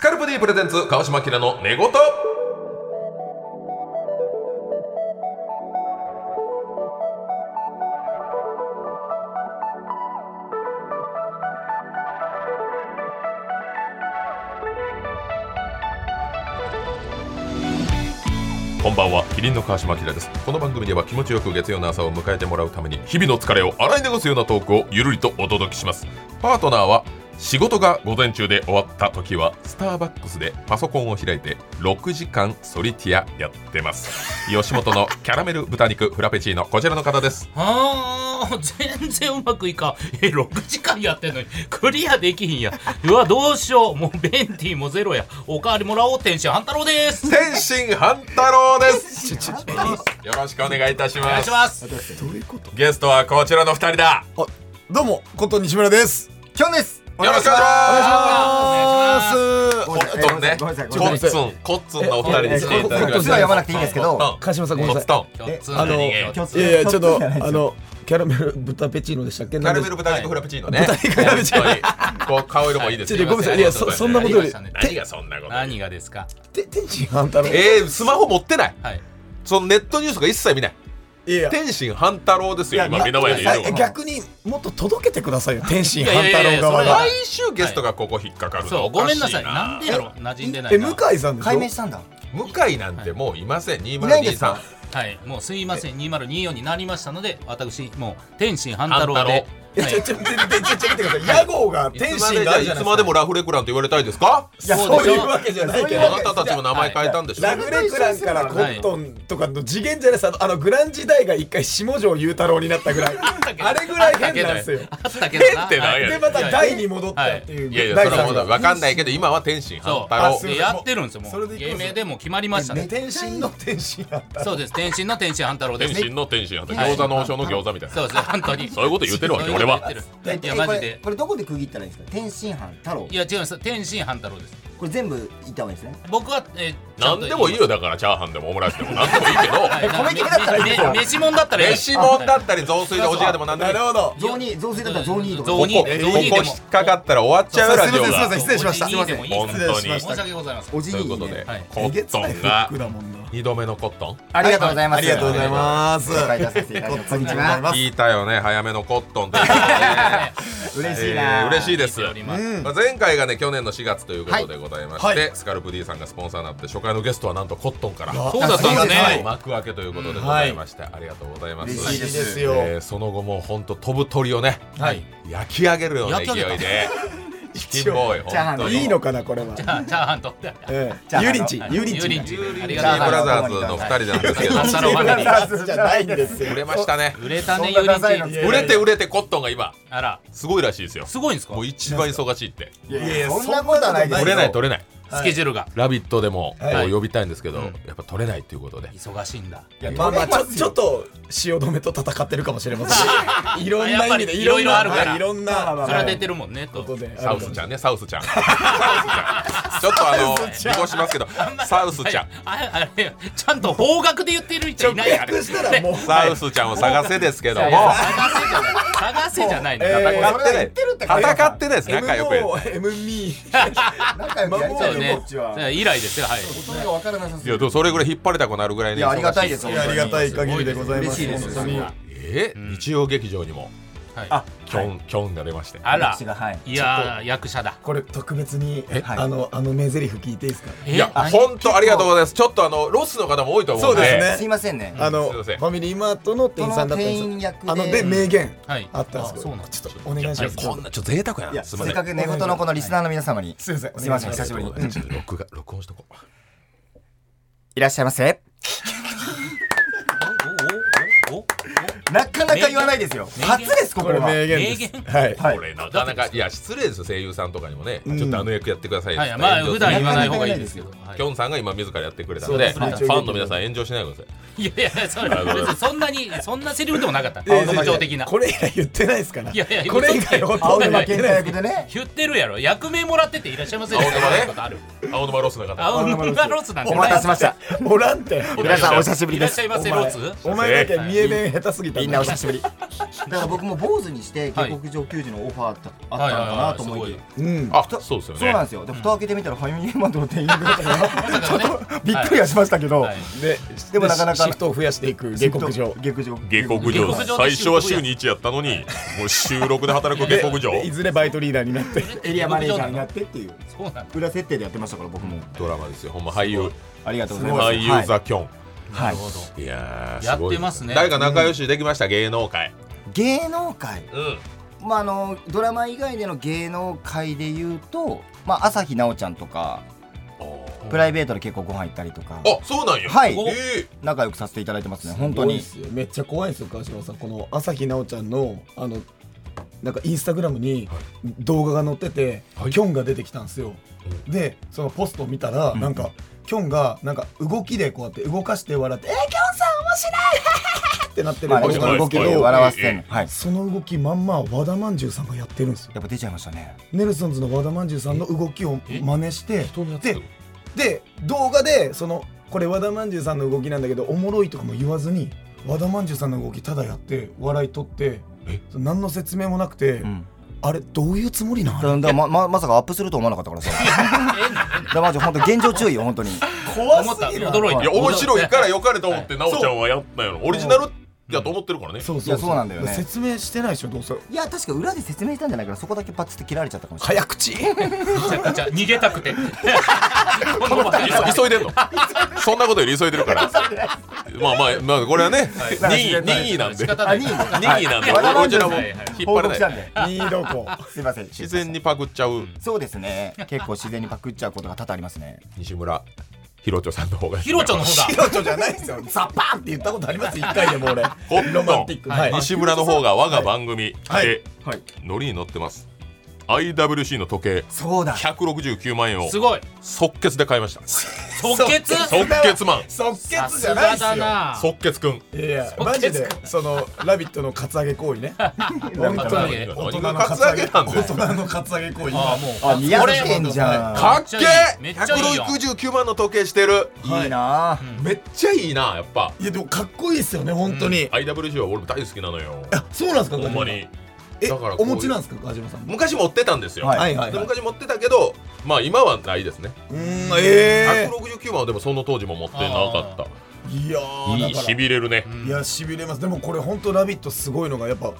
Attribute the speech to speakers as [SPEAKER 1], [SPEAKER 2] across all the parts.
[SPEAKER 1] ープレゼンツ川島明の寝言こんばんはキリンの川島明ですこの番組では気持ちよく月曜の朝を迎えてもらうために日々の疲れを洗い流すようなトークをゆるりとお届けしますパートナーは仕事が午前中で終わった時はスターバックスでパソコンを開いて6時間ソリティアやってます吉本のキャラメル豚肉フラペチーノこちらの方です
[SPEAKER 2] あー全然うまくいかんえ6時間やってんのにクリアできひんやうわどうしようもうベンティーもゼロやおかわりもらおう天使半太郎です
[SPEAKER 1] 天心半太郎ですよろしくお願いいたし
[SPEAKER 2] お願
[SPEAKER 1] ま
[SPEAKER 2] いし
[SPEAKER 1] す
[SPEAKER 2] ます
[SPEAKER 3] どういうこと
[SPEAKER 1] ゲストはこちらの二人だ
[SPEAKER 3] あどうもこと西村ですきょんです
[SPEAKER 1] よろしくお願いしますコ
[SPEAKER 3] お
[SPEAKER 1] ッ
[SPEAKER 3] 願いします
[SPEAKER 1] ツンね
[SPEAKER 3] ごめんなさいご
[SPEAKER 1] コ
[SPEAKER 3] め
[SPEAKER 1] ッ
[SPEAKER 3] んな
[SPEAKER 1] ツ
[SPEAKER 3] さい
[SPEAKER 1] ンコッツンのお二人に来ていただきました
[SPEAKER 3] えコッツンは読まなくていいんですけど
[SPEAKER 1] コッツン
[SPEAKER 4] 川島さんごめんなさい
[SPEAKER 1] コッツン
[SPEAKER 2] 今日つ
[SPEAKER 3] あの
[SPEAKER 2] 逃げよう
[SPEAKER 3] い
[SPEAKER 4] いやいやちょっと
[SPEAKER 3] じゃないです
[SPEAKER 4] あのキャラメル豚ペチーノでしたっけ
[SPEAKER 1] キャラメ
[SPEAKER 4] な
[SPEAKER 1] ル
[SPEAKER 4] んで
[SPEAKER 1] 豚肉フラペチーノね。
[SPEAKER 4] 豚肉フラペチーノ
[SPEAKER 1] 本当にこう顔色もいいです
[SPEAKER 4] ちょっとごめんなさいいやそそんなことより
[SPEAKER 1] 何がそんなこと。
[SPEAKER 2] 何がですか
[SPEAKER 4] て天心半太郎
[SPEAKER 1] えー、スマホ持ってない。
[SPEAKER 2] はい
[SPEAKER 1] そのネットニュースが一切見ない。
[SPEAKER 4] いやいや
[SPEAKER 1] 天心半太郎ですよ。
[SPEAKER 3] いや
[SPEAKER 1] 今目の前にいる
[SPEAKER 4] あ
[SPEAKER 1] のは。
[SPEAKER 4] 逆にもっと届けてくださいよ天心半
[SPEAKER 2] いやいやい
[SPEAKER 4] 太
[SPEAKER 2] や
[SPEAKER 4] 郎側
[SPEAKER 2] それは
[SPEAKER 4] が
[SPEAKER 1] 毎週ゲストがここ引っかかる
[SPEAKER 2] そ
[SPEAKER 1] の
[SPEAKER 2] う
[SPEAKER 1] おかし
[SPEAKER 2] ごめんなさいなんでやろ馴染んでない
[SPEAKER 4] え
[SPEAKER 2] な
[SPEAKER 4] 向井さんでし
[SPEAKER 3] 解
[SPEAKER 4] ょ
[SPEAKER 3] 明したんだ
[SPEAKER 1] 向井なんてもういません。
[SPEAKER 3] いないんです
[SPEAKER 1] 2023
[SPEAKER 3] か。
[SPEAKER 2] はいもうすいません2024になりましたので私もう天心半
[SPEAKER 1] 半
[SPEAKER 2] 太
[SPEAKER 1] 太
[SPEAKER 2] 郎
[SPEAKER 1] 郎。
[SPEAKER 2] で
[SPEAKER 4] いやちょちょちょちょちょちょ見てください屋号が
[SPEAKER 1] い
[SPEAKER 4] 天
[SPEAKER 1] つまで
[SPEAKER 4] 心
[SPEAKER 1] じ
[SPEAKER 4] が
[SPEAKER 1] ゃ
[SPEAKER 4] あ
[SPEAKER 1] あ
[SPEAKER 4] る
[SPEAKER 1] いつ
[SPEAKER 4] じゃないです
[SPEAKER 1] までもラフレクランと言われたいですか？
[SPEAKER 4] かいや
[SPEAKER 2] そう
[SPEAKER 4] そ
[SPEAKER 2] で
[SPEAKER 4] う
[SPEAKER 2] しょ
[SPEAKER 4] いうわけじゃないけ
[SPEAKER 1] あ
[SPEAKER 4] ど
[SPEAKER 1] なたたちも名前変えたんでしょ。
[SPEAKER 4] ラグレクランからコットンとかの次元じゃないですあのグランジ代が一回下条雄太郎になったぐらいあれぐらい変なんですよ
[SPEAKER 2] あったけどな
[SPEAKER 1] 変ってなんや
[SPEAKER 2] はい
[SPEAKER 4] でまた大に戻ったっていう
[SPEAKER 1] いやいやそれはもうわかんないけど今は天心半
[SPEAKER 2] そ
[SPEAKER 1] 太郎
[SPEAKER 2] う。でやってるんですよも
[SPEAKER 4] それ
[SPEAKER 2] う
[SPEAKER 4] でいきます
[SPEAKER 2] 芸名でも決まりました
[SPEAKER 4] ね
[SPEAKER 2] ね
[SPEAKER 4] 天心の天心半太郎
[SPEAKER 2] そうです天心の天心半太郎で
[SPEAKER 1] 天
[SPEAKER 2] す
[SPEAKER 1] 心の天心半太郎。餃子の王将の餃子みたいな。
[SPEAKER 2] そうです本当に
[SPEAKER 1] そういうこと言ってるわけ
[SPEAKER 2] そういう
[SPEAKER 1] 俺は
[SPEAKER 2] こと言って
[SPEAKER 3] え
[SPEAKER 2] るいやマ
[SPEAKER 3] こ
[SPEAKER 2] ジ
[SPEAKER 3] れ
[SPEAKER 2] で
[SPEAKER 3] これどこで区切ったらいいんですか天津飯太郎
[SPEAKER 2] いや違います天心半太郎です
[SPEAKER 3] これ全部言った方がいいですね
[SPEAKER 2] 僕はえーちゃ
[SPEAKER 1] なんん
[SPEAKER 2] と
[SPEAKER 1] でもいいよだからチャーハンでもオムライスでもなんでもいいけど。
[SPEAKER 2] はい
[SPEAKER 3] え米切れだったらいい
[SPEAKER 2] め
[SPEAKER 3] ですよ
[SPEAKER 2] め飯もんだったらいい
[SPEAKER 1] 飯もんだったり雑炊でおじやでもなんでもいい
[SPEAKER 4] なるほど
[SPEAKER 3] 雑煮雑炊だったら雑煮とか
[SPEAKER 2] 雑
[SPEAKER 1] ここ
[SPEAKER 2] 煮
[SPEAKER 1] ここ
[SPEAKER 2] えー
[SPEAKER 1] 引っかかったら終わっちゃうラジオ
[SPEAKER 4] すいませ
[SPEAKER 1] が
[SPEAKER 4] んすいません失礼しました
[SPEAKER 2] おじいでもいい
[SPEAKER 1] 本
[SPEAKER 4] 失礼
[SPEAKER 1] 当
[SPEAKER 4] しま
[SPEAKER 1] に
[SPEAKER 4] し
[SPEAKER 2] 申し訳ございません
[SPEAKER 3] おじ
[SPEAKER 1] と
[SPEAKER 3] に
[SPEAKER 1] いう
[SPEAKER 3] い
[SPEAKER 1] こと
[SPEAKER 3] い
[SPEAKER 1] で
[SPEAKER 3] ね
[SPEAKER 2] はい
[SPEAKER 1] コットン
[SPEAKER 4] が
[SPEAKER 1] が
[SPEAKER 4] だもんな
[SPEAKER 1] 2度目のコットン
[SPEAKER 3] ありがとうございます
[SPEAKER 4] ありがとうございます
[SPEAKER 3] ご紹介させていただきますこんにちは
[SPEAKER 1] 聞いたよね早めのコットンということで
[SPEAKER 3] 嬉しい
[SPEAKER 1] え
[SPEAKER 3] な
[SPEAKER 1] ー嬉しい
[SPEAKER 3] で
[SPEAKER 1] です
[SPEAKER 2] 聞ております
[SPEAKER 1] まあ前回がね去年の4月ということでございまして、
[SPEAKER 4] はいは
[SPEAKER 1] スカルプ D さんがスポンサーになって初回のゲストはなんとコットンから
[SPEAKER 4] そう
[SPEAKER 2] だったんですね
[SPEAKER 1] はい幕開けということでございまして、ありがとうございます
[SPEAKER 3] 嬉しい
[SPEAKER 4] いい
[SPEAKER 3] で
[SPEAKER 4] ですすよ、
[SPEAKER 1] えーその後もうほんと飛ぶ鳥をね、
[SPEAKER 4] はい
[SPEAKER 1] 焼き上げるような勢い
[SPEAKER 2] 焼き上
[SPEAKER 1] でチキンボーイ
[SPEAKER 3] チャー
[SPEAKER 1] 本
[SPEAKER 3] ハン
[SPEAKER 1] 当
[SPEAKER 3] の
[SPEAKER 1] に
[SPEAKER 4] いいのかなこれは
[SPEAKER 2] チャチャーハ ンと
[SPEAKER 4] え
[SPEAKER 3] じゃ
[SPEAKER 4] え
[SPEAKER 3] あ
[SPEAKER 4] ユリンチ
[SPEAKER 2] はい
[SPEAKER 4] ユリンチ
[SPEAKER 2] ユリン
[SPEAKER 1] チ
[SPEAKER 2] チ
[SPEAKER 1] ーム
[SPEAKER 2] あ
[SPEAKER 1] ブ
[SPEAKER 2] り
[SPEAKER 1] ラ
[SPEAKER 2] がとうございます
[SPEAKER 1] ザーズの2人なんですけど
[SPEAKER 2] はい
[SPEAKER 4] チームブラザーズじゃないんですよ
[SPEAKER 1] 売れましたね
[SPEAKER 2] 売れたね
[SPEAKER 3] そ
[SPEAKER 2] ユ
[SPEAKER 3] んなダサい
[SPEAKER 2] リ
[SPEAKER 3] の
[SPEAKER 2] ンチ
[SPEAKER 3] いや
[SPEAKER 1] 売れて売れてコットンが今
[SPEAKER 2] あら
[SPEAKER 1] すごいらしいですよ
[SPEAKER 2] すごいんですか
[SPEAKER 1] もう一番忙しいって
[SPEAKER 3] いやいや
[SPEAKER 4] いや
[SPEAKER 3] そんなことはないです
[SPEAKER 1] 取
[SPEAKER 3] よ
[SPEAKER 1] れない取れない
[SPEAKER 2] スケジュールが
[SPEAKER 1] 「ラビット!」でも
[SPEAKER 4] はい
[SPEAKER 1] こう呼びたいんですけど
[SPEAKER 2] うん
[SPEAKER 1] やっぱ取れないということで
[SPEAKER 2] 忙しいんだ
[SPEAKER 3] いや
[SPEAKER 4] まあまあちょ
[SPEAKER 3] 取れ
[SPEAKER 4] ちょっと汐留と戦ってるかもしれませんいろんな意味で
[SPEAKER 2] いろいろあるから
[SPEAKER 4] いろんな
[SPEAKER 3] まあまあまあ
[SPEAKER 2] それは出てるもんねと
[SPEAKER 4] ことで
[SPEAKER 1] サウスちゃんねサウスちゃんサウスちゃんちょっとあの
[SPEAKER 4] サウスちゃん
[SPEAKER 1] 濁しますけどサウスちゃん
[SPEAKER 2] あれあれちゃんと方角で言ってる人いないあれ
[SPEAKER 4] 略したらもう
[SPEAKER 1] サウスちゃんを探せですけども
[SPEAKER 2] 探せじゃないの
[SPEAKER 4] えー
[SPEAKER 1] 戦ってない
[SPEAKER 3] 言ってるってこと
[SPEAKER 1] 戦ってないです仲良くやりたい
[SPEAKER 4] MME
[SPEAKER 3] 仲良くやりた
[SPEAKER 2] そ
[SPEAKER 3] いうね
[SPEAKER 2] ね
[SPEAKER 3] こっちは
[SPEAKER 2] 以来ですよはい
[SPEAKER 3] それが分からなさす
[SPEAKER 1] い
[SPEAKER 3] ぎ
[SPEAKER 1] や
[SPEAKER 3] る
[SPEAKER 1] でもそれぐらい引っ張りたくなるぐらい
[SPEAKER 3] い
[SPEAKER 1] ね
[SPEAKER 3] やありがたいです
[SPEAKER 2] い
[SPEAKER 3] 本
[SPEAKER 2] や
[SPEAKER 3] 当
[SPEAKER 4] あ
[SPEAKER 3] に
[SPEAKER 4] りがたい限りでございま
[SPEAKER 3] 嬉
[SPEAKER 4] す
[SPEAKER 3] しいです
[SPEAKER 4] 本当に
[SPEAKER 3] は
[SPEAKER 1] えー日曜劇場にも
[SPEAKER 2] はい
[SPEAKER 3] あ
[SPEAKER 1] キョンキョンが出まして
[SPEAKER 2] あら
[SPEAKER 3] 私がはい
[SPEAKER 2] いやー役者だ
[SPEAKER 4] これ特別に
[SPEAKER 1] え
[SPEAKER 4] あのあの名台詞聞いていいですか
[SPEAKER 2] え
[SPEAKER 1] いや
[SPEAKER 2] 何
[SPEAKER 1] 本当ありがとうございますちょっとあのロスの方も多いと思うん
[SPEAKER 4] そうですね
[SPEAKER 1] です
[SPEAKER 3] いませんね
[SPEAKER 4] あ
[SPEAKER 1] す
[SPEAKER 4] の
[SPEAKER 1] い
[SPEAKER 4] フ
[SPEAKER 1] ません
[SPEAKER 4] ァミリーマートの店員さんだったんです
[SPEAKER 3] その店員役で
[SPEAKER 4] あので名言
[SPEAKER 2] はい
[SPEAKER 4] あったんです
[SPEAKER 2] あそうなんだ
[SPEAKER 4] ちょっとお願いします
[SPEAKER 1] こんなちょっと贅沢や
[SPEAKER 3] い
[SPEAKER 1] な
[SPEAKER 3] や
[SPEAKER 1] す
[SPEAKER 3] せ
[SPEAKER 1] いま
[SPEAKER 3] っ
[SPEAKER 1] せん
[SPEAKER 3] かく寝言のこのリスナーの皆様に
[SPEAKER 4] すいません
[SPEAKER 3] すいませ
[SPEAKER 4] お
[SPEAKER 3] ん
[SPEAKER 4] 願いし
[SPEAKER 3] 久しぶりに
[SPEAKER 1] ちょっとちょっと録画録音しとこう
[SPEAKER 3] いらっしゃいませ
[SPEAKER 2] おおおお
[SPEAKER 3] なかなか言わないですよ
[SPEAKER 2] 名言
[SPEAKER 3] 初ですこ
[SPEAKER 4] こ
[SPEAKER 3] こ
[SPEAKER 4] れ
[SPEAKER 3] は
[SPEAKER 4] 名言
[SPEAKER 2] 名
[SPEAKER 4] です
[SPEAKER 2] 言
[SPEAKER 4] はい
[SPEAKER 3] は
[SPEAKER 1] これなかなかいや失礼ですよ声優さんとかにもね、
[SPEAKER 4] うん
[SPEAKER 1] ちょっとあの役やってくださいよ
[SPEAKER 2] はいまあ
[SPEAKER 1] 炎上
[SPEAKER 2] 普段言わない方がい
[SPEAKER 3] 言
[SPEAKER 2] い
[SPEAKER 3] い
[SPEAKER 2] で
[SPEAKER 3] ですす
[SPEAKER 2] け
[SPEAKER 3] け
[SPEAKER 2] ど
[SPEAKER 3] ど
[SPEAKER 1] きょんさんが今自らやってくれたの
[SPEAKER 4] そう
[SPEAKER 1] で
[SPEAKER 4] ですね
[SPEAKER 1] ファンの皆さん炎上しないでください
[SPEAKER 2] いやいやそれ別にそんなにそんなセリフでもなかった
[SPEAKER 4] いやいやいや
[SPEAKER 2] 特徴的な
[SPEAKER 4] これ以外言ってないですから
[SPEAKER 2] いやいや
[SPEAKER 4] これ以外本当
[SPEAKER 3] 青
[SPEAKER 4] に
[SPEAKER 3] 沼
[SPEAKER 4] 負け
[SPEAKER 3] 健
[SPEAKER 4] ないで
[SPEAKER 3] 太
[SPEAKER 4] す
[SPEAKER 3] 役でね
[SPEAKER 2] 言ってるやろ役名もらってていらっしゃいませみたいな
[SPEAKER 1] あ俺もね
[SPEAKER 2] ことある
[SPEAKER 1] 青沼ロスの方
[SPEAKER 2] 青沼ロスなんて
[SPEAKER 3] お待たせしました
[SPEAKER 4] おらんて
[SPEAKER 3] 皆さんお久しぶり
[SPEAKER 2] いらっ
[SPEAKER 3] で
[SPEAKER 2] し
[SPEAKER 3] す
[SPEAKER 2] ゃいませ
[SPEAKER 4] お前
[SPEAKER 2] ロス
[SPEAKER 4] お前だけ見イエベン下手すぎた
[SPEAKER 3] みんなお
[SPEAKER 4] し
[SPEAKER 3] 久しぶり。だから僕も坊主にして下克上球児のオファーあったあったのかなと思いきや
[SPEAKER 4] うん
[SPEAKER 1] あそうですよね
[SPEAKER 3] そうなんですよ。で蓋開けてみたらファミリーマートの店員だったから
[SPEAKER 2] だからね
[SPEAKER 3] びっくりはしましたけど
[SPEAKER 2] はい。
[SPEAKER 4] で
[SPEAKER 3] でもなかなか
[SPEAKER 4] シフトを増やしていく下克上
[SPEAKER 3] 下克上
[SPEAKER 1] 下克
[SPEAKER 2] 下
[SPEAKER 1] 上
[SPEAKER 2] 克上
[SPEAKER 1] 最初は週に1やったのにもう週6で働く下克上
[SPEAKER 4] でいずれバイトリーダーになって
[SPEAKER 3] エリアマネージャーになってっていう
[SPEAKER 2] そうなの
[SPEAKER 3] 裏設定でやってましたから僕も
[SPEAKER 1] ドラマですよほんま俳優
[SPEAKER 3] ありがとうございます
[SPEAKER 1] 俳優ザキョン、
[SPEAKER 2] な
[SPEAKER 3] はい
[SPEAKER 2] る
[SPEAKER 3] は
[SPEAKER 2] ほ
[SPEAKER 3] い
[SPEAKER 2] ど
[SPEAKER 1] い、やー
[SPEAKER 2] やって
[SPEAKER 1] ごい
[SPEAKER 2] ますね
[SPEAKER 1] 誰か仲良しできました、芸能界
[SPEAKER 3] 芸能界
[SPEAKER 1] うん
[SPEAKER 3] まああのドラマ以外での芸能界で言うとまあ朝日奈央ちゃんとかプライベートで結構ご飯行ったりとか
[SPEAKER 1] あそうなんや
[SPEAKER 3] はい
[SPEAKER 1] えー
[SPEAKER 3] 仲良くさせていただいてますね本当に
[SPEAKER 4] すごいっすよめっちゃ怖いんですよ川島さんこの朝日奈央ちゃんのあのなんかインスタグラムに動画が載ってて、
[SPEAKER 1] はい
[SPEAKER 4] キョンが出てきたんですよ、でそのポストを見たら、なんかキョンがなんか動きでこうやって動かして笑って「えー、キョンさん面白い! 」ってなってる
[SPEAKER 3] まあ
[SPEAKER 4] 動
[SPEAKER 3] ね
[SPEAKER 4] 画
[SPEAKER 3] ちょっ
[SPEAKER 4] な
[SPEAKER 3] と
[SPEAKER 4] んで
[SPEAKER 3] 動
[SPEAKER 4] す
[SPEAKER 3] き
[SPEAKER 4] け
[SPEAKER 3] で
[SPEAKER 4] ど、
[SPEAKER 3] 笑わせてんのはい
[SPEAKER 4] その動きまんま和田まんじゅうさんがやってるんですよ
[SPEAKER 3] やっぱ出ちゃいましたね
[SPEAKER 4] ネルソンズの和田まんじゅうさんの動きを真似して
[SPEAKER 1] 人のやつ
[SPEAKER 4] でで動画でそのこれ和田まんじゅうさんの動きなんだけどおもろいとかも言わずに和田まんじゅうさんの動きただやって笑い取って
[SPEAKER 1] え
[SPEAKER 4] 何の説明もなくて、
[SPEAKER 3] うん
[SPEAKER 4] あれどういうつもりなん
[SPEAKER 3] だだまままさかアップすると思わなかったからさだからマジ本当現状注意よ本当に
[SPEAKER 4] 怖
[SPEAKER 2] 思った
[SPEAKER 4] すぎるわ
[SPEAKER 2] 驚いた
[SPEAKER 1] いや面白いから良かれと思って奈緒ちゃんはやったやろオリジナルやと思ってるからね
[SPEAKER 4] そう
[SPEAKER 3] いやそうなんだよね
[SPEAKER 4] 説明してないでしょどうせ
[SPEAKER 3] いや確か裏で説明したんじゃないからそこだけパチって切られちゃったかもしれない
[SPEAKER 4] 早口
[SPEAKER 2] めちゃくちゃ逃げたくてこの
[SPEAKER 1] 急急いでんのそんなことより急いでるからまあまあまあこれはね任意任意なんで
[SPEAKER 2] 仕方ない
[SPEAKER 3] あ任意
[SPEAKER 1] 任意なんで
[SPEAKER 2] はい
[SPEAKER 1] こちらも
[SPEAKER 2] はいは
[SPEAKER 1] 引っ
[SPEAKER 2] い
[SPEAKER 3] 報
[SPEAKER 1] 張
[SPEAKER 3] 告
[SPEAKER 1] れ
[SPEAKER 3] した
[SPEAKER 1] なんい
[SPEAKER 3] で
[SPEAKER 4] 任意同行
[SPEAKER 3] すいません
[SPEAKER 1] 自然にパクっちゃう
[SPEAKER 3] そうですね結構自然にパクっちゃうことが多々ありますね
[SPEAKER 1] 西村ひろちょさんの方が
[SPEAKER 2] ヒロチョの方だ
[SPEAKER 4] ロトじゃないですよザパンって言ったことあります一回でも俺
[SPEAKER 1] コットン
[SPEAKER 4] ロマンティックはい
[SPEAKER 1] 西村の方が我が番組
[SPEAKER 4] はい
[SPEAKER 1] で
[SPEAKER 3] はい
[SPEAKER 1] ノリに乗ってます IWC の時計
[SPEAKER 3] そうだ
[SPEAKER 1] 169万円を
[SPEAKER 2] すごい
[SPEAKER 1] 即決で買いました
[SPEAKER 2] 即決
[SPEAKER 1] 即決マン
[SPEAKER 4] 即
[SPEAKER 2] さ
[SPEAKER 4] 決
[SPEAKER 2] す
[SPEAKER 4] じゃない
[SPEAKER 2] が
[SPEAKER 4] ですよ
[SPEAKER 2] だない
[SPEAKER 1] 即決くん
[SPEAKER 4] いや
[SPEAKER 2] 即決
[SPEAKER 4] マジでその「ラビット!」のカツアゲ行為ねラビ
[SPEAKER 2] カツアゲ
[SPEAKER 4] 大人
[SPEAKER 1] 何が
[SPEAKER 4] の
[SPEAKER 1] カ
[SPEAKER 4] カ
[SPEAKER 1] ツ
[SPEAKER 4] ツ
[SPEAKER 1] ア
[SPEAKER 4] ア
[SPEAKER 1] ゲ
[SPEAKER 4] ゲ
[SPEAKER 1] な
[SPEAKER 4] 大
[SPEAKER 1] んだよ
[SPEAKER 4] 人のカツアゲ行為
[SPEAKER 2] ああもう
[SPEAKER 3] あ似合
[SPEAKER 2] これ
[SPEAKER 3] ってんじゃん
[SPEAKER 1] かっけ
[SPEAKER 2] め
[SPEAKER 1] え
[SPEAKER 2] っちゃいいやん
[SPEAKER 1] 169万の時計してる
[SPEAKER 4] はい
[SPEAKER 3] いいなあ
[SPEAKER 1] めっちゃいいなやっぱ
[SPEAKER 4] いやでもかっこいいですよね本当に、あ
[SPEAKER 1] IWC は俺も大好きなのよ
[SPEAKER 4] そうなんですか
[SPEAKER 1] ほんまに
[SPEAKER 4] え
[SPEAKER 1] だからこ
[SPEAKER 4] お
[SPEAKER 1] ういう
[SPEAKER 4] 持ちなんですか川島さんも
[SPEAKER 1] 昔持ってたんですよ、
[SPEAKER 3] はい
[SPEAKER 4] いは
[SPEAKER 1] で昔持ってたけどまあ今はないですね、
[SPEAKER 4] うーんえ
[SPEAKER 1] 169万はでもその当時も持ってなかっ
[SPEAKER 4] えいや
[SPEAKER 1] た
[SPEAKER 4] ー
[SPEAKER 1] いい
[SPEAKER 4] だか
[SPEAKER 1] し
[SPEAKER 4] ら
[SPEAKER 1] びれるね
[SPEAKER 4] いやしびれますでもこれ本当ラビット!」すごいのがやっぱ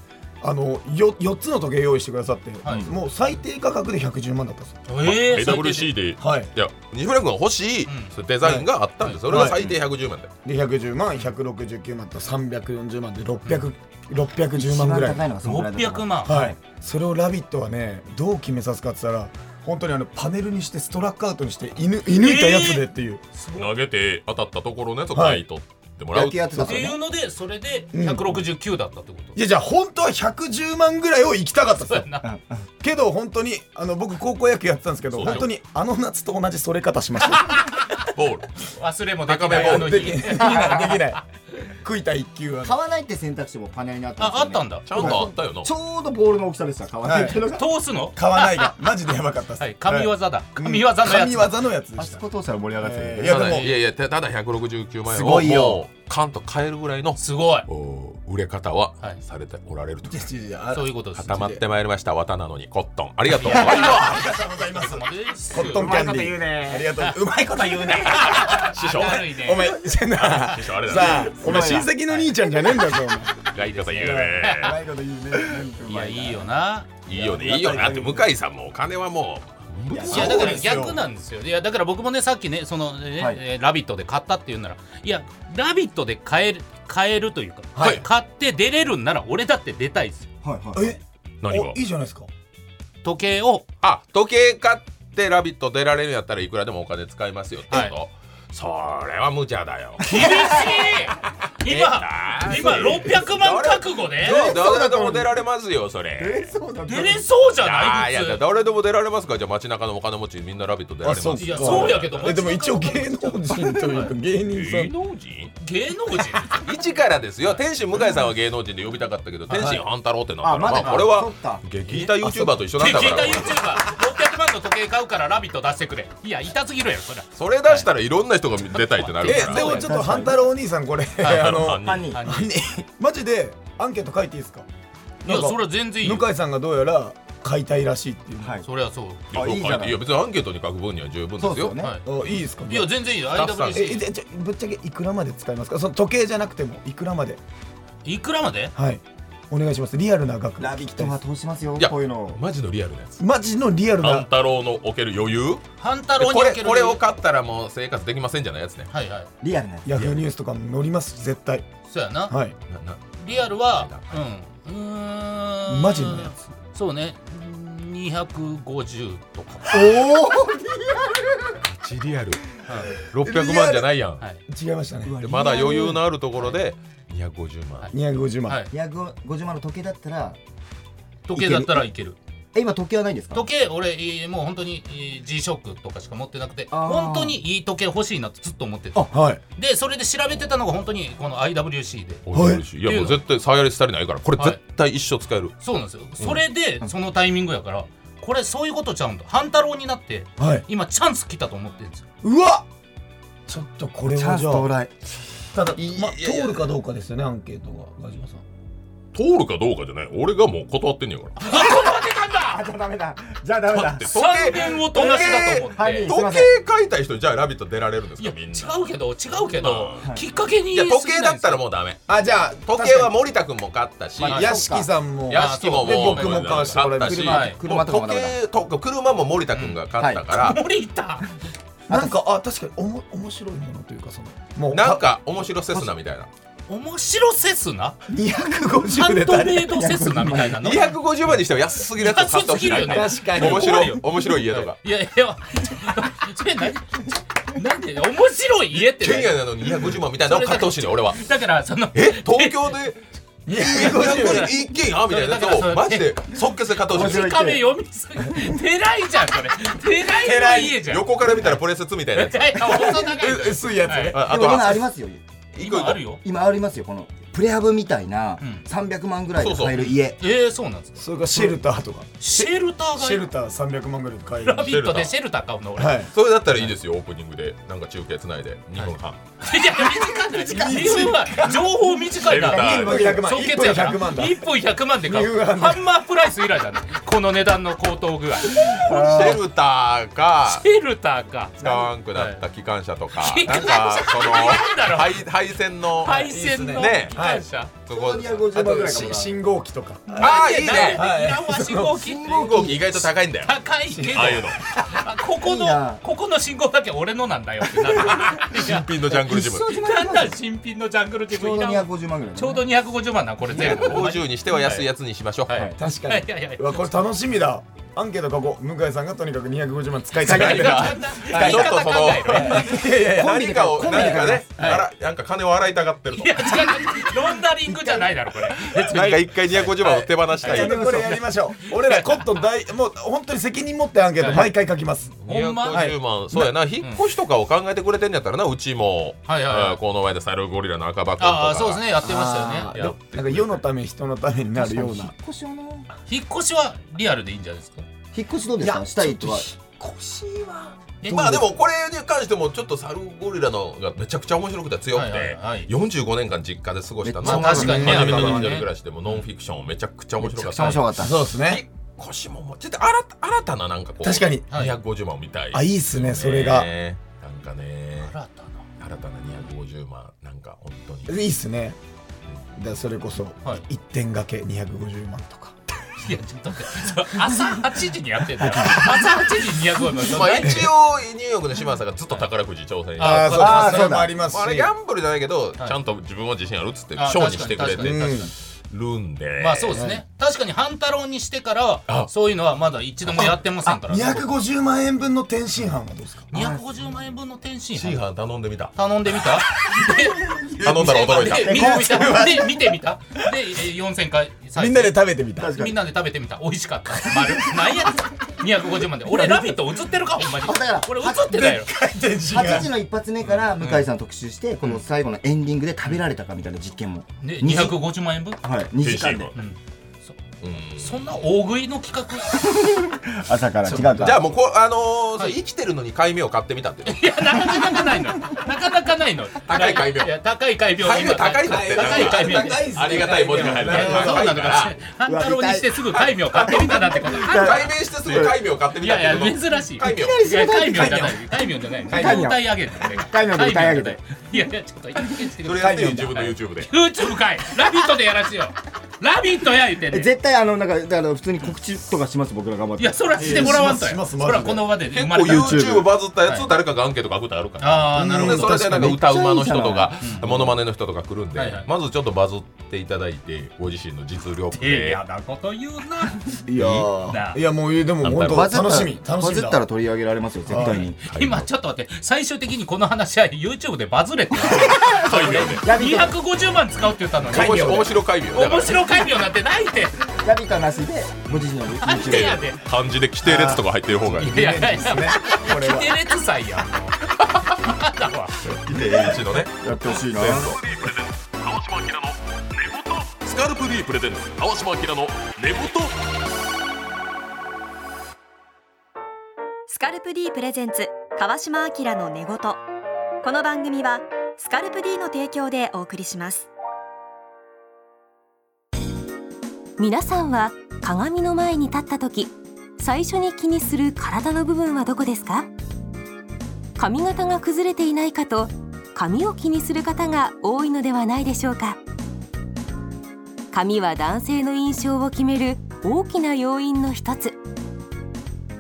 [SPEAKER 4] あのよ4つの時計用意してくださって、
[SPEAKER 2] はい
[SPEAKER 4] もう最低価格で110万だったんですよ
[SPEAKER 2] えー
[SPEAKER 1] AWC でい
[SPEAKER 4] はい
[SPEAKER 1] や西村君が欲しい
[SPEAKER 2] ん
[SPEAKER 1] そういうデザインがあったんですそれが
[SPEAKER 4] はい
[SPEAKER 1] 最低110万で
[SPEAKER 4] で110万169万と340万で600 610万ぐらい
[SPEAKER 3] 一番高いのがそのぐらいだ
[SPEAKER 2] 600
[SPEAKER 3] と思う
[SPEAKER 2] 万
[SPEAKER 4] はい、それを「ラビット!」はねどう決めさすかって言ったら本当にあのパネルにしてストラックアウトにして犬射抜いたやつでっていう、
[SPEAKER 1] 投げて当たったところのやつを買い取ってもらう
[SPEAKER 3] 野球やってた
[SPEAKER 2] っていうのでそれで169だったってこと
[SPEAKER 4] いやじゃあ本当は110万ぐらいを行きたかったです
[SPEAKER 2] そう
[SPEAKER 4] よ
[SPEAKER 2] やな
[SPEAKER 4] けど本当にあの僕高校野球やってたんですけど
[SPEAKER 1] そうだ
[SPEAKER 4] 本
[SPEAKER 1] よ
[SPEAKER 4] 当にあの夏と同じそれ方しました
[SPEAKER 1] ボール
[SPEAKER 2] 忘れもでき
[SPEAKER 1] 高め
[SPEAKER 2] な
[SPEAKER 1] ボ
[SPEAKER 2] い
[SPEAKER 1] ー
[SPEAKER 2] あ
[SPEAKER 1] ル
[SPEAKER 2] の
[SPEAKER 4] でき
[SPEAKER 2] 日
[SPEAKER 4] できないできない食いた一球は
[SPEAKER 3] 買わないって選択肢もパネルにあった
[SPEAKER 2] ああ
[SPEAKER 3] ん
[SPEAKER 2] っ
[SPEAKER 3] ですよ
[SPEAKER 2] た
[SPEAKER 3] ね
[SPEAKER 2] んだ
[SPEAKER 1] ちゃんとあったよな
[SPEAKER 3] ちょうどボールの大きさでした買わないっていうのが
[SPEAKER 2] 通すの
[SPEAKER 4] 買わないがマジでやばかったです、
[SPEAKER 2] はい神業だ
[SPEAKER 4] うん
[SPEAKER 2] 神業のや
[SPEAKER 4] 神
[SPEAKER 2] つ
[SPEAKER 4] 業のやつで
[SPEAKER 3] あ
[SPEAKER 4] し
[SPEAKER 3] そ
[SPEAKER 4] た
[SPEAKER 3] こ通したら盛り上が って
[SPEAKER 4] えーい
[SPEAKER 3] る
[SPEAKER 1] た
[SPEAKER 4] や
[SPEAKER 1] だ
[SPEAKER 4] でも
[SPEAKER 1] いやいやただ169万
[SPEAKER 3] す
[SPEAKER 1] 円
[SPEAKER 3] ご
[SPEAKER 1] を
[SPEAKER 3] いよ
[SPEAKER 1] もうカンと買えるぐらいの
[SPEAKER 2] すごい
[SPEAKER 1] おー売れ方は
[SPEAKER 2] はい
[SPEAKER 1] されておられると
[SPEAKER 4] いやいやいやあ
[SPEAKER 2] そういうことです
[SPEAKER 1] 固まってまいりました綿なのにコットンありがとう
[SPEAKER 4] ありがとうございますコ
[SPEAKER 2] コ
[SPEAKER 4] ットンキャンディーありがとううまいこと言うね
[SPEAKER 1] 師匠
[SPEAKER 2] 悪いね
[SPEAKER 4] お前せんな
[SPEAKER 1] 師匠あれだ
[SPEAKER 4] さ
[SPEAKER 1] ね
[SPEAKER 4] あ、お前親戚の兄ちゃんじゃねえんだぞ。
[SPEAKER 1] ガイドさん言うね
[SPEAKER 4] いこと言うね。
[SPEAKER 2] いやいいよない
[SPEAKER 1] いよねいいよなって向井さんもお金はもう
[SPEAKER 4] や
[SPEAKER 2] いやだか
[SPEAKER 4] そう
[SPEAKER 2] ら
[SPEAKER 4] ですよ
[SPEAKER 2] 逆なんですよいやだから僕もねさっきねそのね
[SPEAKER 3] はい
[SPEAKER 2] えーラビット!」で買ったって言うならいやラビット!」で買える買えるというか、
[SPEAKER 1] はい
[SPEAKER 2] 買って出れるんなら俺だって出たいですよ
[SPEAKER 3] はいはい
[SPEAKER 4] え、
[SPEAKER 1] 何が
[SPEAKER 4] おいいじゃないですか。
[SPEAKER 2] 時計を
[SPEAKER 1] あ時計買って「ラビット!」出られるんやったらいくらでもお金使いますよってこと、
[SPEAKER 2] は
[SPEAKER 1] それは無茶だよ
[SPEAKER 2] 厳しい今
[SPEAKER 1] え
[SPEAKER 2] 今600万覚悟で
[SPEAKER 1] 誰でも出られますよそれ
[SPEAKER 4] そうだ
[SPEAKER 2] 出れそうじゃ
[SPEAKER 1] あ
[SPEAKER 2] な
[SPEAKER 1] ーい
[SPEAKER 2] い普
[SPEAKER 1] や
[SPEAKER 2] 通
[SPEAKER 1] 誰でも出られますからじゃあ街中のお金持ちみんな「ラビット!」出られます
[SPEAKER 2] いやそうやけど
[SPEAKER 4] え、でも一応芸能人というか芸人さ
[SPEAKER 1] 芸
[SPEAKER 4] ん。
[SPEAKER 1] 能人
[SPEAKER 2] 芸能人
[SPEAKER 1] 一からですよ天心向井さんは芸能人で呼びたかったけど天心半太郎ってなったら、
[SPEAKER 3] あま
[SPEAKER 1] ま
[SPEAKER 3] だ
[SPEAKER 1] あ
[SPEAKER 3] か
[SPEAKER 1] これ
[SPEAKER 3] そ
[SPEAKER 1] は
[SPEAKER 3] っか
[SPEAKER 1] 激痛 YouTuber と一緒だっ
[SPEAKER 2] 激
[SPEAKER 1] た
[SPEAKER 2] 痛
[SPEAKER 1] から
[SPEAKER 2] YouTuber600 万の時計買うから「ラビット!」出してくれいや痛すぎるやろそれは
[SPEAKER 1] それ出したらいろんな人が出たいってなるか
[SPEAKER 4] えで
[SPEAKER 1] ら
[SPEAKER 4] もちょっと半太郎お兄さんこれあの
[SPEAKER 3] 犯人
[SPEAKER 2] 犯人
[SPEAKER 4] マジでアンケート書いていいですか
[SPEAKER 2] いやそれは全然いい
[SPEAKER 4] 向
[SPEAKER 2] よ
[SPEAKER 4] 井さんがどうやら買いたいらしいっていう、
[SPEAKER 3] はい
[SPEAKER 2] それはそう
[SPEAKER 1] いや
[SPEAKER 3] あいいじゃない
[SPEAKER 1] や別にアンケートに書く分には十分
[SPEAKER 3] そ
[SPEAKER 1] で
[SPEAKER 3] う
[SPEAKER 1] すよ
[SPEAKER 3] ですよね、
[SPEAKER 2] はい
[SPEAKER 4] あいいですか
[SPEAKER 2] いや全然いいよ
[SPEAKER 1] スタッフさん
[SPEAKER 2] IWC
[SPEAKER 4] ええじゃあぶっちゃけいくらまで使いますかその時計じゃなくてもいくらまで
[SPEAKER 2] いくらまで
[SPEAKER 4] はいお願いしますリアルな額
[SPEAKER 3] ラビットは通しますよ
[SPEAKER 1] いや
[SPEAKER 3] こういうの
[SPEAKER 1] マジのリアルなやつ
[SPEAKER 4] マジのリアル
[SPEAKER 1] 半
[SPEAKER 4] な
[SPEAKER 1] 太郎のおける余裕
[SPEAKER 2] 半太郎に
[SPEAKER 1] こ
[SPEAKER 2] お
[SPEAKER 1] れ
[SPEAKER 2] ける
[SPEAKER 1] これを買ったらもう生活できませんじゃないやつね
[SPEAKER 2] はいはい
[SPEAKER 3] リアルなやつ
[SPEAKER 4] ヤフーニュースとかも載りますし絶対
[SPEAKER 2] そうやな
[SPEAKER 4] はい
[SPEAKER 1] なな
[SPEAKER 2] リアルはうんうーん
[SPEAKER 4] マジのやつ
[SPEAKER 2] そうね250とか
[SPEAKER 4] おお
[SPEAKER 1] 1リアル
[SPEAKER 2] は
[SPEAKER 1] 600万じゃないやん
[SPEAKER 2] いはい
[SPEAKER 4] 違いましたね
[SPEAKER 1] でまだ余裕のあるところで250万、
[SPEAKER 2] はい
[SPEAKER 4] 250万、
[SPEAKER 2] はい
[SPEAKER 3] 250万の時計だったら
[SPEAKER 2] 時計だったらいける
[SPEAKER 3] え今時計はないんですか
[SPEAKER 2] 時計俺えーもう本当にえー G-SHOCK とかしか持ってなくて
[SPEAKER 3] あー
[SPEAKER 2] 本当にいい時計欲しいなってずっと思ってて
[SPEAKER 4] あはい
[SPEAKER 2] でそれで調べてたのが本当にこの IWC で
[SPEAKER 1] おいおいしいいや
[SPEAKER 2] っていう
[SPEAKER 1] もう
[SPEAKER 2] の
[SPEAKER 1] 絶対触り足りないからこれ
[SPEAKER 2] はい
[SPEAKER 1] 絶対一生使える、
[SPEAKER 2] そうなんですよそれでそのタイミングやからこれそういうことちゃうんだ半太郎になって
[SPEAKER 4] はい
[SPEAKER 2] 今チャンス来たと思ってるんですよ
[SPEAKER 4] うわちょっとこれ
[SPEAKER 3] チャ
[SPEAKER 4] は
[SPEAKER 3] ンス
[SPEAKER 4] じゃ
[SPEAKER 3] 到
[SPEAKER 4] あ
[SPEAKER 3] 来
[SPEAKER 4] ただ、
[SPEAKER 1] い
[SPEAKER 4] ま、
[SPEAKER 1] いやいや
[SPEAKER 4] 通るかどうかですよねアンケートがガジマさん
[SPEAKER 1] 通るかどうかじゃない俺がもう断ってんねやから
[SPEAKER 3] あじゃあダメだじゃあダメだ
[SPEAKER 1] 時
[SPEAKER 2] 三元をとなしだと思っ
[SPEAKER 3] は
[SPEAKER 2] て
[SPEAKER 3] い
[SPEAKER 1] 計
[SPEAKER 3] すい
[SPEAKER 1] 時
[SPEAKER 3] ま
[SPEAKER 1] 計
[SPEAKER 3] せん
[SPEAKER 1] 買いたい人にじゃあ「ラビット!」出られるんです
[SPEAKER 2] い
[SPEAKER 1] か
[SPEAKER 2] や
[SPEAKER 1] みん
[SPEAKER 2] 違
[SPEAKER 1] な
[SPEAKER 2] うけど違うけど
[SPEAKER 1] うん
[SPEAKER 2] きっかけに
[SPEAKER 1] いや時計だったら
[SPEAKER 2] う
[SPEAKER 1] もうダメ
[SPEAKER 4] あじゃあ
[SPEAKER 1] 時計は森田君も買ったし、
[SPEAKER 2] まあ
[SPEAKER 4] 屋敷さんも
[SPEAKER 1] 屋敷も
[SPEAKER 2] で
[SPEAKER 1] もう
[SPEAKER 2] 僕も
[SPEAKER 4] 買わせてもらいま
[SPEAKER 1] 買っ
[SPEAKER 4] した
[SPEAKER 1] し
[SPEAKER 2] 車はい
[SPEAKER 3] 車とか
[SPEAKER 1] も
[SPEAKER 3] も
[SPEAKER 1] う
[SPEAKER 3] ダ
[SPEAKER 1] 時
[SPEAKER 3] メ
[SPEAKER 1] 計
[SPEAKER 3] だ
[SPEAKER 1] と車も森田君が買ったから、
[SPEAKER 2] 森田
[SPEAKER 4] なんかあ確かにおも面白いものというかそのもう
[SPEAKER 1] なんか面白セスナみたいな
[SPEAKER 2] 面白セ スナハ
[SPEAKER 4] 250
[SPEAKER 2] ン
[SPEAKER 4] で
[SPEAKER 2] ド
[SPEAKER 4] 足り
[SPEAKER 2] メイドセスナみたいなの
[SPEAKER 1] 250万にしては安すぎるやつを買ってほしいな
[SPEAKER 2] 安すぎるよね
[SPEAKER 4] 確か
[SPEAKER 1] 面白
[SPEAKER 2] 怖い
[SPEAKER 1] い
[SPEAKER 2] よ
[SPEAKER 1] 面白い家とか
[SPEAKER 2] いやいや、 それ何なんで面白い家って
[SPEAKER 1] ケ
[SPEAKER 2] 何
[SPEAKER 1] ニアなのに250万みたいなのを買ってほしいね俺は
[SPEAKER 2] だからその
[SPEAKER 1] え東京で250
[SPEAKER 4] 250
[SPEAKER 1] 万一軒やみたいなやつをマジで即決で買ってほしい
[SPEAKER 2] 近壁読みすぎ 寺井じゃんそれ寺井の家じゃん
[SPEAKER 1] 横から見たらプレスツみたいなやつ
[SPEAKER 2] いや細長い
[SPEAKER 4] 薄いやつね、
[SPEAKER 1] ああ
[SPEAKER 3] でも
[SPEAKER 1] と
[SPEAKER 3] 今あ
[SPEAKER 1] は
[SPEAKER 3] りますよ
[SPEAKER 1] 一個一
[SPEAKER 2] 今
[SPEAKER 1] 個
[SPEAKER 2] あるよ
[SPEAKER 3] 今ありますよこのプレハブみたいな
[SPEAKER 2] うん
[SPEAKER 3] 300万ぐらいで買える家
[SPEAKER 2] えー、そうなんですか
[SPEAKER 4] それからシェルターとか
[SPEAKER 2] シェルターが
[SPEAKER 4] シェルター300万ぐらいで買える
[SPEAKER 2] ラビットでシェルター買うの俺、
[SPEAKER 4] はい
[SPEAKER 1] それだったらいいですよオープニングでなんか中継つないで2分半
[SPEAKER 2] い、や短い短い情報短いな
[SPEAKER 1] シェルター
[SPEAKER 4] 1分100万
[SPEAKER 2] 即決やから
[SPEAKER 4] 1分100万だ
[SPEAKER 2] 1分100万で買
[SPEAKER 4] 二
[SPEAKER 2] う
[SPEAKER 4] 分半
[SPEAKER 2] ハンマープライス以来だねこの値段の高騰具合シ
[SPEAKER 1] シェルターか
[SPEAKER 2] ェルターか
[SPEAKER 1] 使わんくなった機関車とか
[SPEAKER 2] はい
[SPEAKER 1] なんかその
[SPEAKER 2] なんだろう
[SPEAKER 1] 配配線の
[SPEAKER 2] 配線の
[SPEAKER 1] ね
[SPEAKER 2] 機関車、
[SPEAKER 1] そこ
[SPEAKER 3] 250万ぐらいか
[SPEAKER 4] し
[SPEAKER 3] もな
[SPEAKER 4] 信号機とか
[SPEAKER 1] ああいいね
[SPEAKER 4] はい
[SPEAKER 2] いらんわ信号機
[SPEAKER 1] 信号機意外と高いんだよ
[SPEAKER 2] 高いけど
[SPEAKER 1] ああいうの
[SPEAKER 2] ここ
[SPEAKER 3] いいな
[SPEAKER 2] のここの信号だけ俺のなんだよってなるいや
[SPEAKER 1] ピンのジャングルジム
[SPEAKER 2] なんだ新品のジャングルジ
[SPEAKER 3] ち
[SPEAKER 2] ム
[SPEAKER 3] ょう
[SPEAKER 2] い
[SPEAKER 3] ど
[SPEAKER 2] らんわ
[SPEAKER 3] 250万ぐらい
[SPEAKER 2] ちょうど250万なこれ全部
[SPEAKER 1] 50にしては安いやつにしましょう、
[SPEAKER 2] はいはい
[SPEAKER 4] 確か
[SPEAKER 2] はい
[SPEAKER 4] に
[SPEAKER 2] やいやいや
[SPEAKER 4] うわこれ楽しみだアンケート書こう向井さんがとにかく250万使いたい
[SPEAKER 2] 使い
[SPEAKER 4] い
[SPEAKER 2] 方使い
[SPEAKER 1] ちょっと
[SPEAKER 2] 方
[SPEAKER 1] そ
[SPEAKER 2] 考
[SPEAKER 1] の
[SPEAKER 2] えろ
[SPEAKER 4] やいやいや
[SPEAKER 3] コンビ
[SPEAKER 1] 何
[SPEAKER 3] で
[SPEAKER 1] かを
[SPEAKER 3] コンビ
[SPEAKER 1] 何
[SPEAKER 3] で
[SPEAKER 1] かね、
[SPEAKER 2] はい
[SPEAKER 1] あらなんか金を洗いたがってると
[SPEAKER 2] いや違うロンダリングじゃないだろこれ別
[SPEAKER 1] なんか
[SPEAKER 2] に
[SPEAKER 1] 一回250万を手放したい、
[SPEAKER 4] ちょっとこれやりましょう俺らコットン大もう本当に責任持ってアンケート毎回書きます
[SPEAKER 2] ほんま
[SPEAKER 1] 250万、そうやな引っ越しとかを考えてくれてんやったらなうちも、
[SPEAKER 2] はいはいはい
[SPEAKER 1] えーこの前でサルゴリラの赤バッグとか
[SPEAKER 2] ああそうですねやってました
[SPEAKER 1] い
[SPEAKER 2] よね
[SPEAKER 1] や
[SPEAKER 4] なんか世のため人のためになるよう
[SPEAKER 3] 引っ
[SPEAKER 4] な
[SPEAKER 3] 越しをね
[SPEAKER 2] 引っ越しはリアルでいいんじゃないですか
[SPEAKER 3] 引っ越しどうですかしたいとは
[SPEAKER 4] 腰は
[SPEAKER 2] え
[SPEAKER 1] まあでもこれに関してもちょっとサルゴリラのがめちゃくちゃ面白くて強くて、
[SPEAKER 2] はいはいはい
[SPEAKER 1] 45年間実家で過ごした
[SPEAKER 3] めっちゃ
[SPEAKER 1] の
[SPEAKER 3] 面白い
[SPEAKER 2] まあ確かにね
[SPEAKER 1] 初めて
[SPEAKER 4] あ
[SPEAKER 1] の
[SPEAKER 4] の
[SPEAKER 1] 一人
[SPEAKER 2] ね
[SPEAKER 1] 暮らしでもノンフィクションをめちゃくちゃ面白かっ
[SPEAKER 3] 面
[SPEAKER 1] た
[SPEAKER 3] 白かった
[SPEAKER 4] そうですね
[SPEAKER 1] 引っ越しももうちょっと新た新たななんかこう
[SPEAKER 4] 確かに
[SPEAKER 2] はい
[SPEAKER 1] 250万を見たい、
[SPEAKER 4] あいいっすねそれが
[SPEAKER 1] ねなんかね
[SPEAKER 2] 新たな
[SPEAKER 1] 新たな250万なんか本当に
[SPEAKER 4] いいっすねだからそれこそ
[SPEAKER 2] はい
[SPEAKER 4] 一点掛け250万とか
[SPEAKER 2] いやちょっと待ってそれ朝8時にやっ てんだよ朝8時200万
[SPEAKER 1] まあ一応ニューヨークの島さんがずっと宝くじ挑戦して
[SPEAKER 2] あ
[SPEAKER 1] ま
[SPEAKER 2] ーそうだ
[SPEAKER 4] ーれもあります
[SPEAKER 1] ああれギャンブルじゃないけどちゃんと自分は自信あるっつって賞にしてくれ
[SPEAKER 2] あ確か
[SPEAKER 1] て
[SPEAKER 2] に確かに
[SPEAKER 1] るんで
[SPEAKER 2] まあそうですね、確かに半太郎にしてか
[SPEAKER 1] あ
[SPEAKER 2] らそういうのはまだ一度もやってませんから
[SPEAKER 4] 250万円分の天津飯はどうですか
[SPEAKER 2] 250万円分の天津
[SPEAKER 1] シー
[SPEAKER 2] 飯
[SPEAKER 1] ハン頼んでみた
[SPEAKER 2] 頼んでみた
[SPEAKER 1] 頼んだら驚いた
[SPEAKER 2] で見てみたで見てみたでえー4000回再生
[SPEAKER 4] みんなで食べてみた
[SPEAKER 3] 確か
[SPEAKER 2] みんなで食べてみた美味しかった丸なんや250万で俺「ラビット!」映ってるかほんまに
[SPEAKER 3] だから
[SPEAKER 2] 俺映ってたよ
[SPEAKER 4] 天津
[SPEAKER 3] 8時の一発目から向井さん特集して、この最後のエンディングで食べられたかみたいな実験も、
[SPEAKER 2] で250万円分
[SPEAKER 3] はい、2時間で
[SPEAKER 1] 天津
[SPEAKER 2] うんそう
[SPEAKER 1] うん
[SPEAKER 2] そんな大食いの企画
[SPEAKER 3] 朝から違うか
[SPEAKER 1] じゃあもうこうあのー
[SPEAKER 2] はい
[SPEAKER 1] 生きてるのに買い目を買ってみたって
[SPEAKER 2] いや、なかなかないの。なかなかないの。
[SPEAKER 1] 高い戒名
[SPEAKER 2] いや、高い改病。
[SPEAKER 1] 戒名高いんだって
[SPEAKER 2] 高い改名。
[SPEAKER 4] 高いっすね
[SPEAKER 1] ありがたい文字が入る
[SPEAKER 4] いや
[SPEAKER 2] そう
[SPEAKER 1] 高
[SPEAKER 2] なの
[SPEAKER 1] い
[SPEAKER 2] からな。半太郎にしてすぐ改名を買ってみたなんてことある
[SPEAKER 1] 改名してすぐ改名を買って
[SPEAKER 2] い
[SPEAKER 1] みたって
[SPEAKER 2] や
[SPEAKER 1] こ
[SPEAKER 2] い
[SPEAKER 1] と
[SPEAKER 2] や、珍しい。
[SPEAKER 1] 改名
[SPEAKER 2] いや、改名じゃない。改名じゃない。歌い上げて。
[SPEAKER 3] 戒名で歌い上げて
[SPEAKER 2] いやいや、ちょっと一回して
[SPEAKER 1] そ
[SPEAKER 2] く
[SPEAKER 1] れ
[SPEAKER 2] だ
[SPEAKER 1] や
[SPEAKER 2] さい。
[SPEAKER 1] ってよ自分の YouTube で
[SPEAKER 2] YouTube かい。ラビットでやらしいよ。ラビットや言うてんね
[SPEAKER 3] え
[SPEAKER 2] ん
[SPEAKER 3] 絶対あのなんかだから普通に告知とかします僕ら頑張っ
[SPEAKER 2] い
[SPEAKER 3] て
[SPEAKER 2] や、そらしてもらわんと
[SPEAKER 4] し
[SPEAKER 2] や。
[SPEAKER 4] ますし
[SPEAKER 2] そ
[SPEAKER 4] ます
[SPEAKER 2] らこの場で生
[SPEAKER 1] 結
[SPEAKER 2] ま
[SPEAKER 1] 構
[SPEAKER 2] れた。
[SPEAKER 1] YouTube バズったやつ
[SPEAKER 2] は
[SPEAKER 1] を
[SPEAKER 2] い
[SPEAKER 1] 誰かがアンケート書くとあるから
[SPEAKER 2] ああ、なるほ
[SPEAKER 1] でそ
[SPEAKER 2] ど。
[SPEAKER 1] れでなんか歌う馬の人とか
[SPEAKER 3] 確かに
[SPEAKER 1] モノマネの人とか来るんで
[SPEAKER 2] はいはい
[SPEAKER 1] まずちょっとバズっていただいてご自身の実力
[SPEAKER 2] ええ
[SPEAKER 1] で
[SPEAKER 2] やなこと言うな。
[SPEAKER 4] いや
[SPEAKER 2] な
[SPEAKER 4] ーいやもうえでも本当
[SPEAKER 3] バズった
[SPEAKER 4] 楽し
[SPEAKER 3] ら
[SPEAKER 4] み楽し
[SPEAKER 3] バ
[SPEAKER 4] み
[SPEAKER 3] ズ
[SPEAKER 4] だ
[SPEAKER 3] ったら取り上げられますよ絶対に
[SPEAKER 2] 今ちょっと待って最終的にこの話は YouTube でバズれって
[SPEAKER 1] 改名で
[SPEAKER 3] ラビット
[SPEAKER 2] 250万使うって言ったのに
[SPEAKER 1] 面白面白改名だか
[SPEAKER 2] 面
[SPEAKER 1] ら
[SPEAKER 2] 白改名なんてないって
[SPEAKER 3] ラビットなしでご自身の
[SPEAKER 2] なんで
[SPEAKER 3] YouTube
[SPEAKER 2] やで
[SPEAKER 1] 漢字で規定列とか入ってる方がいい
[SPEAKER 2] いやいやいや
[SPEAKER 4] これは
[SPEAKER 2] キテレツ祭やん嫌だわ
[SPEAKER 1] 規定一のね
[SPEAKER 3] やってほしいな
[SPEAKER 1] 川島明の寝言スカルプ D プレゼンツ川島明の寝言
[SPEAKER 5] スカルプ D プレゼンツ川島明の寝言この番組はスカルプ D の提供でお送りします皆さんは鏡の前に立った時最初に気にする体の部分はどこですか髪型が崩れていないかと髪を気にする方が多いのではないでしょうか髪は男性の印象を決める大きな要因の一つ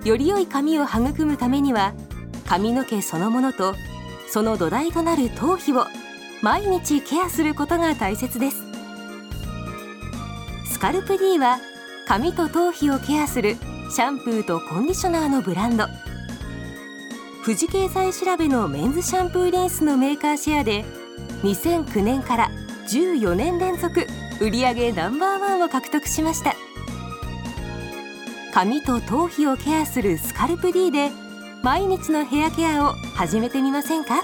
[SPEAKER 5] より良い髪を育むためには髪の毛そのものとその土台となる頭皮を毎日ケアすることが大切ですスカルプ D は髪と頭皮をケアするシャンプーとコンディショナーのブランド富士経済調べのメンズシャンプーリンスのメーカーシェアで2009年から14年連続売上ナンバーワンを獲得しました髪と頭皮をケアするスカルプ D で毎日のヘアケアを始めてみませんか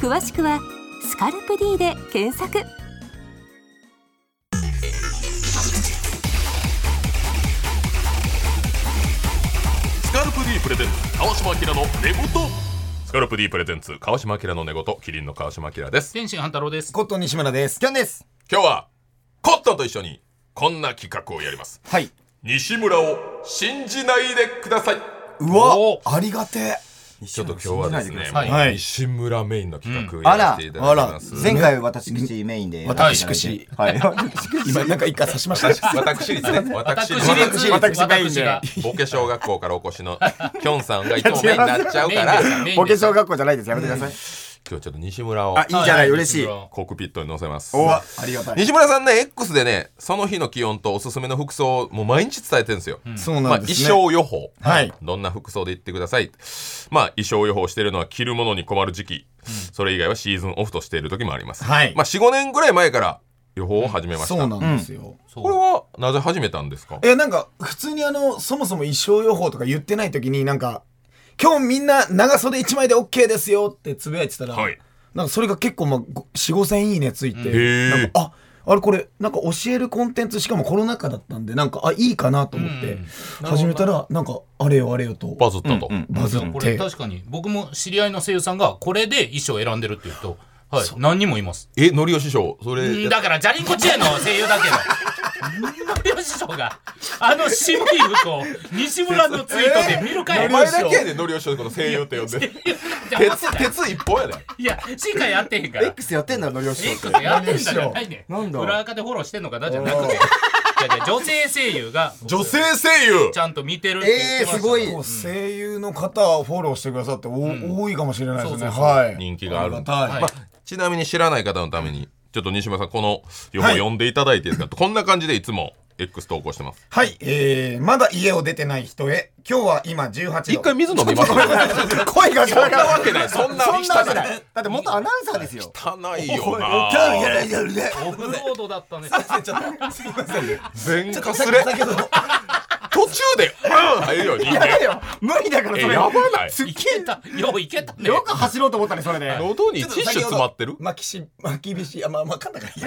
[SPEAKER 5] 詳しくは「スカルプ D」で検索
[SPEAKER 1] スカルプ D プレゼンツ川島明の寝言スカルプ D プレゼンツ川島明の寝言キリンの川島明です
[SPEAKER 2] 天心半太郎です
[SPEAKER 4] コットン西村です
[SPEAKER 3] キョンです
[SPEAKER 1] 今日はコットンと一緒にこんな企画をやります
[SPEAKER 3] はい
[SPEAKER 1] 西村を信じないでくださいう
[SPEAKER 4] わ
[SPEAKER 2] お
[SPEAKER 4] ありがてえ
[SPEAKER 1] ちょっと今日はですね
[SPEAKER 2] さい
[SPEAKER 1] もう
[SPEAKER 4] はい
[SPEAKER 1] 西村メインの企画
[SPEAKER 3] ん
[SPEAKER 1] やらせていただきます、
[SPEAKER 4] あらあら
[SPEAKER 3] 前回私口メインで
[SPEAKER 4] 私口
[SPEAKER 3] はい
[SPEAKER 4] 今なんか一回刺しました
[SPEAKER 1] 私立ね私
[SPEAKER 2] 私
[SPEAKER 1] 立
[SPEAKER 2] 立私
[SPEAKER 3] 私メインで
[SPEAKER 2] が
[SPEAKER 1] ボケ小学校からお越しのきょんさんがいつもメインになっちゃう から今
[SPEAKER 2] メインです
[SPEAKER 3] ボケ小学校じゃないですやめてください
[SPEAKER 1] 日はちょっと西村を
[SPEAKER 3] あいいじゃない嬉しい
[SPEAKER 2] は
[SPEAKER 1] コックピットに乗せます
[SPEAKER 3] おありがたい
[SPEAKER 1] 西村さんね X でねその日の気温とおすすめの服装をもう毎日伝えてるんですよ、
[SPEAKER 4] そう
[SPEAKER 1] ま
[SPEAKER 4] な
[SPEAKER 1] あ
[SPEAKER 4] んで
[SPEAKER 1] 衣
[SPEAKER 4] すね
[SPEAKER 1] 装予報、
[SPEAKER 4] はい
[SPEAKER 1] どんな服装で行ってくださいまあ衣装予報してるのは着るものに困る時期、それ以外はシーズンオフとしている時もあります、
[SPEAKER 4] はい
[SPEAKER 1] まあ45年ぐらい前から予報を始めました、
[SPEAKER 4] そうなんですよ
[SPEAKER 1] これはなぜ始めたんですか
[SPEAKER 4] いやなんか普通にあのそもそも衣装予報とか言ってない時になんか今日みんな長袖1枚で OK ですよってつぶやいてたら、
[SPEAKER 1] はい
[SPEAKER 4] なんかそれが結構まあ45000いいねついて、
[SPEAKER 1] へー
[SPEAKER 4] なんかああれこれなんか教えるコンテンツしかもコロナ禍だったんでなんかあいいかなと思って始めたらなんかあれよあれよと
[SPEAKER 1] バズったと、
[SPEAKER 4] バズっ
[SPEAKER 2] これ
[SPEAKER 4] て
[SPEAKER 2] 確かに僕も知り合いの声優さんがこれで衣装選んでるって言うとはい何人もいます
[SPEAKER 1] えのりお師匠それ
[SPEAKER 2] うんだから、ジャリンコ知恵の声優だけど。のりお師匠が、あの渋い服を西村のツイートで見るか
[SPEAKER 1] お
[SPEAKER 2] い。
[SPEAKER 1] 前だけやでのりお師匠のこと声優って呼んで鉄鉄一本やで
[SPEAKER 2] いや、しかやってへんから。
[SPEAKER 3] X やってんだのりお師
[SPEAKER 2] いい
[SPEAKER 3] 匠
[SPEAKER 2] こ
[SPEAKER 3] っ
[SPEAKER 2] と
[SPEAKER 3] て
[SPEAKER 2] やってんだじゃないね
[SPEAKER 3] なん
[SPEAKER 2] ん。
[SPEAKER 3] だ
[SPEAKER 2] 裏垢でフォローしてんのかなじゃなくて。いやいや、女性声優が、
[SPEAKER 1] 女性声優
[SPEAKER 2] ちゃんと見てるって言ってました
[SPEAKER 3] えーすごい
[SPEAKER 4] もう声優の方をフォローしてくださってお、多いかもしれないですね
[SPEAKER 2] そうそうそう
[SPEAKER 4] はい
[SPEAKER 1] 人気がある
[SPEAKER 4] りたい
[SPEAKER 2] はい
[SPEAKER 1] まあ、ちなみに知らない方のためにちょっと西村さんこの予報読んでいただいていいですか、こんな感じでいつも X 投稿してます
[SPEAKER 4] はい、えー、まだ家を出てない人へ今日は今18度
[SPEAKER 1] 一回水飲みます
[SPEAKER 3] 声が
[SPEAKER 1] そんなわけないそんな
[SPEAKER 3] そんなわけ
[SPEAKER 1] 汚い
[SPEAKER 3] ないだって元アナウンサーですよ
[SPEAKER 1] 汚いよ
[SPEAKER 4] お茶をや
[SPEAKER 1] な
[SPEAKER 4] られてるね
[SPEAKER 2] オフロードだったね。
[SPEAKER 4] ちょっとすいません
[SPEAKER 1] 全化すれ途中で「うん」入るよ人間
[SPEAKER 3] よ無理だから
[SPEAKER 1] え
[SPEAKER 3] それ
[SPEAKER 1] やばない
[SPEAKER 3] すっげ
[SPEAKER 2] いけたよういけたね
[SPEAKER 3] よく走ろうと思ったねそれで
[SPEAKER 1] 喉にティッシュ詰まってる
[SPEAKER 4] まきし、まきびし、あ、まあ、まあ、かん だからいい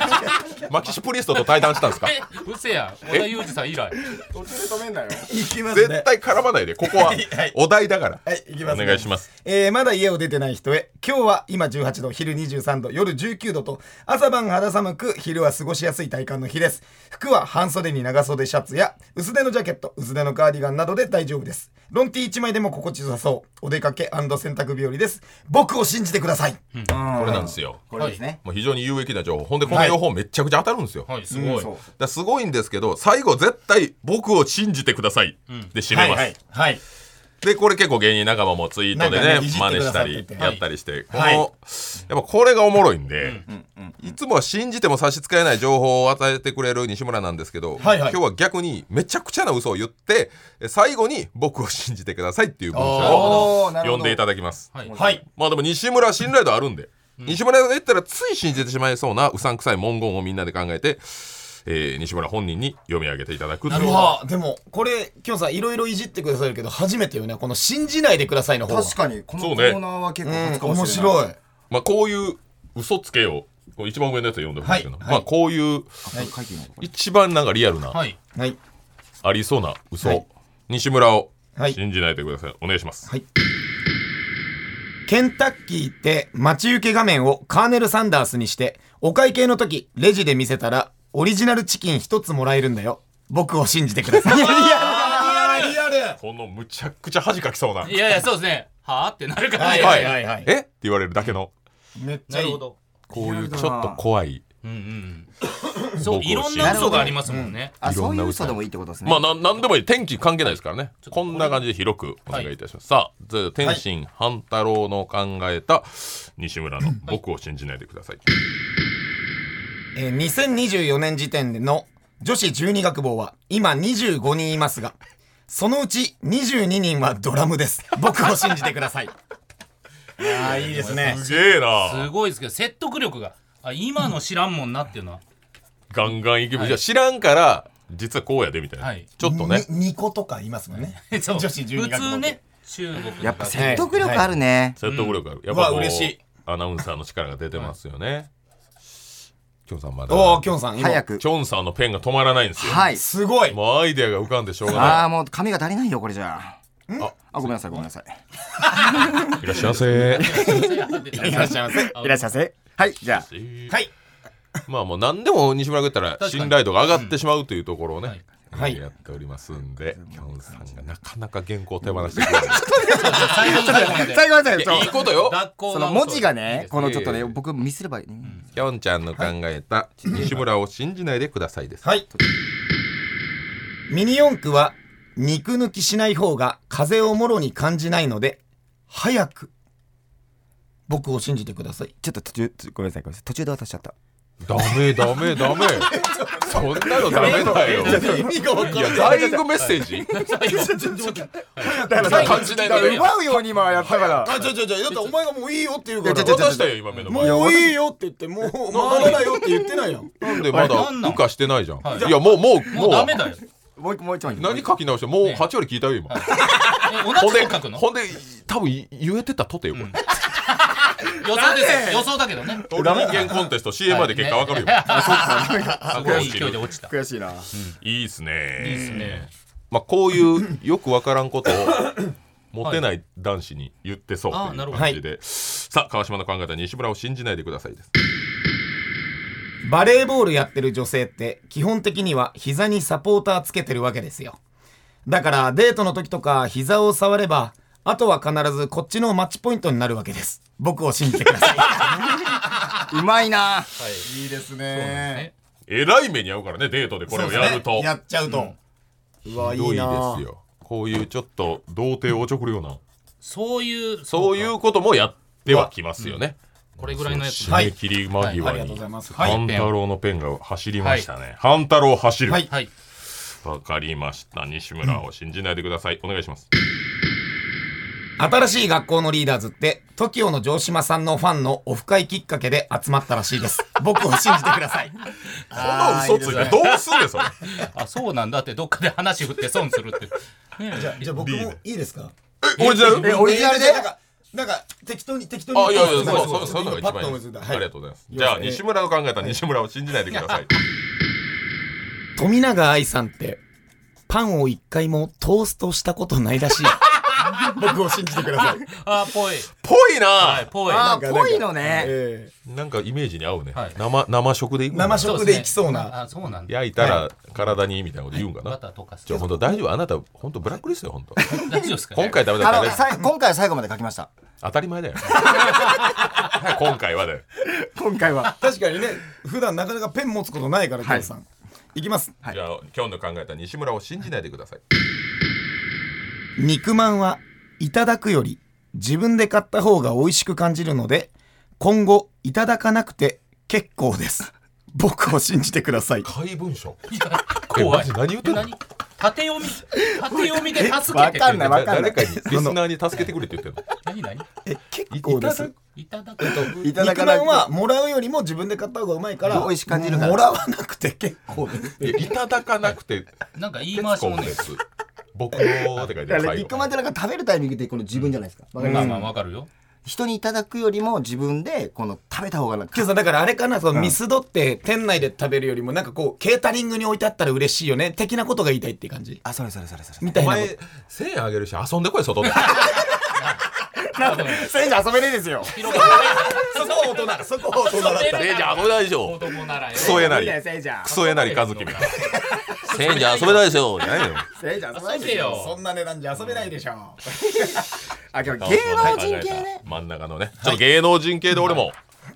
[SPEAKER 4] や。
[SPEAKER 1] マキシプリストと対談したんですか
[SPEAKER 2] えうせや小田裕二さん以来
[SPEAKER 3] 途中で止めんなよ
[SPEAKER 4] いきますね
[SPEAKER 1] 絶。対絡まないでここは
[SPEAKER 4] はいはい
[SPEAKER 1] お題だから
[SPEAKER 4] はい、いき
[SPEAKER 1] お
[SPEAKER 4] ます、ね。
[SPEAKER 1] 願いします
[SPEAKER 4] えーまだ家を出てない人へ今日は今18度昼23度夜19度と朝晩肌寒く昼は過ごしやすい体感の日です服は半袖に長袖シャツや薄手のジャケット薄手のカーディガンなどで大丈夫ですロンティ1枚でも心地よさそうお出かけ洗濯日和です僕を信じてください、
[SPEAKER 1] こ
[SPEAKER 3] こ
[SPEAKER 1] れなんですよ
[SPEAKER 3] これですね
[SPEAKER 1] もう非常に有益な情報ほんでこの両方めちゃくちゃ当たるんですよ、
[SPEAKER 2] はいすごい、
[SPEAKER 3] そう
[SPEAKER 1] だからすごいんですけど最後絶対僕を信じてくださいで締めます、
[SPEAKER 4] はい
[SPEAKER 1] でこれ結構芸人仲間もツイートで
[SPEAKER 4] な
[SPEAKER 1] ね
[SPEAKER 4] んかねいじっ
[SPEAKER 1] 真似
[SPEAKER 4] てく
[SPEAKER 1] し
[SPEAKER 4] だ
[SPEAKER 1] た
[SPEAKER 4] さってて
[SPEAKER 1] り
[SPEAKER 4] は
[SPEAKER 1] や
[SPEAKER 4] い
[SPEAKER 1] ったりして、
[SPEAKER 4] はい
[SPEAKER 1] このやっぱこれがおもろいんで、
[SPEAKER 3] うんうん
[SPEAKER 1] いつもは信じても差し支えない情報を与えてくれる西村なんですけど、
[SPEAKER 4] はいはい
[SPEAKER 1] 今日は逆にめちゃくちゃな嘘を言ってえ最後に僕を信じてくださいっていう文章を
[SPEAKER 3] おーなるほ
[SPEAKER 1] 読んでいた
[SPEAKER 3] だ
[SPEAKER 1] だきます
[SPEAKER 2] はい
[SPEAKER 4] はい
[SPEAKER 1] まあでも西村は信頼度あるんで、西村が言ったらつい信じてしまいそうなうさんくさい文言をみんなで考えて、えー西村本人に読み上げていただくという
[SPEAKER 4] うわでもこれ今日さんいろいろいじってくださるけど初めてよねこの「信じないでください」の方は
[SPEAKER 3] 確かにこの
[SPEAKER 1] そ
[SPEAKER 3] コ
[SPEAKER 1] うね
[SPEAKER 3] ーナーは結構
[SPEAKER 4] うん
[SPEAKER 3] 初かも
[SPEAKER 4] 面
[SPEAKER 3] しれない
[SPEAKER 4] 白い
[SPEAKER 1] まあこういう嘘つけようこれ一番上のやつ読んでほしいんですけど、
[SPEAKER 4] はい
[SPEAKER 1] まあこういう
[SPEAKER 3] 面白い書いてみようか
[SPEAKER 1] 一番なんかリアルな、
[SPEAKER 2] はい
[SPEAKER 4] はい
[SPEAKER 1] ありそうな嘘、
[SPEAKER 4] はい
[SPEAKER 1] 西村を
[SPEAKER 4] はい
[SPEAKER 1] 信じないでください、お願いします
[SPEAKER 4] ケンタッキーって待ち受け画面をカーネル・サンダースにしてお会計の時レジで見せたらオリジナルチキン一つもらえるんだよ僕を信じてくださいリアルリアルリアル
[SPEAKER 1] このむちゃくちゃ恥かきそうな「
[SPEAKER 2] いやいやそうですねはあってなるから、
[SPEAKER 4] はい
[SPEAKER 1] は
[SPEAKER 4] はいいはいはい
[SPEAKER 1] えっ?」て言われるだけの
[SPEAKER 4] めっち
[SPEAKER 2] な
[SPEAKER 4] ゃい
[SPEAKER 2] る
[SPEAKER 4] い
[SPEAKER 2] ほど
[SPEAKER 1] こう
[SPEAKER 3] リア
[SPEAKER 1] いう
[SPEAKER 3] ル
[SPEAKER 1] ち
[SPEAKER 3] だ
[SPEAKER 1] ょっ
[SPEAKER 3] な
[SPEAKER 1] と怖い
[SPEAKER 2] うんうんそう
[SPEAKER 1] 僕を
[SPEAKER 2] いろん
[SPEAKER 1] 信じ
[SPEAKER 2] な嘘がありますもんね、
[SPEAKER 3] あそ
[SPEAKER 1] いろん
[SPEAKER 3] ういう
[SPEAKER 1] な嘘
[SPEAKER 3] 嘘でもいいってことですね
[SPEAKER 1] まあな何でもいい天気関係ないですからねこんな感じで広くお願いいたします、さあじゃあ天心半太郎の考えた西村の「僕を信じないでください」
[SPEAKER 4] えー2024年時点での女子12学坊は今25人いますがそのうち22人はドラムです僕を信じてください あーいいですね
[SPEAKER 1] すげえ
[SPEAKER 2] す
[SPEAKER 1] な
[SPEAKER 2] ごいですけど説得力があ今の知らんもんなっていうのは、
[SPEAKER 1] ガンガンいける、じゃあ知らんから実はこうやでみたいな、
[SPEAKER 2] はい
[SPEAKER 1] ちょっとね
[SPEAKER 4] 2個とかいますもんね
[SPEAKER 2] そう
[SPEAKER 4] 女子12
[SPEAKER 2] 普
[SPEAKER 4] 学坊
[SPEAKER 2] 通ね中国とか
[SPEAKER 3] やっぱ説得力あるね
[SPEAKER 1] 説得力ある、やっぱこう
[SPEAKER 4] うわ嬉しい
[SPEAKER 1] アナウンサーの力が出てますよね、きょんさんまだ
[SPEAKER 4] おおきょんさん今
[SPEAKER 3] 早く
[SPEAKER 1] チョンさんのペンが止まらないんですよ。
[SPEAKER 3] はい
[SPEAKER 4] すごい
[SPEAKER 1] もうアイデアが浮かんでしょう
[SPEAKER 3] あ
[SPEAKER 1] が
[SPEAKER 3] あもう髪が足りないよこれじゃあ
[SPEAKER 1] あ
[SPEAKER 3] あごめんなさいごめんなさい
[SPEAKER 1] ない。いらっしゃいませ。
[SPEAKER 4] いらっしゃいませ
[SPEAKER 3] いらっしゃいませはいじゃあ
[SPEAKER 4] はい
[SPEAKER 1] まあもう何でも西村が言ったら
[SPEAKER 2] かに
[SPEAKER 1] 信頼度が上がってしまうというところを
[SPEAKER 2] は
[SPEAKER 1] ね
[SPEAKER 2] い。
[SPEAKER 4] はい
[SPEAKER 1] やっておりますんで、きょんさんがなかなか原稿を手放してくれない。
[SPEAKER 2] 最後の最後まで
[SPEAKER 3] 最後まで
[SPEAKER 1] いやいいことよ。
[SPEAKER 2] 学校
[SPEAKER 3] そ
[SPEAKER 2] の
[SPEAKER 3] の文字がねこの
[SPEAKER 1] いい
[SPEAKER 3] ち
[SPEAKER 1] です
[SPEAKER 3] ょっとね僕ミスればいい
[SPEAKER 1] きょんちゃんの考えた西村を信じないでくださいです。
[SPEAKER 4] はい。ミニ四駆は肉抜きしない方が風をもろに感じないので、早く僕を信じてください。
[SPEAKER 3] ちょっと途中ごめんなさいごめんなさい途中で渡しちゃった
[SPEAKER 1] ダメダメダメ。 そんなのダメだよ。
[SPEAKER 4] 意味がわ
[SPEAKER 1] いやダイイングメッセージ。感じないのよ。
[SPEAKER 3] うように今やったから
[SPEAKER 4] あ、ちょちょちょ、だってお前がもういいよって言うか
[SPEAKER 3] いやちょちょ
[SPEAKER 4] ら。
[SPEAKER 1] 渡したよ今目の前。
[SPEAKER 4] もういいよって言って、もう回らないよって言ってないやん。
[SPEAKER 1] なんでまだ
[SPEAKER 2] なんなん
[SPEAKER 1] 羽化してないじゃん。
[SPEAKER 2] はい
[SPEAKER 1] いやもうもう
[SPEAKER 2] もうダメだよ
[SPEAKER 3] もう一もう一枚
[SPEAKER 1] 何書き直してもう8割聞いたよ今。
[SPEAKER 2] え同
[SPEAKER 1] ほん
[SPEAKER 2] じ
[SPEAKER 1] で
[SPEAKER 2] の書くの
[SPEAKER 1] ほんで多分言えてたとてよこれ。
[SPEAKER 2] 予想ですよ予想だけどね
[SPEAKER 1] 鳥人間コンテスト CM まで結果わ かるよ。
[SPEAKER 2] すごい勢いで落ちた
[SPEAKER 3] 悔しいない
[SPEAKER 1] いっすね。
[SPEAKER 2] いいっすね
[SPEAKER 1] まあこういうよくわからん ことをモテない男子に言ってそうと
[SPEAKER 2] あ
[SPEAKER 1] い
[SPEAKER 2] なる
[SPEAKER 1] う
[SPEAKER 2] ほ
[SPEAKER 4] ど
[SPEAKER 1] 感じで。さあ川島の考えた西村を信じないでくださいです。
[SPEAKER 4] バレーボールやってる女性って基本的には膝にサポーターつけてるわけですよだからデートの時とか膝を触ればあとは必ずこっちのマッチポイントになるわけです僕を信じてください
[SPEAKER 3] うまいない
[SPEAKER 4] いですね
[SPEAKER 1] えらい目に遭うからねデートで これをやると。
[SPEAKER 4] っちゃうと、うわ
[SPEAKER 1] ひ
[SPEAKER 4] い
[SPEAKER 1] どい
[SPEAKER 4] い
[SPEAKER 1] です
[SPEAKER 4] な
[SPEAKER 1] よ。こういうちょっと童貞をおちょくるような
[SPEAKER 2] そういう
[SPEAKER 1] そういうこともやってはきますよね。
[SPEAKER 2] これぐらいのやつ
[SPEAKER 1] 締め切り間
[SPEAKER 4] はいあ
[SPEAKER 1] 際
[SPEAKER 4] りがとう
[SPEAKER 1] に
[SPEAKER 4] ございますはい
[SPEAKER 1] 半太郎のペンが走りましたね半太郎走る
[SPEAKER 4] はい
[SPEAKER 2] はい
[SPEAKER 1] わかりました西村を信じないでくださいお願いします
[SPEAKER 4] 新しい学校のリーダーズって TOKIO の城島さんのファンのオフ会きっかけで集まったらし いです僕を信じてください
[SPEAKER 1] こんな嘘ついてどうすんねんそれ
[SPEAKER 2] あそうなんだってどっかで話振って損するってね
[SPEAKER 4] じゃあじゃあ僕も
[SPEAKER 1] リー
[SPEAKER 4] いいですか
[SPEAKER 1] えオリジナル
[SPEAKER 3] えオリジナルで
[SPEAKER 4] なんかなんか適当に適当に
[SPEAKER 1] あいやいや
[SPEAKER 4] なんか
[SPEAKER 1] そうそうそういうのが一
[SPEAKER 4] パッと
[SPEAKER 1] 番いい
[SPEAKER 4] 思
[SPEAKER 1] で
[SPEAKER 4] いつい
[SPEAKER 1] す、
[SPEAKER 4] た
[SPEAKER 1] ありがとうございますじゃあ
[SPEAKER 4] えー
[SPEAKER 1] 西村の考えた西村を信じないでください
[SPEAKER 6] 富永愛さんってパンを一回もトーストしたことないらしい
[SPEAKER 4] 僕を信じてください
[SPEAKER 2] あぽい
[SPEAKER 1] ぽいな、
[SPEAKER 2] はいぽい
[SPEAKER 3] あ
[SPEAKER 4] なんか
[SPEAKER 3] ぽいのね
[SPEAKER 4] えー
[SPEAKER 1] なんかイメージに合うね、
[SPEAKER 2] はい
[SPEAKER 1] 生生食でいく
[SPEAKER 4] 生
[SPEAKER 1] 食
[SPEAKER 4] 食でいきそうな
[SPEAKER 2] あそうなんだ
[SPEAKER 1] 焼いたら体にいいみたいなこと言うんかな、
[SPEAKER 2] バター溶かす
[SPEAKER 1] じゃあ本当大丈夫あなた本当ブラックリストよ本当
[SPEAKER 2] 大丈夫ですかね
[SPEAKER 1] 今回ダメだった
[SPEAKER 3] あ
[SPEAKER 1] ら大
[SPEAKER 3] の
[SPEAKER 1] 丈夫
[SPEAKER 3] さい今回は最後まで書きました
[SPEAKER 1] 当たり前だよ今回はだよ
[SPEAKER 3] 今回は
[SPEAKER 4] 確かにね普段なかなかペン持つことないから、はい、さんいきます
[SPEAKER 1] じゃあ今日の考えた西村を信じないでください
[SPEAKER 6] 肉まんはいただくより自分で買った方が美味しく感じるので今後いただかなくて結構 です僕を信じてください
[SPEAKER 1] 怪文書
[SPEAKER 2] いや怖
[SPEAKER 1] えマ
[SPEAKER 2] い
[SPEAKER 1] ジ何言ってんの
[SPEAKER 2] 何縦読み縦読みで助け
[SPEAKER 3] わ
[SPEAKER 2] て
[SPEAKER 3] かんないわかん
[SPEAKER 1] 誰
[SPEAKER 3] ない
[SPEAKER 1] かにリスナーに助けてくれって言ってる
[SPEAKER 2] 何何
[SPEAKER 6] え結
[SPEAKER 1] の
[SPEAKER 6] 構
[SPEAKER 1] い
[SPEAKER 6] で
[SPEAKER 1] ただ
[SPEAKER 6] す
[SPEAKER 1] く
[SPEAKER 2] いただくと
[SPEAKER 3] いただか
[SPEAKER 4] 肉
[SPEAKER 3] な
[SPEAKER 4] ま
[SPEAKER 3] く
[SPEAKER 4] んはもらうよりも自分で買った方がうまいから
[SPEAKER 3] 美味しく感じるから
[SPEAKER 4] もらわなくて結構です
[SPEAKER 1] いやいただかなくて
[SPEAKER 2] なんか言い
[SPEAKER 1] 徹
[SPEAKER 2] 回し
[SPEAKER 1] 子
[SPEAKER 2] も
[SPEAKER 1] の
[SPEAKER 2] ね
[SPEAKER 1] やつ僕のって書いてある
[SPEAKER 3] て
[SPEAKER 1] 最
[SPEAKER 3] 肉
[SPEAKER 1] 後
[SPEAKER 3] まんってなんか食べるタイミングってこの自分じゃないですかわかり
[SPEAKER 2] ま
[SPEAKER 3] ま
[SPEAKER 2] あ
[SPEAKER 3] す
[SPEAKER 2] まあわかるよ
[SPEAKER 3] 人にいただくよりも自分でこの食べた方がなんか
[SPEAKER 6] 今日さんだからあれかなそのミスドって店内で食べるよりもなんかこうケータリングに置いてあったら嬉しいよね的なことが言いたいっていう感じ
[SPEAKER 3] あそれそれそれそれ
[SPEAKER 6] みたい
[SPEAKER 1] お
[SPEAKER 6] なこ
[SPEAKER 1] 前
[SPEAKER 6] と
[SPEAKER 1] 1000円あげるし遊んでこい 外で
[SPEAKER 3] 選手遊べねえですよ
[SPEAKER 2] 広 くね
[SPEAKER 4] そこは大人そこは大人だった
[SPEAKER 1] 1000円じゃ遊べないでし
[SPEAKER 2] 子
[SPEAKER 1] ょ
[SPEAKER 2] 供ならよ
[SPEAKER 1] クソえなり
[SPEAKER 3] 選手
[SPEAKER 1] クソえなり和樹みたいな1000円じゃ遊べないでしょじゃないの
[SPEAKER 3] 選手遊べない
[SPEAKER 2] 遊べよ
[SPEAKER 4] そんな値段じゃ遊べないでしょ
[SPEAKER 3] あ今日芸能人系ね
[SPEAKER 1] 真ん中のねちょっと芸能人系で俺も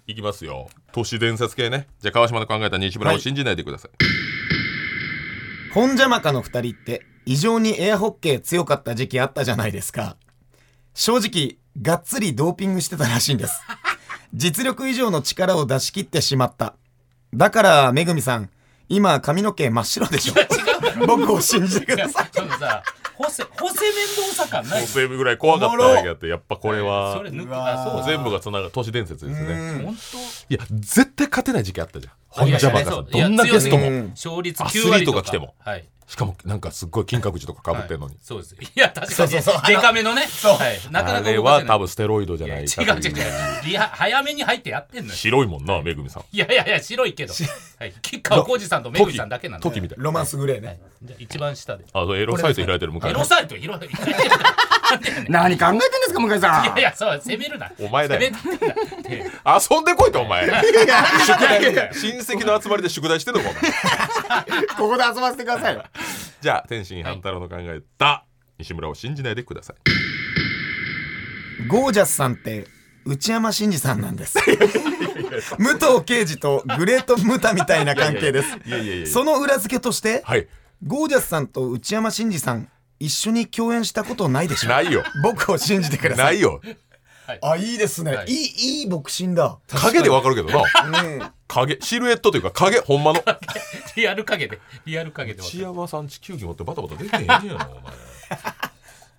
[SPEAKER 1] いきますよ都市伝説系ねじゃあ川島の考えた西村を信じないでください
[SPEAKER 6] 本邪魔家の2人って異常にエアホッケー強かった時期あったじゃないですか正直がっつりドーピングしてたらしいんです実力以上の力を出し切ってしまっただからめぐみさん今髪の毛真っ白で しょ僕を信じてく
[SPEAKER 2] い
[SPEAKER 6] だ
[SPEAKER 2] や
[SPEAKER 6] さい
[SPEAKER 2] ちょっとさホセホセ面倒さ感ない
[SPEAKER 1] もうセーブぐらい怖かったんやってやっぱこれは
[SPEAKER 2] それ抜くなそう
[SPEAKER 1] 全部がつながる都市伝説ですね
[SPEAKER 2] 本
[SPEAKER 1] いや絶対勝てない時期あったじゃん本
[SPEAKER 2] 当
[SPEAKER 1] 邪魔がさどんなゲストも
[SPEAKER 2] 勝率
[SPEAKER 1] アスリ
[SPEAKER 2] 9割
[SPEAKER 1] ートが来ても
[SPEAKER 2] はい
[SPEAKER 1] しかもなんかすっごい金閣寺とか被ってんのに
[SPEAKER 2] そうですいや確かにデカめのねはいなか
[SPEAKER 1] あ
[SPEAKER 2] なか
[SPEAKER 1] れ
[SPEAKER 2] 動か
[SPEAKER 1] は
[SPEAKER 2] せな
[SPEAKER 1] 多
[SPEAKER 2] い
[SPEAKER 1] 分ステロイドじゃ
[SPEAKER 2] い
[SPEAKER 1] な
[SPEAKER 2] や違
[SPEAKER 1] いうか
[SPEAKER 2] 違う
[SPEAKER 1] という
[SPEAKER 2] 違ういや早めに入ってやってんのよ
[SPEAKER 1] 白いもんなめぐみさん
[SPEAKER 2] いやいやいや白いけどはい吉川浩司さんとめぐみさんだけなんだ
[SPEAKER 1] 時みたい
[SPEAKER 4] ロマンスグレーね
[SPEAKER 2] じゃあ一番下で
[SPEAKER 1] あのエロサイト開いてる向か
[SPEAKER 2] エ
[SPEAKER 1] い
[SPEAKER 2] ロ
[SPEAKER 1] の
[SPEAKER 2] サイト広い
[SPEAKER 3] 何考えてんですか向井さん
[SPEAKER 2] いやいやそう攻めるな
[SPEAKER 1] お前だよ
[SPEAKER 2] 攻めるなって
[SPEAKER 1] 遊んでこいとお前宿題親戚の集まりで宿題してんのかお前
[SPEAKER 3] ここで遊ばせてくださいよ
[SPEAKER 1] じゃあ天心半太郎の考えた西村を信じないでください
[SPEAKER 6] ゴージャスさんって内山真二さんなんです武藤敬司とグレートムタみたいな関係です
[SPEAKER 1] いやいやいや
[SPEAKER 6] その裏付けとして
[SPEAKER 1] はい
[SPEAKER 6] ゴージャスさんと内山真二さん一緒に共演したことないでしょ
[SPEAKER 1] ないよ
[SPEAKER 6] 僕を信じてください
[SPEAKER 1] ないよ
[SPEAKER 4] あいいですね、
[SPEAKER 2] はい
[SPEAKER 4] い、いいいボクシンだ
[SPEAKER 1] 影でわかるけどな
[SPEAKER 4] うん
[SPEAKER 1] 影シルエットというか影ほんまの
[SPEAKER 2] リアル影でリアル影で
[SPEAKER 1] 内山さん地球儀持ってバタバタできてへんやんお前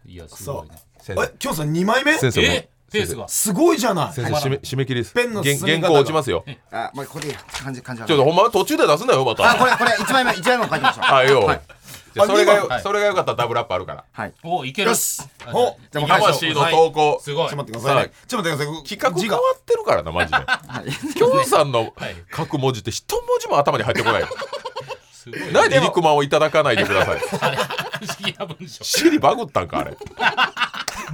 [SPEAKER 2] いやすごいな
[SPEAKER 1] 先
[SPEAKER 4] え今日さん2枚目
[SPEAKER 1] 生先生も
[SPEAKER 2] えペースが
[SPEAKER 4] すごいじゃない
[SPEAKER 1] 先生締め締め切りです
[SPEAKER 4] ペンの
[SPEAKER 1] 原
[SPEAKER 4] 進み方
[SPEAKER 1] 原
[SPEAKER 4] が
[SPEAKER 1] 稿落ちますよ
[SPEAKER 3] あまあここでいいや感じ感じは
[SPEAKER 1] ちょっとほんまは途中で出すんだよまた
[SPEAKER 3] あこれこれ一枚目一枚目も書きましょう
[SPEAKER 1] はいよ、じゃあそれ
[SPEAKER 4] あ
[SPEAKER 2] 今は
[SPEAKER 1] が
[SPEAKER 2] い
[SPEAKER 1] それがよかったらダブルアップあるから
[SPEAKER 3] はい
[SPEAKER 2] おいける
[SPEAKER 4] よし
[SPEAKER 2] はい
[SPEAKER 4] お
[SPEAKER 3] じゃあもう書きまし
[SPEAKER 1] 魂の投稿、
[SPEAKER 2] すごい
[SPEAKER 4] ちょっと待ってくださいね
[SPEAKER 1] さ
[SPEAKER 4] ちょっと待ってください
[SPEAKER 1] 企画変わってるからなマジできょうさんの
[SPEAKER 2] はい
[SPEAKER 1] 書く文字って一文字も頭に入ってこないよ
[SPEAKER 2] すごい
[SPEAKER 1] 何で肉まんをいただかないでください
[SPEAKER 2] 不思議な文章
[SPEAKER 1] シリバグったんかあれ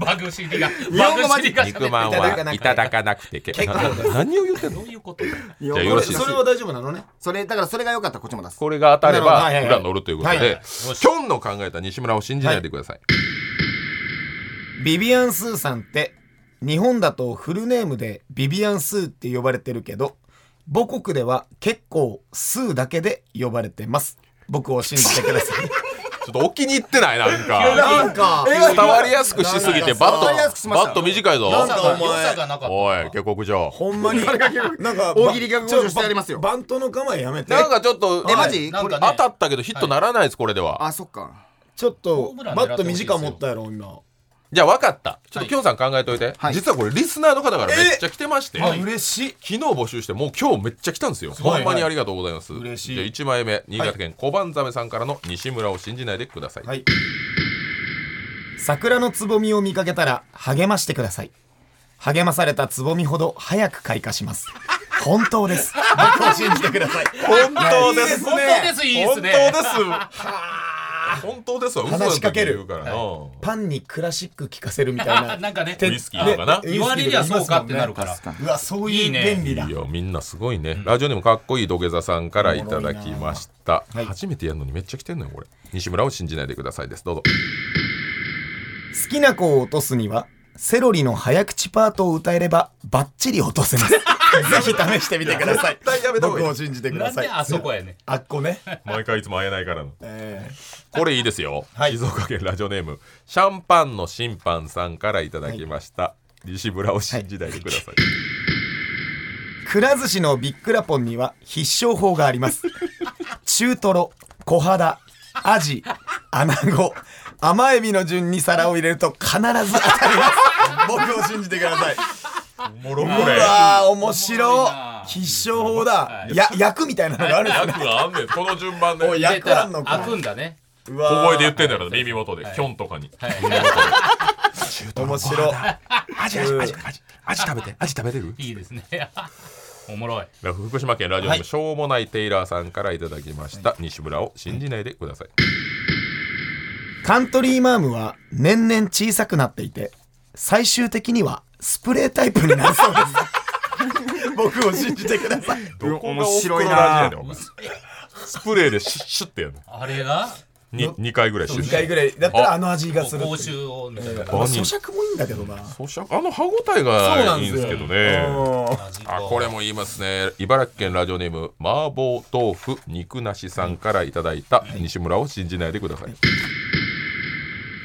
[SPEAKER 2] バグシリが
[SPEAKER 3] 本語
[SPEAKER 2] バ
[SPEAKER 3] ま
[SPEAKER 2] グシ
[SPEAKER 3] で
[SPEAKER 2] リが喋って
[SPEAKER 1] 肉まんはいただかなくて結構何を言ってんの
[SPEAKER 2] どういうこと
[SPEAKER 3] じゃ
[SPEAKER 1] ゃあよろしいです
[SPEAKER 6] それは大丈夫なのね
[SPEAKER 3] それだからそれが良かったらこっちも出す
[SPEAKER 1] これが当たれば
[SPEAKER 4] なるほどはいはいはい
[SPEAKER 1] 裏乗るということ
[SPEAKER 4] はいはい
[SPEAKER 1] できょんの考えた西村を信じないでください
[SPEAKER 6] ビビアン・スーさんって日本だとフルネームでビビアン・スーって呼ばれてるけど母国では結構スーだけで呼ばれてます僕を信じてください
[SPEAKER 1] ちょっとお気に入ってないなんか
[SPEAKER 4] なんか
[SPEAKER 1] 伝わりやすくしすぎてバッ
[SPEAKER 3] 伝わりやすく
[SPEAKER 1] ト
[SPEAKER 3] しました
[SPEAKER 1] バット短いぞ
[SPEAKER 2] 良さが
[SPEAKER 4] なんだお前
[SPEAKER 2] 良さがなかった
[SPEAKER 1] おい下克上
[SPEAKER 4] ほんまになんか
[SPEAKER 3] 大喜利逆交渉してやりますよ
[SPEAKER 4] バントの構えやめて
[SPEAKER 1] なんかちょっと
[SPEAKER 3] えマジ
[SPEAKER 2] なんか
[SPEAKER 1] 当
[SPEAKER 2] ね
[SPEAKER 1] たったけどヒットならないですこれでは
[SPEAKER 3] あそっか
[SPEAKER 4] ちょっ
[SPEAKER 2] ホー
[SPEAKER 4] と
[SPEAKER 2] ムラン
[SPEAKER 4] バ
[SPEAKER 2] 狙
[SPEAKER 4] ッ
[SPEAKER 2] って
[SPEAKER 4] ト
[SPEAKER 2] ほしいですよ
[SPEAKER 4] 短持ったやろ今
[SPEAKER 1] じゃあ分かったちょっときょうさん考えといて
[SPEAKER 3] はい
[SPEAKER 1] 実はこれリスナーの方からめっちゃ来てまして
[SPEAKER 4] あ嬉しい
[SPEAKER 1] 昨日募集してもう今日めっちゃ来たんですよ、
[SPEAKER 4] いはい
[SPEAKER 1] ほんまにありがとうございます
[SPEAKER 4] 嬉しい
[SPEAKER 1] じゃあ1枚目新潟県小判ザメさんからの西村を信じないでください、
[SPEAKER 4] はい桜のつぼみを見かけたら励ましてください励まされたつぼみほど早く開花します本当です僕を信じてください
[SPEAKER 1] 本当で
[SPEAKER 2] いいですすね本当ですいいです
[SPEAKER 1] 本
[SPEAKER 2] ね
[SPEAKER 1] 当です本当ですわ嘘だ
[SPEAKER 4] 話しかける
[SPEAKER 1] と言うからな
[SPEAKER 4] パンにクラシック聞かせるみたい な
[SPEAKER 2] なんかね
[SPEAKER 1] ウイスキーとかな
[SPEAKER 4] ね
[SPEAKER 2] 言われりゃそうかってなるから
[SPEAKER 3] 確かに
[SPEAKER 4] うわそう
[SPEAKER 2] い
[SPEAKER 4] い
[SPEAKER 2] いうね
[SPEAKER 4] 便利だ
[SPEAKER 1] いやみんなすごいね、ラジオネームかっこいい土下座さんからいただきました、
[SPEAKER 4] はい
[SPEAKER 1] 初めてやるのにめっちゃ来てんのよこれ西村を信じないでくださいですどうぞ
[SPEAKER 4] 好きな子を落とすにはセロリの早口パートを歌えればバッチリ落とせますぜひ試してみてください
[SPEAKER 1] 絶対やめた方がいい
[SPEAKER 4] 僕を信じてく
[SPEAKER 2] な
[SPEAKER 4] だ
[SPEAKER 2] ん
[SPEAKER 4] さい
[SPEAKER 2] であそこやねん
[SPEAKER 4] あっこね、
[SPEAKER 1] 毎回いつも会えないからの
[SPEAKER 4] え
[SPEAKER 1] これいいですよ、静岡県ラジオネームシャンパンの審判さんからいただきました、西村を信じないでください、
[SPEAKER 4] ーくら寿司のビックラポンには必勝法があります中トロ小肌アジアナゴ甘エビの順に皿を入れると必ず当たります僕を信じてください
[SPEAKER 1] おもろこ
[SPEAKER 4] う
[SPEAKER 1] れ
[SPEAKER 4] わー面
[SPEAKER 2] おもろ
[SPEAKER 4] 白
[SPEAKER 2] いな
[SPEAKER 4] 必勝法だ、や役みたいなのがあるんですね
[SPEAKER 1] 役があんねんこの順番で
[SPEAKER 4] おい
[SPEAKER 1] 小
[SPEAKER 4] や
[SPEAKER 2] 出
[SPEAKER 4] 役
[SPEAKER 2] た
[SPEAKER 4] あ
[SPEAKER 2] ら
[SPEAKER 4] んの
[SPEAKER 2] 開くんだね
[SPEAKER 4] う
[SPEAKER 1] 声
[SPEAKER 4] わ
[SPEAKER 1] で言ってんだから耳元で、キョンとかに
[SPEAKER 2] はい
[SPEAKER 4] ー面白い
[SPEAKER 1] アジアジアジアジアジ食べてアジ食べれる
[SPEAKER 2] いいですね おもろい
[SPEAKER 1] 福島県ラジオネーム、しょうもないテイラーさんからいただきました、西村を信じないでください、
[SPEAKER 4] カントリーマームは年々小さくなっていて最終的にはスプレータイプになるそうです 僕を信じてください
[SPEAKER 1] どこが
[SPEAKER 3] 面白いな
[SPEAKER 1] おふくろの味やねんお前スプレーでシュッシュッってやる
[SPEAKER 2] あれが
[SPEAKER 1] に2回ぐらいシュッ
[SPEAKER 4] 2
[SPEAKER 1] シュ
[SPEAKER 4] 回
[SPEAKER 1] ッ
[SPEAKER 4] ぐらいだったらあの味がする
[SPEAKER 2] 講習をみたいな
[SPEAKER 4] まあ咀嚼もいいんだけどな
[SPEAKER 1] 咀嚼あの歯ごたえがいいんですけどね
[SPEAKER 2] 味
[SPEAKER 1] あこれも言いますね茨城県ラジオネーム麻婆豆腐肉なしさんからいただいた西村を信じないでください、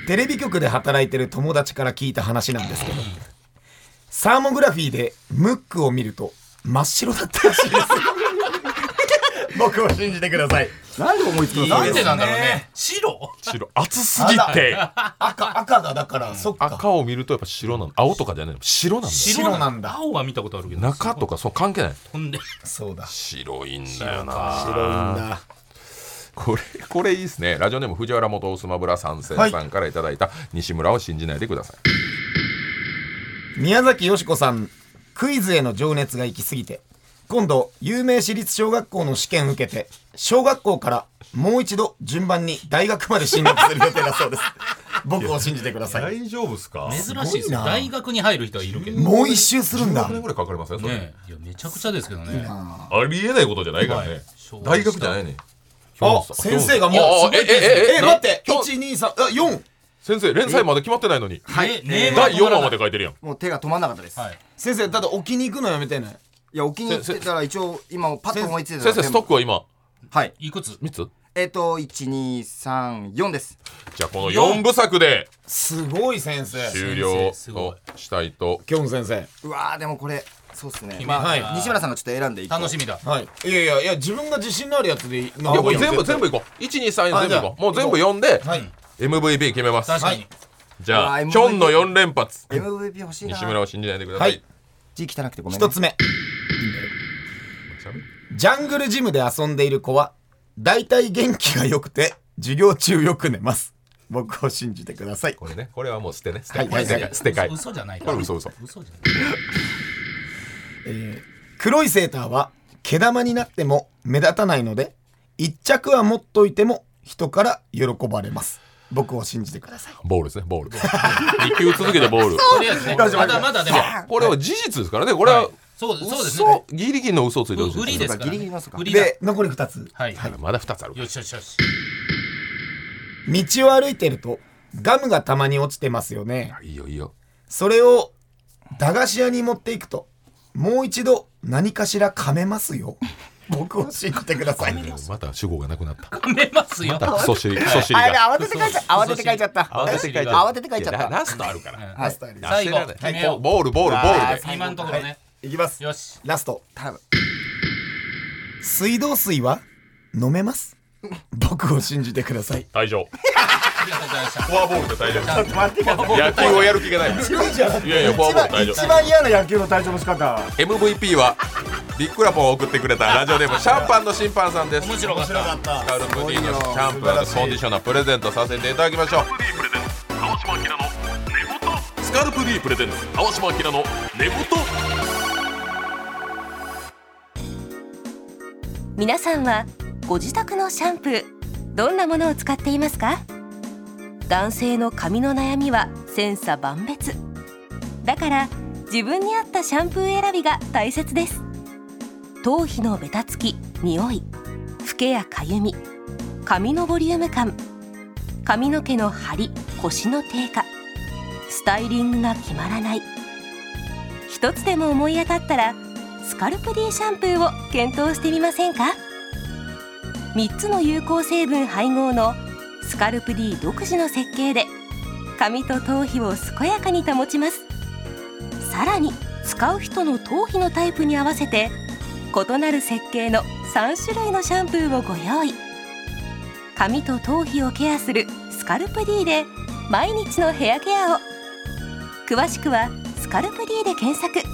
[SPEAKER 4] テレビ局で働いてる友達から聞いた話なんですけどサーモグラフィーでムックを見ると真っ白だったらしいです 僕を信じてください
[SPEAKER 3] なんで思いつくの
[SPEAKER 2] なんでなんだろうね白
[SPEAKER 1] 白熱すぎて
[SPEAKER 4] 赤赤がだからそっか
[SPEAKER 1] 赤を見るとやっぱ白なの青とかじゃないの白なんだよ
[SPEAKER 4] 白なんだ
[SPEAKER 2] 青は見たことあるけど
[SPEAKER 1] 中とかそう関係ない
[SPEAKER 2] ほんで
[SPEAKER 4] そうだ
[SPEAKER 1] 白いんだよな
[SPEAKER 4] 白いんだ
[SPEAKER 1] これこれいいですねラジオネーム藤原元スマブラ参戦さんからいただいた西村を信じないでください、
[SPEAKER 4] 宮崎よしこさんクイズへの情熱が行き過ぎて今度有名私立小学校の試験受けて小学校からもう一度順番に大学まで進学する予定だそうです 僕を信じてください
[SPEAKER 1] 大丈夫ですか
[SPEAKER 2] 珍しいです
[SPEAKER 4] すごいな
[SPEAKER 2] よ大学に入る人はいるけどね
[SPEAKER 4] もう一周するんだ
[SPEAKER 1] 何年ぐらいかかりますねそれ
[SPEAKER 2] いやめちゃくちゃですけどね
[SPEAKER 1] ありえないことじゃないからね
[SPEAKER 2] はい
[SPEAKER 1] 大学じゃないね
[SPEAKER 4] あ先生がもう
[SPEAKER 1] ああ
[SPEAKER 4] すごいペース
[SPEAKER 1] ええええ
[SPEAKER 4] え待って
[SPEAKER 1] な
[SPEAKER 4] 123あ4
[SPEAKER 1] 先生連載まで決まってないのに
[SPEAKER 2] はい
[SPEAKER 1] 第4話まで書いてるやん
[SPEAKER 3] もう手が止まんなかったです、
[SPEAKER 2] はい
[SPEAKER 3] い、
[SPEAKER 4] 先生ただ置きに行くのやめてね
[SPEAKER 3] やお気に入ってたら一応今パッと思いついた
[SPEAKER 1] 先生ストックは今
[SPEAKER 3] クはい
[SPEAKER 2] いくつ
[SPEAKER 1] 3つ
[SPEAKER 3] えっ、と1234です
[SPEAKER 1] じゃあこの4部作です
[SPEAKER 4] ごい先生
[SPEAKER 1] 終了
[SPEAKER 2] 先生すご
[SPEAKER 1] を
[SPEAKER 2] い
[SPEAKER 1] したいと
[SPEAKER 4] きょん先生
[SPEAKER 3] うわーでもこれそうっすね、
[SPEAKER 2] まあ
[SPEAKER 4] はい
[SPEAKER 3] 西村さんがちょっと選んでい
[SPEAKER 2] 楽しみだ
[SPEAKER 4] はいいやいやいや自分が自信のあるやつでいい
[SPEAKER 1] いやこれ全部全
[SPEAKER 4] 部
[SPEAKER 1] 部いこう123
[SPEAKER 4] あ
[SPEAKER 1] 全部いこう
[SPEAKER 4] じゃあ
[SPEAKER 1] もう全部読んで
[SPEAKER 4] はい
[SPEAKER 1] MVP 決めます
[SPEAKER 2] 確かに
[SPEAKER 1] じゃ
[SPEAKER 3] は
[SPEAKER 1] あ
[SPEAKER 3] い
[SPEAKER 1] キョンの4連発
[SPEAKER 3] MVP 欲しいな
[SPEAKER 1] 西村を信じないでくださ
[SPEAKER 4] はいい
[SPEAKER 3] 字汚くてごめん、ね、
[SPEAKER 4] 一つ目ジャングルジムで遊んでいる子は、だいたい元気が良くて、授業中よく寝ます。僕を信じてください。
[SPEAKER 1] これねこれはもう捨てね捨
[SPEAKER 4] は
[SPEAKER 1] て
[SPEAKER 4] いはい
[SPEAKER 1] 捨てかい捨てかい
[SPEAKER 2] 嘘じゃない
[SPEAKER 1] これ嘘嘘
[SPEAKER 2] 嘘じゃない
[SPEAKER 4] 黒いセーターは、毛玉になっても目立たないので、一着は持っといても人から喜ばれます。僕を信じてください。
[SPEAKER 1] ボールですねボー ル2球続けてボール
[SPEAKER 2] とりあえず ねまだまだでも
[SPEAKER 1] これは事実ですからねこれは
[SPEAKER 2] そうそうですね
[SPEAKER 1] 嘘ギリギリの嘘をついてほしい
[SPEAKER 2] 売りですからね
[SPEAKER 3] ギリギリの嘘か
[SPEAKER 2] 売りだ
[SPEAKER 4] で、残り2つ。
[SPEAKER 2] はい
[SPEAKER 1] あらまだ2つある
[SPEAKER 2] よしよしよし
[SPEAKER 4] 道を歩いてると、ガムがたまに落ちてますよね。
[SPEAKER 1] いいよいいよ
[SPEAKER 4] それを、駄菓子屋に持っていくと、もう一度何かしら噛めますよ。僕を信じてください。
[SPEAKER 1] また主語がなくなった
[SPEAKER 2] 噛めますよ
[SPEAKER 1] またクソ尻クソ尻
[SPEAKER 3] あ
[SPEAKER 1] が
[SPEAKER 3] やべ慌てて書いちゃった慌てて書いちゃった慌てて書いちゃった
[SPEAKER 1] やラストあるから
[SPEAKER 3] はい
[SPEAKER 4] スタイル
[SPEAKER 2] 最後
[SPEAKER 1] 焦らない
[SPEAKER 2] 決めよう
[SPEAKER 1] ボールボールボールで
[SPEAKER 2] 今のところね
[SPEAKER 4] いきます。
[SPEAKER 2] よし
[SPEAKER 4] ラスト。
[SPEAKER 3] 多分
[SPEAKER 4] 水道水は飲めます。 僕を信じてください。
[SPEAKER 1] 退場
[SPEAKER 2] ありがとうございました
[SPEAKER 1] フォアボールで退場野球をやる気がないいやいやフォアボール退場
[SPEAKER 3] 一番嫌な野球の対象の仕方
[SPEAKER 1] MVP はビックラポンを送ってくれたラジオネームシャンパンの審判さんです
[SPEAKER 2] 面白かった
[SPEAKER 1] スカウルムディのキャンプコンディショナープレゼントさせていただきましょう島明の寝言スカルプ D プレゼンツ川島明の寝言
[SPEAKER 5] 皆さんはご自宅のシャンプーどんなものを使っていますか男性の髪の悩みは千差万別だから自分に合ったシャンプー選びが大切です頭皮のベタつき、匂い、フけやかゆみ、髪のボリューム感髪の毛の張り、腰の低下スタイリングが決まらない一つでも思い当たったらスカルプ D シャンプーを検討してみませんか3つの有効成分配合のスカルプ D 独自の設計で髪と頭皮を健やかに保ちますさらに使う人の頭皮のタイプに合わせて異なる設計の3種類のシャンプーをご用意髪と頭皮をケアするスカルプ D で毎日のヘアケアを詳しくは「スカルプ D」で検索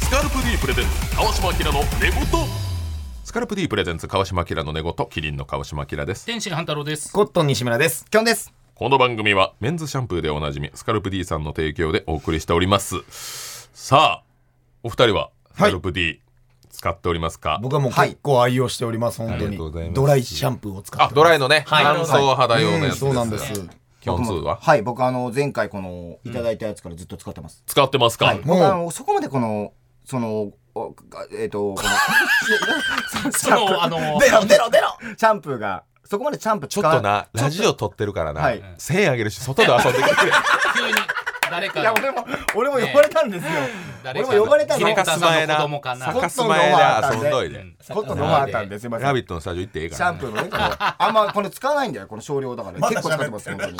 [SPEAKER 1] スカルプ D プレゼンツ川島明の寝言スカルプ D プレゼンツ川島明の寝言キリンの川島明です
[SPEAKER 2] 天心半太郎です
[SPEAKER 6] コットン西村です
[SPEAKER 3] きょんです
[SPEAKER 1] この番組はメンズシャンプーでおなじみスカルプ D さんの提供でお送りしておりますさあお二人はスカルプ D 使っておりますか、
[SPEAKER 6] 僕はもう結構愛用しております、
[SPEAKER 1] あ
[SPEAKER 6] 本当
[SPEAKER 1] りがとうございま
[SPEAKER 6] に
[SPEAKER 1] す
[SPEAKER 6] ドライシャンプーを使
[SPEAKER 1] あ
[SPEAKER 6] って
[SPEAKER 1] ドライ
[SPEAKER 6] イ
[SPEAKER 1] のね、
[SPEAKER 6] はい
[SPEAKER 1] 乾燥肌用のやつです、
[SPEAKER 6] そうなんです
[SPEAKER 1] 共通は
[SPEAKER 3] はい僕あの前回このいただいたやつからずっと使ってます、
[SPEAKER 1] 使ってますか、
[SPEAKER 3] はい
[SPEAKER 6] もう
[SPEAKER 3] 僕あのそこまでこのそのおがえっ、とこの
[SPEAKER 2] そのあの
[SPEAKER 3] 出ろ出ろ出ろシャンプーがそこまでシャンプー
[SPEAKER 1] ち
[SPEAKER 3] 使
[SPEAKER 1] ょっ
[SPEAKER 3] わ
[SPEAKER 1] となラジオ撮ってるからな、
[SPEAKER 3] はい
[SPEAKER 1] 1000円あげるし外で遊んでくれ
[SPEAKER 2] 急に誰か
[SPEAKER 3] いや俺も俺も呼ばれたんですよ、
[SPEAKER 2] 誰
[SPEAKER 3] 俺も呼ばれたの
[SPEAKER 2] 平方さんの子供かな
[SPEAKER 1] サカス前で遊んどいで、
[SPEAKER 2] うん
[SPEAKER 3] コットンのオファーあったんですいませ
[SPEAKER 1] ラ
[SPEAKER 3] ん
[SPEAKER 1] ビットのスタジオ行ってええか
[SPEAKER 3] シ
[SPEAKER 1] ら
[SPEAKER 3] ャ
[SPEAKER 1] な
[SPEAKER 3] ンプーのねこのあんまこれ使わないんだよこの少量だから、
[SPEAKER 4] まだ
[SPEAKER 3] 結構使ってます本当に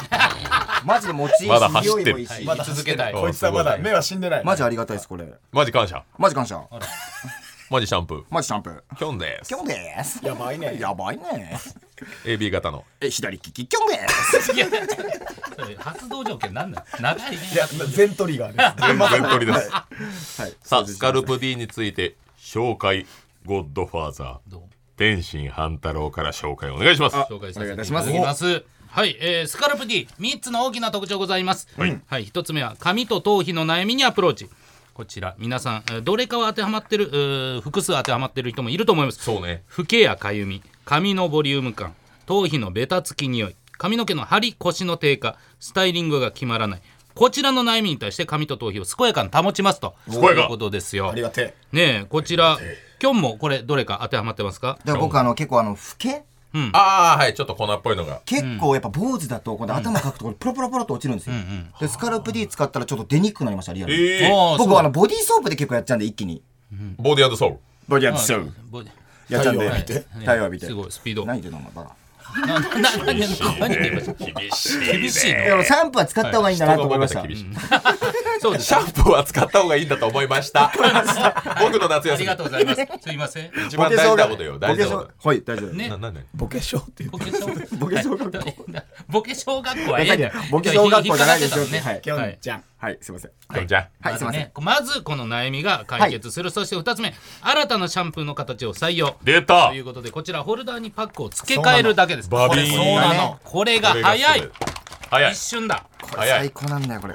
[SPEAKER 3] マジで持ちいい
[SPEAKER 1] まだ
[SPEAKER 3] し
[SPEAKER 1] 走っ
[SPEAKER 3] 匂
[SPEAKER 1] て
[SPEAKER 3] い
[SPEAKER 1] る
[SPEAKER 3] もいいし、
[SPEAKER 2] まだ続けたい
[SPEAKER 1] うん
[SPEAKER 4] こいつはまだ目は死んでない
[SPEAKER 3] マジありがたいですこれ
[SPEAKER 1] マジ感謝
[SPEAKER 3] マジ感謝
[SPEAKER 1] マジシャンプー
[SPEAKER 3] マジシャンプー
[SPEAKER 1] キョンです
[SPEAKER 3] キョンです
[SPEAKER 4] やばいね
[SPEAKER 3] やばいね
[SPEAKER 1] AB 型の
[SPEAKER 3] え左利きキョンです
[SPEAKER 2] いやそれ発動条件なんだ長いね
[SPEAKER 4] いや全トリガーです
[SPEAKER 1] 全然取りです
[SPEAKER 3] はい
[SPEAKER 1] さあスカルプ D について紹介ゴッドファーザー
[SPEAKER 2] どう
[SPEAKER 1] 天心半太郎から紹介お願いします
[SPEAKER 2] 紹介させていただきます。はい、えースカルプ D 三つの大きな特徴ございます。はい、一、つ目は髪と頭皮の悩みにアプローチ。こちら皆さんえーどれかは当てはまってるうー複数当てはまってる人もいると思います。
[SPEAKER 1] そうね
[SPEAKER 2] ふけやかゆみ、髪のボリューム感、頭皮のベタつき匂い、髪の毛の張り、腰の低下、スタイリングが決まらない。こちらの悩みに対して髪と頭皮を健やかに保ちますと。
[SPEAKER 1] 健やか
[SPEAKER 2] いうことですよ
[SPEAKER 4] あ。りがて
[SPEAKER 2] ねえ、こちら、今日もこれどれか当てはまってますか。
[SPEAKER 3] だから僕あの結構あの老け
[SPEAKER 1] ああはいちょっと粉っぽいのが
[SPEAKER 3] 結構やっぱ坊主だとこの頭かくところプロプロプロと落ちるんですよ、でスカルプ D 使ったらちょっと出にくくなりましたリアルに、
[SPEAKER 1] ええ
[SPEAKER 2] あー
[SPEAKER 3] 僕あのボディーソープで結構やっちゃうんで一気に
[SPEAKER 1] ボディソウル
[SPEAKER 3] ボディー
[SPEAKER 2] そうあぼ
[SPEAKER 3] やっちゃうん
[SPEAKER 4] 太陽
[SPEAKER 3] で
[SPEAKER 4] 浴びて
[SPEAKER 3] 太陽浴びて
[SPEAKER 2] すごいスピード。
[SPEAKER 3] 何言ってんのお前バ
[SPEAKER 1] 厳しい
[SPEAKER 2] 厳しい厳し
[SPEAKER 3] カ
[SPEAKER 2] い
[SPEAKER 3] いやシャンプーは使った方がいいんだなと思いました、
[SPEAKER 1] 厳しい
[SPEAKER 2] そうです
[SPEAKER 1] シャンプーは使った方がいいんだと思いま した僕の夏
[SPEAKER 2] あ
[SPEAKER 1] 休み
[SPEAKER 2] りがとうございますすいません
[SPEAKER 1] 一番大事なことよ大事なこ
[SPEAKER 3] はい大丈夫
[SPEAKER 1] と
[SPEAKER 2] ね
[SPEAKER 1] ななんだよ
[SPEAKER 6] ボケショーっていう
[SPEAKER 2] ボケ小学校
[SPEAKER 3] ボケ小学 校
[SPEAKER 2] ボケ小学校はええんだよ
[SPEAKER 3] ボケ小学校じゃないですよ
[SPEAKER 2] 引っかかって
[SPEAKER 4] えきょ
[SPEAKER 2] たもん
[SPEAKER 4] ん
[SPEAKER 2] ね
[SPEAKER 4] ちゃん
[SPEAKER 3] はいすいません
[SPEAKER 1] はいじゃあ
[SPEAKER 3] はいすい
[SPEAKER 2] まず
[SPEAKER 3] ません
[SPEAKER 2] ねまずこの悩みが解決するそして二つ目新たなシャンプーの形を採用
[SPEAKER 1] 出た
[SPEAKER 2] ということでこちらホルダーにパックを付け替えるだけです
[SPEAKER 1] バビーン
[SPEAKER 2] これそうなのこれが早い
[SPEAKER 1] 早い
[SPEAKER 2] 一瞬だ
[SPEAKER 1] 早
[SPEAKER 3] 最
[SPEAKER 1] い
[SPEAKER 3] 高なんだよこれ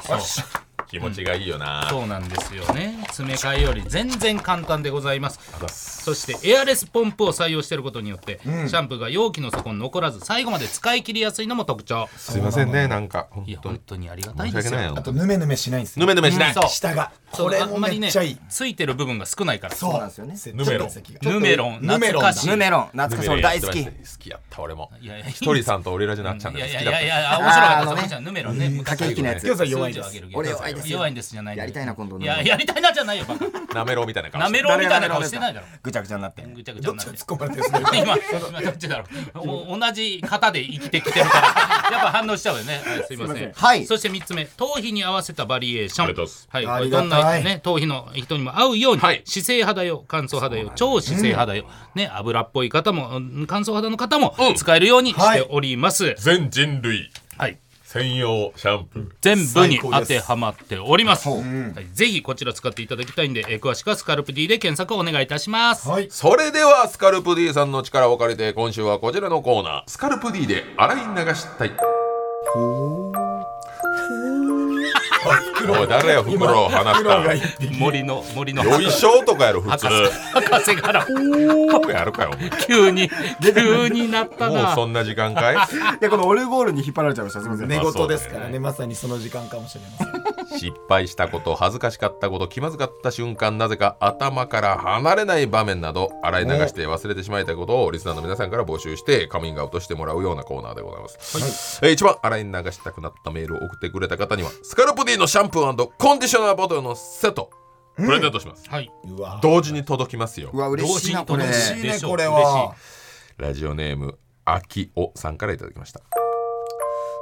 [SPEAKER 1] 気持ちがいいよな
[SPEAKER 2] そうなんですよね詰め替えより全然簡単でございます
[SPEAKER 1] あざっす
[SPEAKER 2] そしてエアレスポンプを採用していることによって、シャンプーが容器の底に残らず最後まで使い切りやすいのも特徴
[SPEAKER 1] すいませんねなんか本
[SPEAKER 2] いや
[SPEAKER 1] 当
[SPEAKER 2] 本
[SPEAKER 1] に
[SPEAKER 2] 当にありがた
[SPEAKER 1] 申
[SPEAKER 2] い
[SPEAKER 1] し
[SPEAKER 2] です
[SPEAKER 1] 訳
[SPEAKER 2] よ
[SPEAKER 1] ないよ
[SPEAKER 6] あとヌメヌメしないんです
[SPEAKER 1] ぬ
[SPEAKER 6] よ
[SPEAKER 1] めぬめしない
[SPEAKER 2] うんそう
[SPEAKER 6] 下が
[SPEAKER 2] そう
[SPEAKER 6] これ
[SPEAKER 2] あん
[SPEAKER 6] も
[SPEAKER 2] ま
[SPEAKER 6] め
[SPEAKER 2] りね
[SPEAKER 6] っちゃいい
[SPEAKER 2] ついてる部分が少ないから
[SPEAKER 6] そう
[SPEAKER 3] そうなんですよね
[SPEAKER 1] ヌメロン
[SPEAKER 2] ヌメロン
[SPEAKER 6] ヌメロン
[SPEAKER 2] 懐かしい
[SPEAKER 3] ヌメロン懐かしい俺大好
[SPEAKER 1] ヌメロン
[SPEAKER 3] き
[SPEAKER 1] やってました好きやった俺も
[SPEAKER 2] いやいや
[SPEAKER 1] ひとりさんとオリラジのあっちゃん
[SPEAKER 2] い
[SPEAKER 1] で
[SPEAKER 2] や
[SPEAKER 1] 好
[SPEAKER 2] い
[SPEAKER 1] き
[SPEAKER 2] や
[SPEAKER 1] だ
[SPEAKER 2] い
[SPEAKER 1] っ
[SPEAKER 2] や
[SPEAKER 1] た
[SPEAKER 2] いや面白か
[SPEAKER 3] あーあ
[SPEAKER 2] った
[SPEAKER 3] の
[SPEAKER 2] さっ
[SPEAKER 3] ね
[SPEAKER 2] きちゃんヌメロンね
[SPEAKER 3] 駆け引きのやつ
[SPEAKER 6] きょんさん弱
[SPEAKER 2] 弱
[SPEAKER 6] いで
[SPEAKER 2] いで
[SPEAKER 6] すす
[SPEAKER 3] 俺弱いです
[SPEAKER 2] 弱いんですじゃない
[SPEAKER 3] やりたいな今度
[SPEAKER 2] いややりたいなじゃないよバ カ
[SPEAKER 1] なめろみたいな顔
[SPEAKER 2] な
[SPEAKER 1] して
[SPEAKER 2] めろみたいな顔してないだろ
[SPEAKER 3] ぐちゃぐちゃになって
[SPEAKER 2] ぐちゃぐちゃ
[SPEAKER 6] どっ
[SPEAKER 2] にな
[SPEAKER 6] ち
[SPEAKER 2] っ
[SPEAKER 6] が
[SPEAKER 2] て
[SPEAKER 6] 突っ込まれてるんですか
[SPEAKER 2] 今今どっちだろうお同じ型で生きてきてるからやっぱ反応しちゃうよね、はい、すいますせん
[SPEAKER 3] いませんはい
[SPEAKER 2] そして3つ目頭皮に合わせたバリエーション
[SPEAKER 1] ありがとうございます
[SPEAKER 2] はい
[SPEAKER 6] あ
[SPEAKER 2] これ
[SPEAKER 6] り
[SPEAKER 2] ど
[SPEAKER 6] が
[SPEAKER 2] ん
[SPEAKER 6] た
[SPEAKER 2] ないね頭皮の人にも合うように、
[SPEAKER 1] はい
[SPEAKER 2] 姿勢肌用乾燥肌用超姿勢肌用、ね油っぽい方もうん乾燥肌の方も
[SPEAKER 1] うん
[SPEAKER 2] 使えるようにし
[SPEAKER 6] は
[SPEAKER 2] て
[SPEAKER 6] い
[SPEAKER 2] おります、
[SPEAKER 1] 全人類
[SPEAKER 2] はい
[SPEAKER 1] 専用シャンプー
[SPEAKER 2] 全部に当てはまっております、はい、ぜひこちら使っていただきたいんで、えー詳しくはスカルプ D で検索をお願いいたします、
[SPEAKER 4] はい
[SPEAKER 1] それではスカルプ D さんの力を借りて今週はこちらのコーナースカルプ D で洗い流したいおい誰やフクロウ話
[SPEAKER 4] 黒が一
[SPEAKER 1] し
[SPEAKER 4] 匹
[SPEAKER 2] 森の森の
[SPEAKER 1] たよいしょとかやろ普通
[SPEAKER 2] 博士博士から
[SPEAKER 1] やるかよお前
[SPEAKER 2] 急に急になった
[SPEAKER 1] もう
[SPEAKER 2] な
[SPEAKER 1] そんな時間かい
[SPEAKER 3] でこのオルゴールに引っ張られちゃいましたすみません、
[SPEAKER 6] 寝言ですから
[SPEAKER 1] まあそうだよ
[SPEAKER 6] ね
[SPEAKER 1] ね
[SPEAKER 6] まさにその時間かもしれません
[SPEAKER 1] 失敗したこと恥ずかしかったこと気まずかった瞬間なぜか頭から離れない場面など洗い流して忘れてしまいたことをリスナーの皆さんから募集してカミングアウトしてもらうようなコーナーでございます、えー一番洗い流したくなったメールを送ってくれた方にはスカルプ D のシャンプーコンディショナーボトルのセットプレゼントします、
[SPEAKER 2] はい、
[SPEAKER 6] うわ
[SPEAKER 1] 同時に届きますよ
[SPEAKER 3] うわ嬉しいなこれ
[SPEAKER 2] 同時に
[SPEAKER 4] 嬉しい
[SPEAKER 2] で
[SPEAKER 4] ね
[SPEAKER 2] しょう
[SPEAKER 4] これは
[SPEAKER 1] ラジオネームあきおさんからいただきました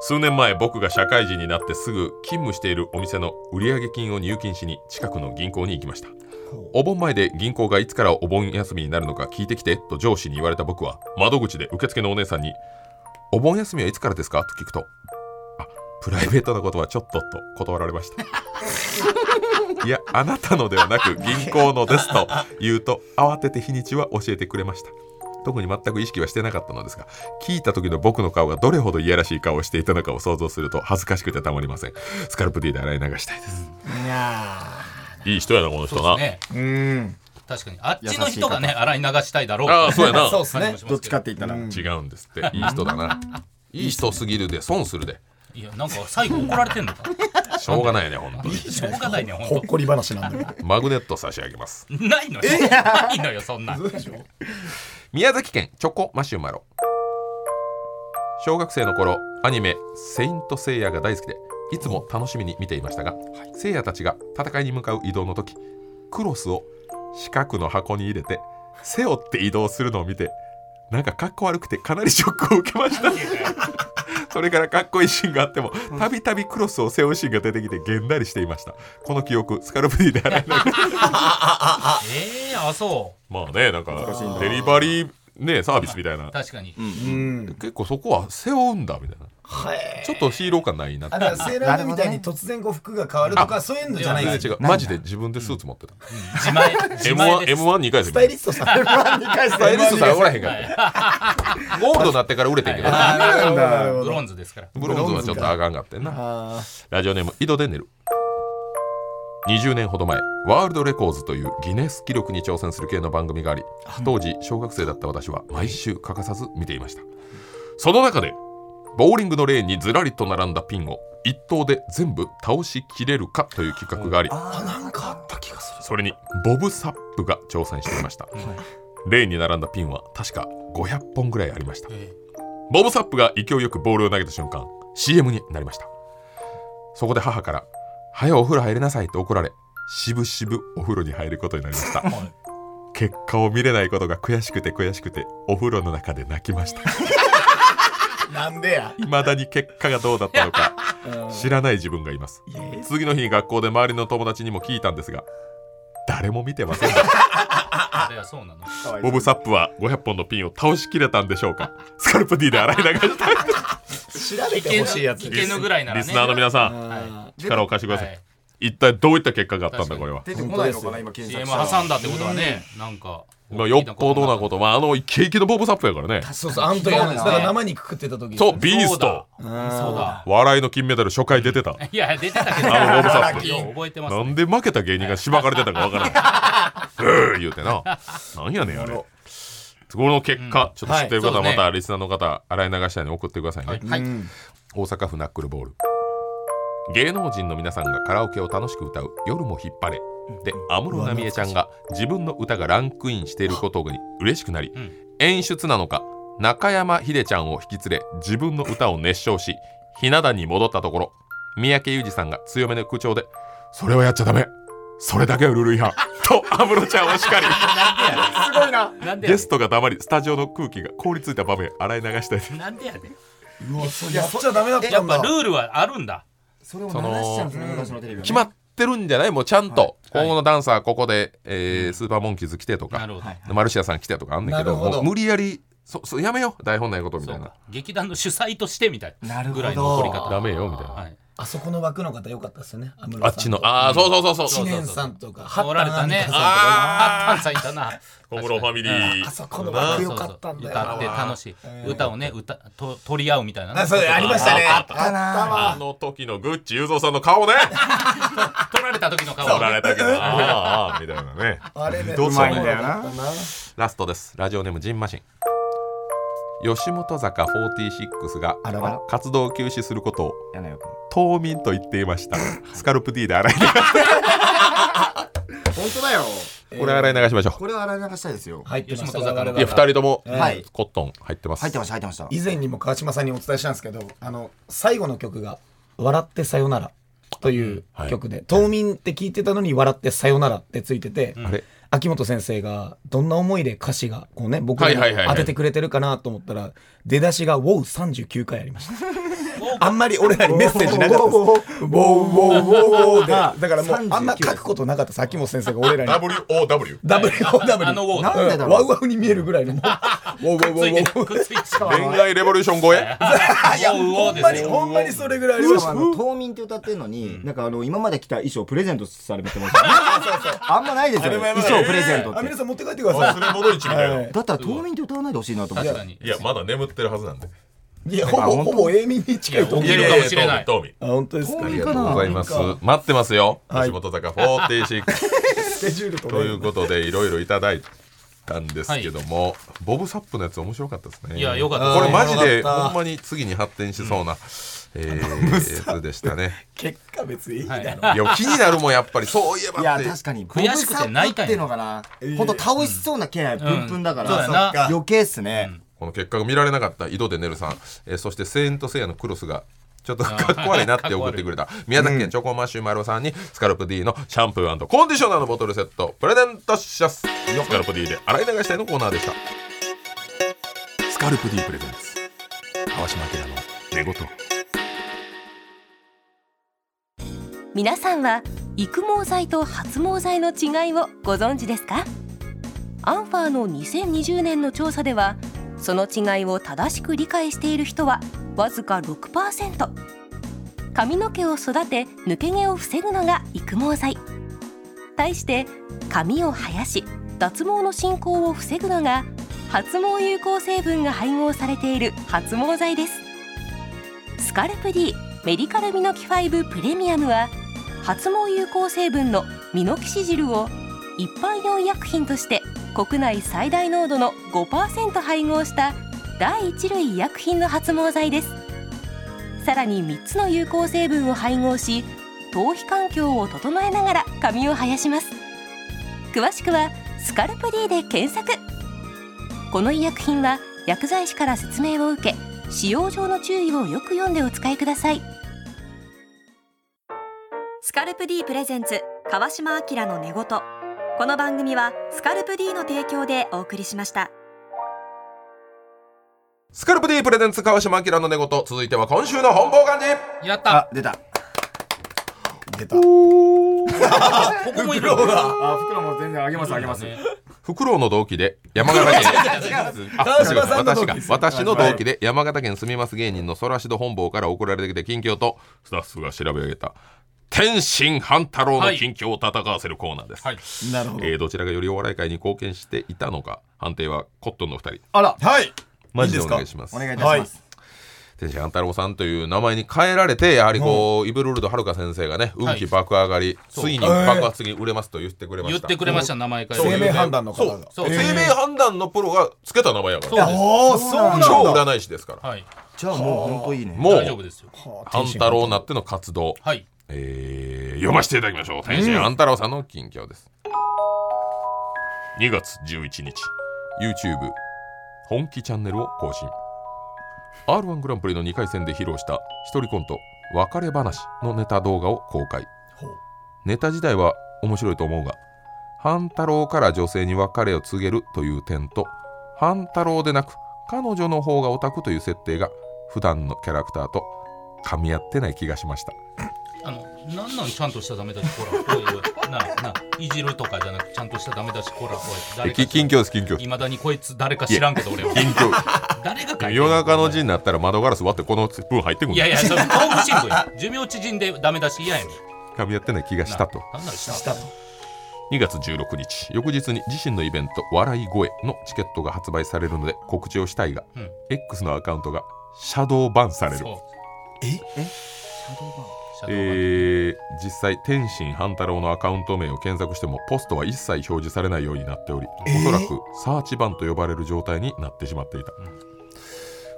[SPEAKER 1] 数年前僕が社会人になってすぐ勤務しているお店の売上金を入金しに近くの銀行に行きましたお盆前で銀行がいつからお盆休みになるのか聞いてきてと上司に言われた僕は窓口で受付のお姉さんに「お盆休みはいつからですか?」と聞くと「あプライベートなことはちょっと」と断られましたいやあなたのではなく銀行のですと言うと慌てて日にちは教えてくれました特に全く意識はしてなかったのですが聞いた時の僕の顔がどれほどいやらしい顔をしていたのかを想像すると恥ずかしくてたまりませんスカルプ D で洗い流したいです
[SPEAKER 6] いや
[SPEAKER 1] いい人やなこの人
[SPEAKER 2] そう
[SPEAKER 1] な、
[SPEAKER 2] ですね
[SPEAKER 6] うん
[SPEAKER 2] 確かにあっちの人がね洗い流したいだろう
[SPEAKER 1] ああそうやな
[SPEAKER 6] そうっす
[SPEAKER 2] 感じ
[SPEAKER 6] ね
[SPEAKER 2] もしますけ
[SPEAKER 3] どっちかって言ったら、
[SPEAKER 1] 違うんですっていい人だないい人すぎるで損するで
[SPEAKER 2] いやなんか最後怒られてんのか
[SPEAKER 1] しょうがないね本当に
[SPEAKER 2] しょうがないね
[SPEAKER 6] ほっ
[SPEAKER 2] 本
[SPEAKER 6] こり話なんだよ
[SPEAKER 1] マグネット差し上げます
[SPEAKER 2] 当ないのよないのよそんな
[SPEAKER 1] 宮崎県チョコマシュマロ小学生の頃アニメ「セイント・セイヤ」が大好きでいつも楽しみに見ていましたが、セイヤたちが戦いに向かう移動の時クロスを四角の箱に入れて背負って移動するのを見てなんかかっこ悪くてかなりショックを受けましたそれからかっこいいシーンがあってもたびたびクロスを背負うシーンが出てきてげんなりしていましたこの記憶スカルプ D で洗い流 し
[SPEAKER 2] ええあそ
[SPEAKER 1] まあねなんかデリバリーねサービスみたいな
[SPEAKER 2] う確かに
[SPEAKER 1] 結構そこは背負うんだみたいな
[SPEAKER 6] はい
[SPEAKER 1] ちょっとヒーロー感ないなって
[SPEAKER 6] あだからセーラームーンみたいに突然こう服が変わるとかそういうのじゃないん
[SPEAKER 1] 全
[SPEAKER 6] です
[SPEAKER 1] 然違うマジで自分でスーツ持ってた
[SPEAKER 2] 自前自
[SPEAKER 1] m
[SPEAKER 2] 前
[SPEAKER 1] 1
[SPEAKER 2] です
[SPEAKER 1] m 1二回戦
[SPEAKER 6] ス
[SPEAKER 1] ス
[SPEAKER 6] タイリストさん
[SPEAKER 1] タイリストさんおらへんからゴールドになってから売れてんけど
[SPEAKER 6] なんだ
[SPEAKER 2] ブロンズですから
[SPEAKER 1] ブロンズはちょっとあがんがってんな
[SPEAKER 6] あ
[SPEAKER 1] ラジオネーム井戸で寝る20年ほど前ワールドレコーズというギネス記録に挑戦する系の番組があり当時小学生だった私は毎週欠かさず見ていましたその中でボーリングのレーンにずらりと並んだピンを一投で全部倒しきれるかという企画があり
[SPEAKER 6] ーあなんかあった気がす
[SPEAKER 1] それにボブ・サップが挑戦していました、レーンに並んだピンは確か500本ぐらいありました、
[SPEAKER 2] え
[SPEAKER 1] ボブ・サップが勢いよくボールを投げた瞬間 CM になりましたそこで母から「早お風呂入りなさい」と怒られしぶしぶお風呂に入ることになりました
[SPEAKER 2] はい
[SPEAKER 1] 結果を見れないことが悔しくて悔しくてお風呂の中で泣きました
[SPEAKER 6] るなんでや
[SPEAKER 1] 未だに結果がどうだったのか知らない自分がいます次の日に学校で周りの友達にも聞いたんですが誰も見てませんでした
[SPEAKER 2] あれはそうなの
[SPEAKER 1] ボブ・サップは500本のピンを倒しきれたんでしょう かスカルプ D で洗い流したい
[SPEAKER 6] 調べてほしいやつ
[SPEAKER 2] いけぬぐらいなら
[SPEAKER 1] リ
[SPEAKER 2] ね
[SPEAKER 1] スナーの皆さん
[SPEAKER 6] あ
[SPEAKER 1] 力を貸してくださ
[SPEAKER 2] はい
[SPEAKER 1] い一体どういった結果があったんだこれは
[SPEAKER 3] 出てこないのかな今検
[SPEAKER 2] CM
[SPEAKER 3] 索し
[SPEAKER 2] 挟
[SPEAKER 3] たら
[SPEAKER 2] んだってことはねなんか
[SPEAKER 1] まあよっぽどなことまああのイケイケのボブ・サップやからね
[SPEAKER 6] ーそうそうあの時あのだから生肉食ってた時
[SPEAKER 1] そうビースト
[SPEAKER 2] そうだ
[SPEAKER 1] 笑いの金メダル初回出てた
[SPEAKER 2] いや出てたけど
[SPEAKER 1] あのボブサップ
[SPEAKER 2] よう覚えてます
[SPEAKER 1] な
[SPEAKER 2] ね
[SPEAKER 1] んで負けた芸人がしばかれてたかわからな い。うー言うてな。なんやねんあれ。この結果、ちょっと知ってる方は
[SPEAKER 2] はいそうで
[SPEAKER 1] ます
[SPEAKER 2] ね
[SPEAKER 1] たリスナーの方、洗い流したいに送ってくださいね。
[SPEAKER 2] はい
[SPEAKER 1] 大阪府ナックルボール。芸能人の皆さんがカラオケを楽しく歌う「夜も引っ張れ」で安室奈美恵ちゃんが自分の歌がランクインしていることに嬉しくなり、
[SPEAKER 2] ん
[SPEAKER 1] 演出なのか中山秀ちゃんを引き連れ自分の歌を熱唱しひな壇に戻ったところ三宅裕二さんが強めの口調で「それはやっちゃダメそれだけはルール違反」と安室ちゃんを叱り
[SPEAKER 3] すごい
[SPEAKER 2] な
[SPEAKER 3] な
[SPEAKER 2] んでや
[SPEAKER 1] ゲ
[SPEAKER 2] ね
[SPEAKER 1] ストが黙りスタジオの空気が凍りついた場面洗い流したいです
[SPEAKER 2] んなんでやねん
[SPEAKER 6] やっちゃダメだっ
[SPEAKER 2] や
[SPEAKER 6] た
[SPEAKER 2] っ
[SPEAKER 6] ん
[SPEAKER 2] ぱ
[SPEAKER 6] だ
[SPEAKER 2] ルールはあるんだ
[SPEAKER 3] それを流しちゃうんですね昔のテレビはね
[SPEAKER 1] 決まってるんじゃないもうちゃんと、今後のダンサーここで、えースーパーモンキーズ来てとか
[SPEAKER 2] なるほど
[SPEAKER 1] マルシアさん来てとかあんねん
[SPEAKER 6] な
[SPEAKER 1] けど
[SPEAKER 6] るほど
[SPEAKER 1] もう無理やりそそうやめよう台本ないことみたいな
[SPEAKER 2] 劇団の主催としてみたいな
[SPEAKER 3] なるほど
[SPEAKER 2] ぐらいの怒り
[SPEAKER 1] ダ
[SPEAKER 2] 方、
[SPEAKER 1] メよみたいな
[SPEAKER 2] はい、
[SPEAKER 4] あそこの枠の方良かったですよね安室さん
[SPEAKER 1] あっちのああそうそうそうそ
[SPEAKER 4] 知
[SPEAKER 1] う
[SPEAKER 4] 念さんとか
[SPEAKER 2] おられたね
[SPEAKER 4] 八田さんとか
[SPEAKER 2] ああーハッタンさんいたな
[SPEAKER 1] 小室ファミリー
[SPEAKER 4] あそこの枠良かったんだよ
[SPEAKER 2] 歌って楽しい、歌をね歌と取り合うみたいなね、
[SPEAKER 4] あそうありましたねあったわ
[SPEAKER 1] あの時のグッチ雄三さんの顔ね
[SPEAKER 2] 取られた時の顔
[SPEAKER 1] 取られたけどあーあーみたいなね
[SPEAKER 4] あれね
[SPEAKER 1] どう
[SPEAKER 4] う
[SPEAKER 1] ぞ
[SPEAKER 4] まいんだよな
[SPEAKER 1] ラストですラジオネームジンマシン吉本坂46が
[SPEAKER 3] あらら
[SPEAKER 1] 活動を休止することを
[SPEAKER 3] 嫌な予感
[SPEAKER 1] 冬眠と言っていましたスカルプ D で洗い流し
[SPEAKER 3] 本当だよ
[SPEAKER 1] これ洗い流しましょう
[SPEAKER 3] これは洗い流したいですよ
[SPEAKER 4] 入ってました
[SPEAKER 2] 吉本坂の
[SPEAKER 1] いや二人とも
[SPEAKER 3] はい
[SPEAKER 1] コットン入ってます
[SPEAKER 3] 入ってました入ってました
[SPEAKER 4] 以前にも川島さんにお伝えしたんですけどあの最後の曲が「笑ってさよなら」という
[SPEAKER 1] はい
[SPEAKER 4] 曲で「冬眠」って聞いてたのに「笑ってさよなら」ってついてて、
[SPEAKER 1] あれ
[SPEAKER 4] 秋元先生がどんな思いで歌詞がこうね僕
[SPEAKER 1] は
[SPEAKER 4] に
[SPEAKER 1] いはいはいはい
[SPEAKER 4] 当ててくれてるかなと思ったら出だしが「ウォウ39回ありましたあんまり俺らにメッセージなかったです「ウォウウォウウォウウォウ」でだからもうあんま書くことなかったです秋元先生が俺らに
[SPEAKER 1] WOW
[SPEAKER 4] WOW
[SPEAKER 2] あのウォウ
[SPEAKER 3] なんでだろう
[SPEAKER 4] ワウワウに見えるぐらいのもうウォウウォウウ
[SPEAKER 2] ついて
[SPEAKER 4] ォウ
[SPEAKER 2] るくっついてる
[SPEAKER 1] 恋愛レボリューション超え
[SPEAKER 2] いやほ
[SPEAKER 4] ほんまにほんまにそれぐらいありま
[SPEAKER 3] し
[SPEAKER 4] し
[SPEAKER 3] か
[SPEAKER 4] た
[SPEAKER 3] もあの冬眠って歌ってるのに、なんかあの今まで着た衣装プレゼントされてましたねあんまないですよ衣装プレゼントっ
[SPEAKER 4] あ皆
[SPEAKER 3] て
[SPEAKER 4] さん持って帰ってください
[SPEAKER 1] 忘れ戻りちみたいな
[SPEAKER 4] はい
[SPEAKER 3] だったら冬眠って歌わないでほしいなと思って
[SPEAKER 2] 確かに
[SPEAKER 1] いやまだ眠ってるはずなんで
[SPEAKER 4] いやほぼほぼ永眠に近いと思う
[SPEAKER 2] いやいやかもしれない
[SPEAKER 1] 冬眠
[SPEAKER 4] あ本当です
[SPEAKER 1] あ
[SPEAKER 4] か
[SPEAKER 1] りがとうございます待ってますよ
[SPEAKER 4] はい
[SPEAKER 1] 吉本坂46
[SPEAKER 4] スケジュールと
[SPEAKER 1] と
[SPEAKER 4] ね
[SPEAKER 1] いうことでいろいろいただいたんですけども、ボブサップのやつ面白かったですね
[SPEAKER 2] いやよかった
[SPEAKER 1] これマジで
[SPEAKER 4] よかった
[SPEAKER 1] ほんまに次に発展しそうな、えーやつでしたね
[SPEAKER 4] 結果別にいい
[SPEAKER 2] は
[SPEAKER 4] だ
[SPEAKER 2] い
[SPEAKER 4] ろ
[SPEAKER 1] いや気になるもんやっぱりそういえ
[SPEAKER 3] い
[SPEAKER 1] ばっ
[SPEAKER 3] や
[SPEAKER 1] て
[SPEAKER 3] 確かに
[SPEAKER 2] 悔しくて泣いたんや
[SPEAKER 3] ボブサップっていうのかな本当倒しそうな気配プンプンだか
[SPEAKER 2] うんそうや
[SPEAKER 3] ら
[SPEAKER 2] な
[SPEAKER 3] 余計っすね
[SPEAKER 1] この結果が見られなかった井戸でねるさん、えーそしてセイントセイヤのクロスがちょっとかっこ悪いなって送ってくれた宮崎県チョコマッシュマロさんにスカルプ D のシャンプーコンディショナーのボトルセットプレゼントしますスカルプ D で洗い流したいのコーナーでしたスカルプ D プレゼンツ川島明の寝言
[SPEAKER 5] 皆さんは育毛剤と発毛剤の違いをご存知ですかアンファーの2020年の調査ではその違いを正しく理解している人はわずか6%髪の毛を育て抜け毛を防ぐのが育毛剤対して髪を生やし脱毛の進行を防ぐのが発毛有効成分が配合されている発毛剤ですスカルプ D メディカルミノキ5プレミアムは発毛有効成分のミノキシジルを一般用医薬品として国内最大濃度の5%配合した第一類医薬品の発毛剤ですさらに3つの有効成分を配合し頭皮環境を整えながら髪を生やします詳しくは「スカルプ D」で検索この医薬品は薬剤師から説明を受け使用上の注意をよく読んでお使いください
[SPEAKER 7] スカルプ D プレゼンツ川島明の寝言この番組はスカルプ D の提供でお送りしました
[SPEAKER 1] スカルプ D プレゼンツ川島明の寝言続いては今週の本望漢字
[SPEAKER 2] やった
[SPEAKER 3] あ出た
[SPEAKER 4] 出た
[SPEAKER 2] ここもいるのが
[SPEAKER 3] あ袋も全然あげますあげます
[SPEAKER 1] フクロウの同期で山形県あ
[SPEAKER 4] 川島さんの同
[SPEAKER 1] 私
[SPEAKER 4] 期
[SPEAKER 1] が
[SPEAKER 4] です
[SPEAKER 1] 私の同期で山形県住みます芸人のソラシド本坊から送られてきて近況とスタッフが調べ上げた天心半太郎の近況を戦わせるコーナーです、
[SPEAKER 2] はい
[SPEAKER 4] なるほど
[SPEAKER 1] えーどちらがよりお笑い界に貢献していたのか判定はコットンの2人
[SPEAKER 3] あら
[SPEAKER 4] はい
[SPEAKER 1] マジ
[SPEAKER 4] い
[SPEAKER 1] でお
[SPEAKER 4] いですか
[SPEAKER 1] 願いします
[SPEAKER 3] お願いいたします
[SPEAKER 1] 天心半太郎さんという名前に変えられてやはりこう、イブルルドはるか先生がね運気爆上がり、ついに爆発的に売れますと言ってくれまし
[SPEAKER 2] 言ったてくれました名前変
[SPEAKER 1] そう
[SPEAKER 2] え
[SPEAKER 4] 生
[SPEAKER 2] て
[SPEAKER 4] 命判断の方が
[SPEAKER 2] そう
[SPEAKER 1] 生命判断のプロがつけた名前やか
[SPEAKER 2] そう
[SPEAKER 1] ら
[SPEAKER 2] です
[SPEAKER 4] ああそうなんだ
[SPEAKER 1] 超占い師ですから
[SPEAKER 2] はい
[SPEAKER 3] じゃあもう本当いいね
[SPEAKER 1] もう
[SPEAKER 2] 大丈夫ですよ
[SPEAKER 1] 半太郎なっての活動、
[SPEAKER 2] はい
[SPEAKER 1] えー読ませていただきましょう天心半太郎さんの近況です、2月11日 YouTube 本気チャンネルを更新 r 1グランプリの2回戦で披露した一人コント「別れ話」のネタ動画を公開
[SPEAKER 4] ほう
[SPEAKER 1] ネタ自体は面白いと思うが半太郎から女性に別れを告げるという点と半太郎でなく彼女の方がオタクという設定が普段のキャラクターと噛み合ってない気がしました
[SPEAKER 2] あのなんなんちゃんとしたダメだし、こら、おいおい、なあ、なあ、いじるとかじゃなく、ちゃんとしたダメだし、こら、おい、誰か
[SPEAKER 1] き近況です近況
[SPEAKER 2] いまだにこいつ誰か知らんけど、俺は。
[SPEAKER 1] 近況
[SPEAKER 2] 誰が書いてん
[SPEAKER 1] 夜中の字になったら窓ガラス割ってこのスプーン入ってくる
[SPEAKER 2] いやいや、それ、東部新聞や。寿命縮んでダメだし、嫌やねん。
[SPEAKER 1] 噛み合ってない気がしたと
[SPEAKER 2] なんならしたと。
[SPEAKER 1] 2月16日翌日に自身のイベント「笑い声」のチケットが発売されるので告知をしたいが、
[SPEAKER 2] うん
[SPEAKER 1] X のアカウントがシャドーバンされる
[SPEAKER 2] そう。ええ
[SPEAKER 1] えー実際天心半太郎のアカウント名を検索してもポストは一切表示されないようになっており、おそらくサーチ版と呼ばれる状態になってしまっていた、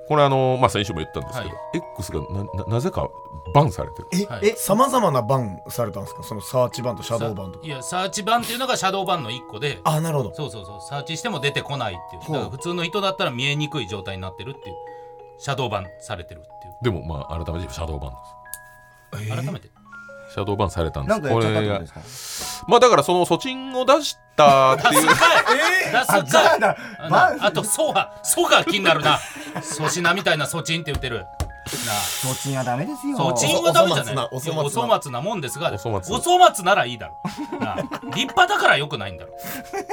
[SPEAKER 1] これあのまあ先週も言ったんですけど、
[SPEAKER 2] は
[SPEAKER 1] X がなななぜかバンされてる
[SPEAKER 6] え、
[SPEAKER 2] はい
[SPEAKER 6] え、さまざまなバンされたんですか、そのサーチバンとシャドーバンとか
[SPEAKER 2] い。や、サーチ版っていうのがシャドー版の一個で、
[SPEAKER 6] あ、なるほど。
[SPEAKER 2] そうそうそう、サーチしても出てこないっていう。だから普通の人だったら見えにくい状態になってるっていう。シャドー版されてるっていう。
[SPEAKER 1] でもまあ改めてシャドーバンで
[SPEAKER 2] 改めて。
[SPEAKER 1] すシャドーバンされたんで
[SPEAKER 3] な
[SPEAKER 1] す
[SPEAKER 3] んかやっちゃったってこ
[SPEAKER 1] こ
[SPEAKER 3] とで
[SPEAKER 1] れ
[SPEAKER 3] す
[SPEAKER 1] が
[SPEAKER 3] か
[SPEAKER 1] まあだからその措置金を出したっていう
[SPEAKER 2] 出すかい
[SPEAKER 3] あだ
[SPEAKER 2] あ
[SPEAKER 3] バ
[SPEAKER 2] なあ と、ソが、ソが気になるな。粗品みたいなソチンって言ってる。な
[SPEAKER 3] 提灯はダメですよ
[SPEAKER 2] あ、ソチンはダメじゃない。いや
[SPEAKER 6] お
[SPEAKER 2] お
[SPEAKER 6] 粗末なお粗末な
[SPEAKER 2] 粗末なもんですが、お
[SPEAKER 1] お粗末
[SPEAKER 2] 粗末ならいいだろ。なあ立派だから良くないんだろ。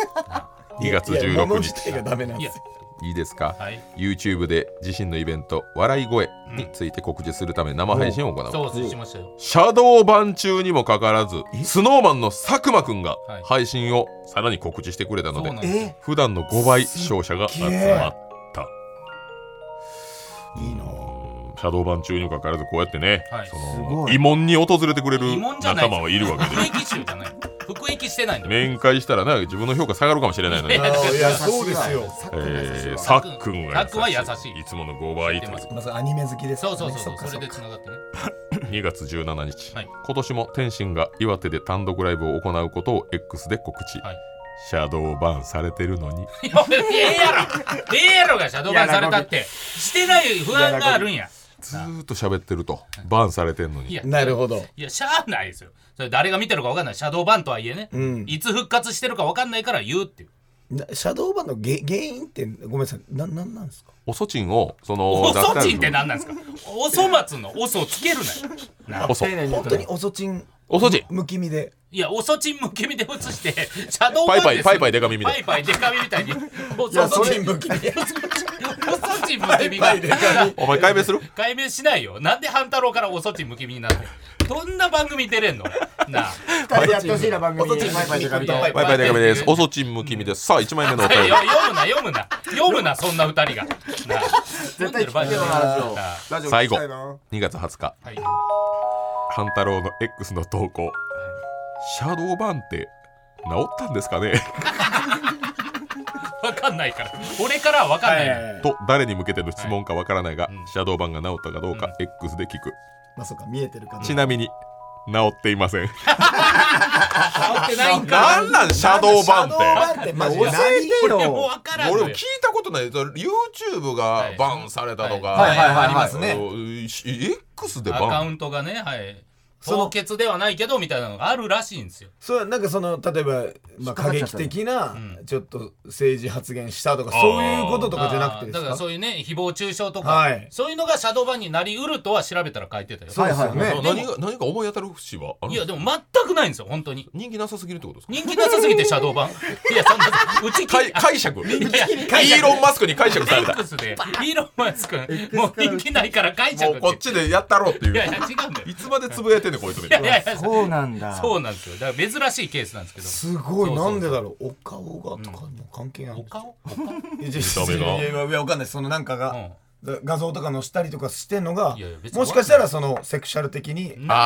[SPEAKER 1] 2月
[SPEAKER 6] いや物
[SPEAKER 1] 16
[SPEAKER 6] 自体が
[SPEAKER 1] 日
[SPEAKER 6] ダメなん
[SPEAKER 2] い
[SPEAKER 6] で
[SPEAKER 2] や
[SPEAKER 6] すよ。、
[SPEAKER 1] いいですか、
[SPEAKER 2] はい
[SPEAKER 1] YouTube で自身のイベント「笑い声」について告知するため生配信を行う、
[SPEAKER 2] そうしましたよ。
[SPEAKER 1] シャドー版中にもかかわらず SnowMan の佐久間くんが
[SPEAKER 2] はい
[SPEAKER 1] 配信をさらに告知してくれたの
[SPEAKER 2] そう
[SPEAKER 1] で、
[SPEAKER 2] なんですよ。
[SPEAKER 1] 普段の5倍視聴者が集まった
[SPEAKER 6] いいな。
[SPEAKER 1] シャドー版中にもかかわらずこうやってね、
[SPEAKER 2] はい
[SPEAKER 1] そ
[SPEAKER 3] す
[SPEAKER 1] の
[SPEAKER 3] ごい
[SPEAKER 1] 慰問に訪れてくれる
[SPEAKER 2] 疑問じゃない
[SPEAKER 1] 仲間はいるわ けで
[SPEAKER 2] 服役集じゃない。服役してないんだよ。
[SPEAKER 1] 面会したらな自分の評価下がるかもしれないのに
[SPEAKER 2] いや
[SPEAKER 6] あーいや、
[SPEAKER 3] 優しいわ
[SPEAKER 6] そうですよ。
[SPEAKER 1] えーさっくんが
[SPEAKER 2] さっくんは優しい
[SPEAKER 1] いつもの5倍と
[SPEAKER 2] 知ってます
[SPEAKER 6] まずアニメ好きですか
[SPEAKER 2] そ
[SPEAKER 6] ら
[SPEAKER 2] う
[SPEAKER 6] ね。
[SPEAKER 2] そうそうそう
[SPEAKER 6] っか
[SPEAKER 2] そ
[SPEAKER 6] っ
[SPEAKER 2] れ
[SPEAKER 6] か
[SPEAKER 2] で繋がってね。
[SPEAKER 1] 2月17日、
[SPEAKER 2] はい
[SPEAKER 1] 今年も天心が岩手で単独ライブを行うことを X で告知、
[SPEAKER 2] はい
[SPEAKER 1] シャドーバンされてるのに
[SPEAKER 2] いやええやろええやろがシャドーバンされたってしてない不安があるんや
[SPEAKER 1] ずーっと喋ってるとバンされてるの
[SPEAKER 2] い
[SPEAKER 1] に
[SPEAKER 2] や
[SPEAKER 6] なるほど。
[SPEAKER 2] いやしゃあないですよそれ誰が見てるか分かんないシャドーバンとはいえね、
[SPEAKER 6] うん
[SPEAKER 2] いつ復活してるか分かんないから言うっていう
[SPEAKER 6] なシャドーバンのげ原因って、ごめんなさい、ななんなんですか。
[SPEAKER 1] おそちんをその
[SPEAKER 2] おそちんって
[SPEAKER 1] な
[SPEAKER 2] 何なんですかおそ松のおそをつけるなよな
[SPEAKER 1] おそ
[SPEAKER 6] 本当におそちん。
[SPEAKER 1] おそちん
[SPEAKER 6] むきみで。
[SPEAKER 2] いやおそちんむきみで映してシャドー
[SPEAKER 1] パ
[SPEAKER 2] バン
[SPEAKER 1] イパイ
[SPEAKER 2] です
[SPEAKER 1] パイパイデカ耳で
[SPEAKER 2] パイパイデカミみたいにお
[SPEAKER 6] お
[SPEAKER 2] そ
[SPEAKER 6] そ
[SPEAKER 2] ち
[SPEAKER 6] ち
[SPEAKER 2] ん
[SPEAKER 6] ん
[SPEAKER 2] む
[SPEAKER 6] むきみで。
[SPEAKER 2] きみが
[SPEAKER 1] お前解明する
[SPEAKER 2] 解明しないよなんで半太郎からおそちんむきみになるのどんな番組出れんのなあ
[SPEAKER 3] 二人でやってほしいな番組
[SPEAKER 6] おそちん
[SPEAKER 3] バイバイでかみ
[SPEAKER 2] いや
[SPEAKER 1] パイパイデカ耳ですおそちんむきみですさあ1枚目のお
[SPEAKER 2] いや
[SPEAKER 1] 便
[SPEAKER 2] い
[SPEAKER 1] り
[SPEAKER 2] や読むな読むな読むなそんな二人が絶
[SPEAKER 3] 絶対聞きたいなラジオラジオ聞きた
[SPEAKER 1] 最
[SPEAKER 3] い
[SPEAKER 1] 後
[SPEAKER 3] な
[SPEAKER 1] 2月20日
[SPEAKER 2] はい
[SPEAKER 1] 半太郎の X の投稿シャドーバンって治ったんですかね
[SPEAKER 2] 分かんないから俺からは分かんないの
[SPEAKER 1] と誰に向けての質問かわからないが、シャドーバンが治ったかどうか X で聞く、
[SPEAKER 6] まあ、そうか、見えてるか。
[SPEAKER 1] ちなみに治っていません。
[SPEAKER 2] 治ってないんか
[SPEAKER 1] なんなんシャドーバンっ
[SPEAKER 6] って。マジ
[SPEAKER 3] 教
[SPEAKER 6] で。
[SPEAKER 3] えて
[SPEAKER 2] 俺も
[SPEAKER 3] よ
[SPEAKER 2] 分か
[SPEAKER 1] て。
[SPEAKER 2] らんの
[SPEAKER 1] 俺
[SPEAKER 2] よ
[SPEAKER 1] も聞いたことない。それ YouTube がバンされたとか、
[SPEAKER 3] はいはいはい
[SPEAKER 6] ありますね。
[SPEAKER 1] いし X で
[SPEAKER 2] アカ
[SPEAKER 1] バ
[SPEAKER 2] ウ
[SPEAKER 1] ン。
[SPEAKER 2] ントがねはい
[SPEAKER 6] の
[SPEAKER 2] 凍結ではないけどみたいなのがあるらしいんですよ
[SPEAKER 6] そうなんかその例えば、まあ、過激的なちょっと政治発言したとか、
[SPEAKER 1] あー
[SPEAKER 6] そういうこととかじゃなくて
[SPEAKER 2] あー
[SPEAKER 6] です
[SPEAKER 2] だ
[SPEAKER 6] か
[SPEAKER 2] からそういうね誹謗中傷とか、
[SPEAKER 6] はい
[SPEAKER 2] そういうのがシャドーバンになりうるとは調べたら書いてたよ
[SPEAKER 6] そうですよね、
[SPEAKER 3] はい
[SPEAKER 1] 何が何か思い当たる節はあるん
[SPEAKER 2] い
[SPEAKER 1] です
[SPEAKER 2] や
[SPEAKER 1] か
[SPEAKER 2] でも全くないんですよ本当に
[SPEAKER 1] 人気なさすぎるってことですか
[SPEAKER 2] 人気なさすぎてシャドーバンいやそんなうち
[SPEAKER 1] 解解釈。イ
[SPEAKER 2] いや
[SPEAKER 1] ーロン・マスクに解釈された。
[SPEAKER 2] X でイーロン・マスクもう人気ないから解
[SPEAKER 1] も
[SPEAKER 2] 釈
[SPEAKER 1] うこっちでやったろうってい
[SPEAKER 2] いやいや
[SPEAKER 1] う。
[SPEAKER 2] 違うんだよ
[SPEAKER 1] いつまでつぶやいてんねんこいつみ
[SPEAKER 2] い
[SPEAKER 1] た
[SPEAKER 2] や
[SPEAKER 1] い
[SPEAKER 2] い
[SPEAKER 1] な。
[SPEAKER 2] やいやそう
[SPEAKER 3] そうなんだ
[SPEAKER 2] そうなんですよだから珍しいケースなんですけど
[SPEAKER 6] すごい
[SPEAKER 2] そうそう
[SPEAKER 6] なんでだろうお顔がとかも関係ない、
[SPEAKER 2] お顔
[SPEAKER 6] いやいや
[SPEAKER 1] ダメ
[SPEAKER 6] いや
[SPEAKER 1] だ
[SPEAKER 6] いやいやわかんないそのなんかが、画像とか載せたりとかしてんのが
[SPEAKER 2] いやいや別に
[SPEAKER 6] もしかしたらそのセクシャル的に問題
[SPEAKER 1] あ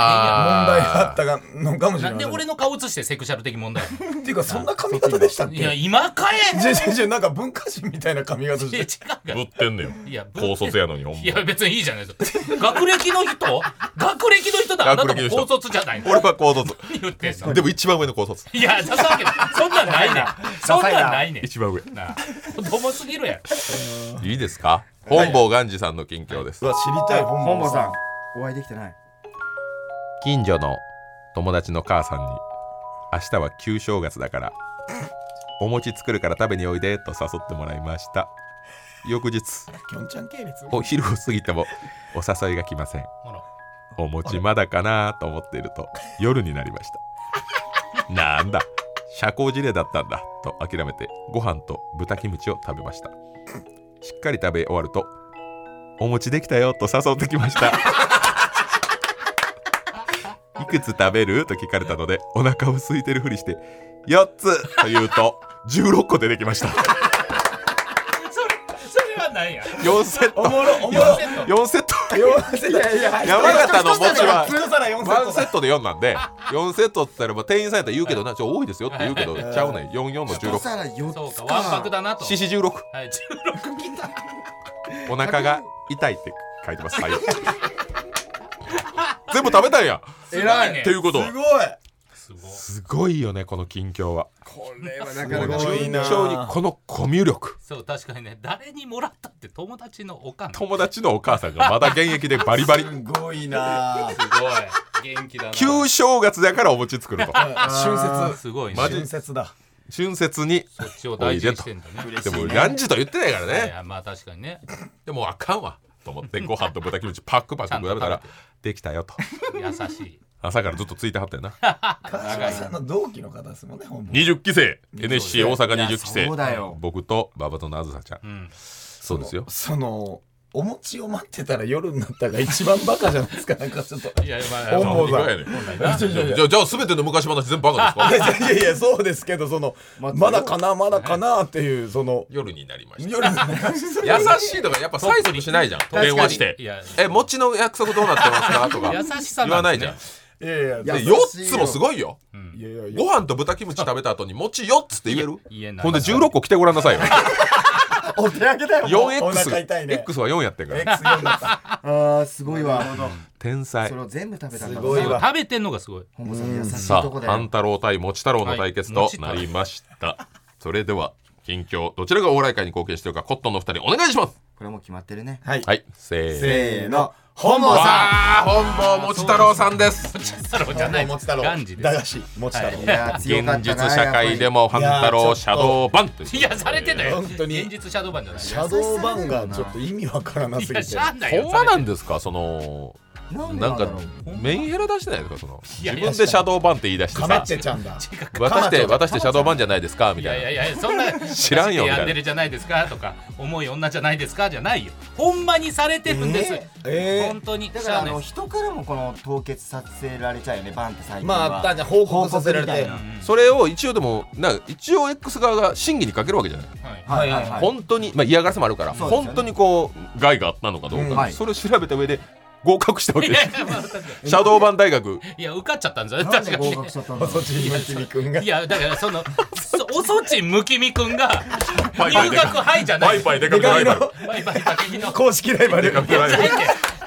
[SPEAKER 1] ー
[SPEAKER 6] があったがのかもしれ
[SPEAKER 2] な
[SPEAKER 6] ない
[SPEAKER 2] んで俺の顔映してセクシャル的問題
[SPEAKER 6] っていうかそんな髪型でしたっけ
[SPEAKER 2] いや今かえ
[SPEAKER 6] じゃじゃじゃなんか文化人みたいな髪型し
[SPEAKER 2] いや違
[SPEAKER 6] て
[SPEAKER 2] う
[SPEAKER 1] ぶ
[SPEAKER 2] か
[SPEAKER 1] ってんねよ
[SPEAKER 2] いや。ぶって
[SPEAKER 1] 高卒やのにほんま
[SPEAKER 2] いや別にいいじゃないですか学歴の人学歴の人だあなたも高卒じゃないの
[SPEAKER 1] 俺は高卒。
[SPEAKER 2] 何言ってんの
[SPEAKER 1] でも一番上の高卒。
[SPEAKER 2] いや出さわけないそんなんないねんそんなんないねん
[SPEAKER 1] 一番上。
[SPEAKER 2] なあ子供すぎるやん
[SPEAKER 1] いいですか本坊ガンジさんの近況です
[SPEAKER 6] う。わ知りたい本
[SPEAKER 3] 本
[SPEAKER 6] 坊さ
[SPEAKER 3] 坊
[SPEAKER 6] ん
[SPEAKER 3] さんお会いできてない
[SPEAKER 1] 近所の友達の母さんに「明日は旧正月だからお餅作るから食べにおいで」と誘ってもらいました翌日
[SPEAKER 6] きょんちゃん系列
[SPEAKER 1] お昼を過ぎてもお誘いが来ません
[SPEAKER 2] ほら
[SPEAKER 1] お餅まだかなと思っていると夜になりましたなんだ社交辞令だったんだと諦めてご飯と豚キムチを食べましたしっかり食べ終わるとお餅できたよと誘ってきましたいくつ食べると聞かれたのでお腹を空いてるふりして4つと言うと16個出てきました
[SPEAKER 2] それは何や
[SPEAKER 1] 4セット
[SPEAKER 4] おもろおもろ
[SPEAKER 1] 4セット
[SPEAKER 4] いやいや
[SPEAKER 1] 山形の餅は
[SPEAKER 4] 普通皿四セッ
[SPEAKER 1] ワ
[SPEAKER 4] ト
[SPEAKER 1] ンセットで4なんで4セットって言ったらまあ店員さんやったら言うけどなちょ多いですよって言うけどちゃうねん44の
[SPEAKER 3] 一
[SPEAKER 1] 16
[SPEAKER 3] 皿4
[SPEAKER 2] そう
[SPEAKER 3] つ
[SPEAKER 2] か
[SPEAKER 3] か
[SPEAKER 2] わんぱくだなと
[SPEAKER 1] 四四十六
[SPEAKER 2] はい16来た
[SPEAKER 1] お腹が痛いって書いてます最後全部食べたんや
[SPEAKER 2] えらいね
[SPEAKER 1] っていうこと
[SPEAKER 4] す
[SPEAKER 1] は
[SPEAKER 4] ごい
[SPEAKER 2] すごい
[SPEAKER 1] すごいよねこの近況は
[SPEAKER 4] これはな
[SPEAKER 1] も
[SPEAKER 4] か
[SPEAKER 1] う
[SPEAKER 4] なか
[SPEAKER 1] 順調にこのコミュ力
[SPEAKER 2] そう確かにね誰にもらったって友達のおかんす
[SPEAKER 1] 友達のお母さんがまだ現役でバリバ リ
[SPEAKER 6] すごいな
[SPEAKER 2] ごい元気だな
[SPEAKER 1] 旧正月だからお餅作ると
[SPEAKER 4] 春節
[SPEAKER 2] すごいね
[SPEAKER 1] マジ
[SPEAKER 4] 春節だ
[SPEAKER 1] 春節に
[SPEAKER 2] そっちを大事にしてんだね
[SPEAKER 1] でもランチと言ってないから
[SPEAKER 2] い
[SPEAKER 1] ね
[SPEAKER 2] やまあ確かにね
[SPEAKER 1] でもあかんわと思ってご飯と豚キムチパックパック食べたらできたよと
[SPEAKER 2] 優しい
[SPEAKER 1] 朝からずっとついてはったよな
[SPEAKER 4] 川島さんの同期の方ですもんね本部
[SPEAKER 1] 20期生 NSC 大阪20期
[SPEAKER 3] いやそうだ
[SPEAKER 1] 生
[SPEAKER 3] よ
[SPEAKER 1] 僕と馬場とあずさちゃん
[SPEAKER 2] うん
[SPEAKER 1] そうですよ
[SPEAKER 6] そのお餅を待ってたら夜になったが一番バカじゃないですかなんかちょっと
[SPEAKER 2] いやま
[SPEAKER 6] 本
[SPEAKER 2] あ
[SPEAKER 6] 望だ
[SPEAKER 1] いやいやじゃあじゃあ全ての昔話全部バカですか
[SPEAKER 6] いやいやいやそうですけどその
[SPEAKER 3] 待って
[SPEAKER 6] ま
[SPEAKER 3] よ
[SPEAKER 6] だかなまだかなっていうその
[SPEAKER 1] 夜になりました
[SPEAKER 6] 夜
[SPEAKER 1] 優しいとかやっぱ催促しないじゃん
[SPEAKER 2] かに
[SPEAKER 1] 電話して
[SPEAKER 2] いや
[SPEAKER 1] 「え餅の約束どうなってますか?」とか
[SPEAKER 2] 優しさ
[SPEAKER 1] 言わな
[SPEAKER 2] な
[SPEAKER 1] んい
[SPEAKER 2] です
[SPEAKER 1] じゃ
[SPEAKER 2] ね
[SPEAKER 1] ん
[SPEAKER 6] いやいやいや
[SPEAKER 1] で
[SPEAKER 3] 優しい
[SPEAKER 1] 4
[SPEAKER 3] よ
[SPEAKER 1] つもすごいよ
[SPEAKER 6] いやいやいや
[SPEAKER 1] ご飯と豚キムチ食べた後に餅4つって言える
[SPEAKER 2] 言えない
[SPEAKER 1] ほんで16個来てごらんなさい よ
[SPEAKER 6] お手上げだよもうお腹
[SPEAKER 1] 4X
[SPEAKER 6] 痛いね
[SPEAKER 1] X は4やってるから
[SPEAKER 6] X 四だった
[SPEAKER 3] あーすごいわ
[SPEAKER 1] 天才
[SPEAKER 3] それを全部食べたんだ
[SPEAKER 6] すごいわ
[SPEAKER 2] 食べてんのがすごい
[SPEAKER 3] 本郷さん優し
[SPEAKER 1] さ
[SPEAKER 3] いとこ
[SPEAKER 1] あ
[SPEAKER 3] だよ
[SPEAKER 1] 半太郎対餅太郎の対決となりました、それでは近況どちらがお笑い界に貢献しているかコットンのお二人お願いします
[SPEAKER 3] これもう決まってるね
[SPEAKER 6] はい
[SPEAKER 1] はいせーの
[SPEAKER 6] せーの本坊さ
[SPEAKER 1] わあ本坊餅太郎さんです
[SPEAKER 2] 太郎じゃ
[SPEAKER 6] ん
[SPEAKER 2] ない
[SPEAKER 6] 餅太郎
[SPEAKER 2] ガンジ
[SPEAKER 6] 駄
[SPEAKER 2] で
[SPEAKER 6] 菓子餅太郎
[SPEAKER 3] いやー強か
[SPEAKER 1] 現
[SPEAKER 3] っ
[SPEAKER 1] 実
[SPEAKER 3] たな
[SPEAKER 1] 社会で
[SPEAKER 3] も
[SPEAKER 1] も半太郎シャドーバンと
[SPEAKER 2] す
[SPEAKER 1] い
[SPEAKER 2] いうやされてない
[SPEAKER 6] 本当に
[SPEAKER 2] 現実シャドーバンじゃない
[SPEAKER 6] シャドーバンがちょっと意味わからないすぎ
[SPEAKER 2] や
[SPEAKER 6] て
[SPEAKER 2] しゃあないよ
[SPEAKER 1] ほんまなんですかその
[SPEAKER 3] なんで
[SPEAKER 1] な
[SPEAKER 3] なんんだ
[SPEAKER 1] か
[SPEAKER 3] ろう
[SPEAKER 1] メンヘラ出してないですかその
[SPEAKER 2] いや
[SPEAKER 1] 自
[SPEAKER 2] いや
[SPEAKER 1] 分でシャドーバンって言い出して
[SPEAKER 6] かま
[SPEAKER 1] さ
[SPEAKER 6] ってちゃんだ
[SPEAKER 1] 私って
[SPEAKER 6] かまっちゃう
[SPEAKER 1] 私ってシャドーバンじゃないですかみ
[SPEAKER 2] い
[SPEAKER 1] た
[SPEAKER 2] や
[SPEAKER 1] い
[SPEAKER 2] い
[SPEAKER 1] な
[SPEAKER 2] やいやそんな
[SPEAKER 1] 知らんよみたいな
[SPEAKER 2] 病んでるじゃないですかとか重い女じゃないですかじゃないよほんまにされてるんです、
[SPEAKER 6] え
[SPEAKER 2] 本当に
[SPEAKER 3] だ
[SPEAKER 2] し
[SPEAKER 3] か
[SPEAKER 2] ゃ
[SPEAKER 3] ら
[SPEAKER 2] あ
[SPEAKER 3] あ
[SPEAKER 2] ない
[SPEAKER 3] の
[SPEAKER 2] です
[SPEAKER 3] 人からもこの凍結させられちゃうよねバンって最
[SPEAKER 6] え
[SPEAKER 3] 近
[SPEAKER 6] ま
[SPEAKER 3] は
[SPEAKER 6] ああったじゃん報
[SPEAKER 3] 報
[SPEAKER 6] 告さ
[SPEAKER 3] 告
[SPEAKER 6] せられ
[SPEAKER 3] みたいな
[SPEAKER 6] て
[SPEAKER 1] それを一応でもなんか一応 X 側が審議にかけるわけじゃない
[SPEAKER 2] はい
[SPEAKER 3] はいはいはい
[SPEAKER 1] 本当に、まあ、嫌がらせもあるから、
[SPEAKER 3] そうですよね
[SPEAKER 1] 本当にこう害があったのかどうか、
[SPEAKER 6] うん
[SPEAKER 3] はい
[SPEAKER 1] それを調べた上で合格したわけ
[SPEAKER 2] い
[SPEAKER 1] で
[SPEAKER 2] や
[SPEAKER 1] す
[SPEAKER 2] いやまあ確かに
[SPEAKER 1] シャドーバン大学
[SPEAKER 2] いや受かっちゃったんですよ
[SPEAKER 3] なん
[SPEAKER 2] 確
[SPEAKER 3] で
[SPEAKER 2] か
[SPEAKER 3] 合
[SPEAKER 2] に
[SPEAKER 3] 格しちゃったんだろう
[SPEAKER 6] 細地にちみくんが
[SPEAKER 2] いやだからそのそおそちむきみくんが
[SPEAKER 1] バイバイ
[SPEAKER 2] 入
[SPEAKER 1] でか
[SPEAKER 2] 学はいじゃな
[SPEAKER 1] バ
[SPEAKER 2] い
[SPEAKER 1] イバイでかくないバイバ
[SPEAKER 2] バイバイだけの
[SPEAKER 6] 公式ライバル
[SPEAKER 1] イでかくない
[SPEAKER 2] ないって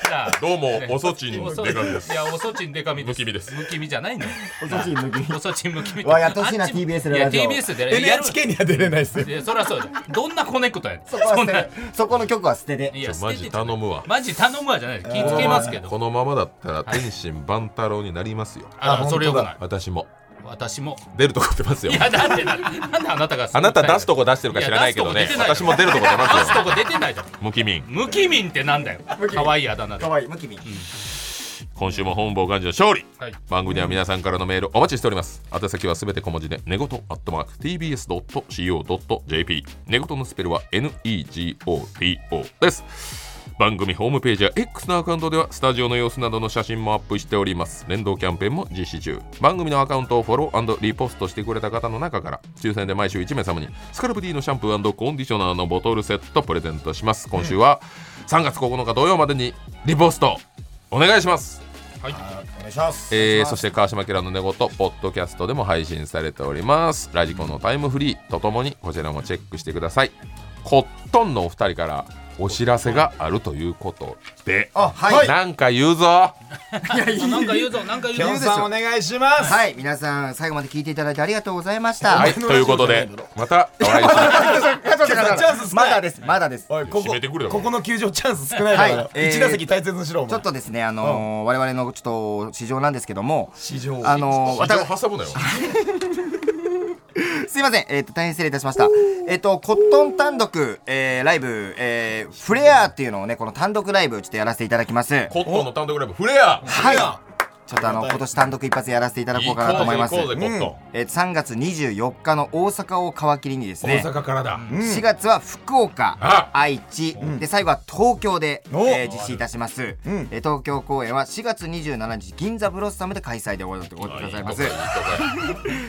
[SPEAKER 2] さあ
[SPEAKER 1] どうもおそちん
[SPEAKER 2] おそ
[SPEAKER 1] でかくです
[SPEAKER 2] いやおそちんでかみです
[SPEAKER 1] むきみです
[SPEAKER 2] むきみじゃないのよ
[SPEAKER 3] 細地抜き
[SPEAKER 2] おそちんむきみ
[SPEAKER 3] わやってほしいな
[SPEAKER 2] あっち
[SPEAKER 3] TBS
[SPEAKER 2] いや
[SPEAKER 3] ラジオ
[SPEAKER 2] TBS でやる
[SPEAKER 6] NHK には出れないですよ
[SPEAKER 2] いやそりゃそうじゃんどんなコネクトやねん
[SPEAKER 3] そこは
[SPEAKER 2] そ
[SPEAKER 3] 捨
[SPEAKER 2] ん
[SPEAKER 3] て
[SPEAKER 2] な
[SPEAKER 3] てそこの曲は捨てて
[SPEAKER 2] いや
[SPEAKER 1] ちょマジ頼むわ
[SPEAKER 2] マジ頼むわじゃないです気付けますけど
[SPEAKER 1] このままだったら天心万太郎になりますよ
[SPEAKER 2] あ
[SPEAKER 6] あ
[SPEAKER 2] それよくない
[SPEAKER 1] 私も
[SPEAKER 2] 私も
[SPEAKER 1] 出るとこ出ますよ
[SPEAKER 2] いやだってななんであなたが
[SPEAKER 1] あなた出すとこ
[SPEAKER 2] こ
[SPEAKER 1] 出してるか知らないけど
[SPEAKER 2] いや
[SPEAKER 1] ね
[SPEAKER 2] 出すとこ
[SPEAKER 1] 私も
[SPEAKER 2] 出てない
[SPEAKER 1] 出るとこ出
[SPEAKER 2] 出
[SPEAKER 1] ます
[SPEAKER 2] すと
[SPEAKER 1] よ
[SPEAKER 2] こ出てないじゃん
[SPEAKER 1] ムキミン
[SPEAKER 2] 無機民ってなんだよ可愛いあだ名で
[SPEAKER 3] 可愛いムキビ
[SPEAKER 1] 今週も本望幹事の勝利、
[SPEAKER 2] はい
[SPEAKER 1] 番組では皆さんからのメールお待ちしております宛先はすべて小文字で寝言アットマーク tbs.co.jp 寝言のスペルは negoto です番組ホームページや X のアカウントではスタジオの様子などの写真もアップしております連動キャンペーンも実施中番組のアカウントをフォローリポストしてくれた方の中から抽選で毎週1名様にスカルプ D のシャンプーコンディショナーのボトルセットプレゼントします今週は3月9日土曜までにリポストお願いします
[SPEAKER 6] お願いします
[SPEAKER 1] えーそして川島明の寝言ポッドキャストでも配信されておりますラジコのタイムフリーとともにこちらもチェックしてくださいコットンのお二人からお知らせがあるということで
[SPEAKER 3] あはい
[SPEAKER 1] なんか言うぞ
[SPEAKER 2] あなんか言うぞなんか
[SPEAKER 6] き
[SPEAKER 2] 言
[SPEAKER 6] ょ
[SPEAKER 2] うんぞ
[SPEAKER 6] さんお願いします
[SPEAKER 3] はい皆さん最後まで聞いていただいてありがとうございました
[SPEAKER 1] はいということでまたお会いしましょう
[SPEAKER 6] チャンス少な
[SPEAKER 3] ま
[SPEAKER 6] い
[SPEAKER 3] だですまだです
[SPEAKER 6] おいこ
[SPEAKER 1] 締
[SPEAKER 6] こ
[SPEAKER 1] めてくれよ
[SPEAKER 6] ここの球場チャンス少ないから
[SPEAKER 3] はいえー
[SPEAKER 6] 1打席大切にしろお
[SPEAKER 3] ちょ
[SPEAKER 6] 前
[SPEAKER 3] っとですねあのー我々のちょっと市場なんですけども
[SPEAKER 6] 市場
[SPEAKER 3] あのー
[SPEAKER 1] 市場挟むなよ
[SPEAKER 3] すいません、えっ、と、大変失礼いたしました。えっ、と、コットン単独、えー、ライブ、えー、フレアっていうのをね、この単独ライブ、ちょっとやらせていただきます。
[SPEAKER 1] コットンの単独ライブフレア
[SPEAKER 3] はい。ちょっとあの、今年単独一発やらせていただこうかなと思います。
[SPEAKER 1] 行こうぜ行こうぜコットン
[SPEAKER 3] えー、3月24日の大阪を皮切りにですね、
[SPEAKER 1] 大阪からだ
[SPEAKER 3] 4月は福岡、
[SPEAKER 1] あ
[SPEAKER 3] 愛知、で最後は東京で、
[SPEAKER 4] お
[SPEAKER 3] えー実施いたします、えー東京公演は4月27日銀座ブロッサムで開催でございます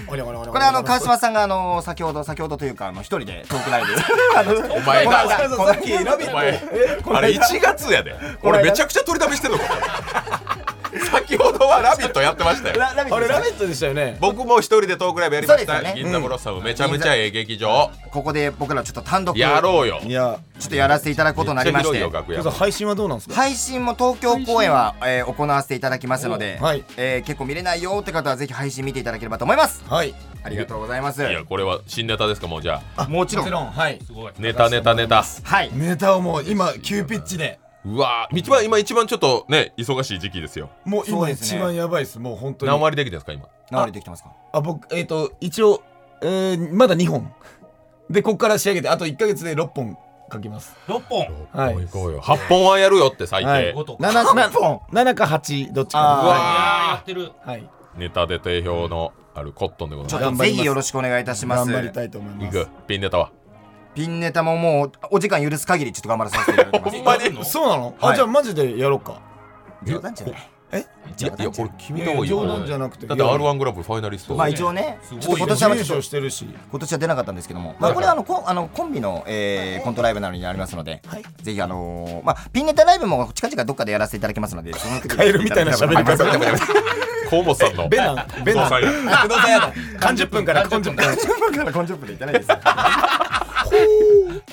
[SPEAKER 4] おりゃおりゃおりゃおりゃ
[SPEAKER 3] これあの川島さんがあのー先ほど先ほどというかあの一人でトークライブあの
[SPEAKER 1] お前
[SPEAKER 3] この
[SPEAKER 1] だ
[SPEAKER 3] 間
[SPEAKER 4] そうそうさっきラビ
[SPEAKER 1] お
[SPEAKER 4] ット
[SPEAKER 1] 前あれ1月やで俺めちゃくちゃ取りだめしてんのか 先ほどは「ラビット!」やってましたよ
[SPEAKER 3] ララビッ
[SPEAKER 4] あ
[SPEAKER 3] ト
[SPEAKER 4] れ
[SPEAKER 3] です
[SPEAKER 4] ラビットでしたよね
[SPEAKER 1] 僕も一人でトークライブやりまし
[SPEAKER 3] そう
[SPEAKER 1] た、
[SPEAKER 3] ですよね
[SPEAKER 1] 銀座ブロッサムめちゃめちゃええ劇場
[SPEAKER 3] ここで僕らちょっと単独
[SPEAKER 1] やろうよ
[SPEAKER 4] いや
[SPEAKER 3] ちょっとやらせていただくことになりまし
[SPEAKER 1] めっちゃ広い
[SPEAKER 3] て
[SPEAKER 1] よ楽
[SPEAKER 4] これ
[SPEAKER 1] 屋
[SPEAKER 4] さ配信はどうなんですか
[SPEAKER 3] 配信も東京公演は、えー行わせていただきますので、
[SPEAKER 4] おはい
[SPEAKER 3] えー結構見れないよって方はぜひ配信見ていただければと思います
[SPEAKER 4] はい
[SPEAKER 3] ありがとうございます
[SPEAKER 1] いやこれは新ネタですかもうじゃあ
[SPEAKER 3] もちろん
[SPEAKER 4] んはい
[SPEAKER 2] すごい
[SPEAKER 1] ネタネタネタ
[SPEAKER 3] はい
[SPEAKER 4] ネタをもう今急ピッチで
[SPEAKER 1] うわー一番今一番ちょっとね忙しい時期ですよ
[SPEAKER 4] もう
[SPEAKER 3] そう
[SPEAKER 4] 今
[SPEAKER 3] ですね
[SPEAKER 4] 一番やばいですもう本当
[SPEAKER 1] 何
[SPEAKER 4] に
[SPEAKER 1] 割できてるんですか今
[SPEAKER 3] 何割できてますか
[SPEAKER 4] あ僕えっと一応えーまだ2本でこっから仕上げてあと1か月で6本書きます
[SPEAKER 2] 6本
[SPEAKER 4] はい
[SPEAKER 1] 行こうよ8本はやるよって最低、
[SPEAKER 4] はい
[SPEAKER 2] 5とか
[SPEAKER 4] 7
[SPEAKER 3] 八本
[SPEAKER 4] か8どっち
[SPEAKER 3] あ
[SPEAKER 4] か
[SPEAKER 3] ー
[SPEAKER 4] は
[SPEAKER 2] あーやってる
[SPEAKER 4] いはい
[SPEAKER 1] ネタで定評のあるコットンでご
[SPEAKER 3] ちょ
[SPEAKER 1] ざい
[SPEAKER 3] っ
[SPEAKER 1] ま
[SPEAKER 3] とぜひよろしくお願いいたしま
[SPEAKER 4] 頑
[SPEAKER 3] す。
[SPEAKER 4] 張りたいと思いますす
[SPEAKER 1] いくピンネタは
[SPEAKER 3] ピンネタももうお時間許す限りちょっと頑張らさせていただきます。
[SPEAKER 1] ほんまに
[SPEAKER 4] そうなの、
[SPEAKER 3] は
[SPEAKER 4] あ
[SPEAKER 3] い
[SPEAKER 4] じゃあマジでやろうか
[SPEAKER 3] 冗談じゃない。
[SPEAKER 4] え
[SPEAKER 1] いやいやこれ君の方がい
[SPEAKER 4] いや
[SPEAKER 1] い
[SPEAKER 4] 冗談じゃなくて
[SPEAKER 1] だって
[SPEAKER 4] いや
[SPEAKER 1] R1 グランプリファイナリスト
[SPEAKER 3] まあ一応ね、
[SPEAKER 2] すごい
[SPEAKER 3] ちょっと今
[SPEAKER 4] 今年
[SPEAKER 3] 年は
[SPEAKER 4] は優
[SPEAKER 3] ちょ
[SPEAKER 4] 勝
[SPEAKER 3] っと
[SPEAKER 4] してるし
[SPEAKER 3] 今年は出なかったんですけども、まあこれはあのコあのコンビの、えー、コントライブなのにありますので、ぜひあのーまあピンネタライブも近々どっかでやらせていただきますので、その時
[SPEAKER 4] カエルみたいな喋り 方
[SPEAKER 1] 河本さんの
[SPEAKER 4] ベナンベナン
[SPEAKER 1] 不動産屋
[SPEAKER 4] 不動産屋の30分から30分 から
[SPEAKER 3] 今からコンジョプでいたないですよ。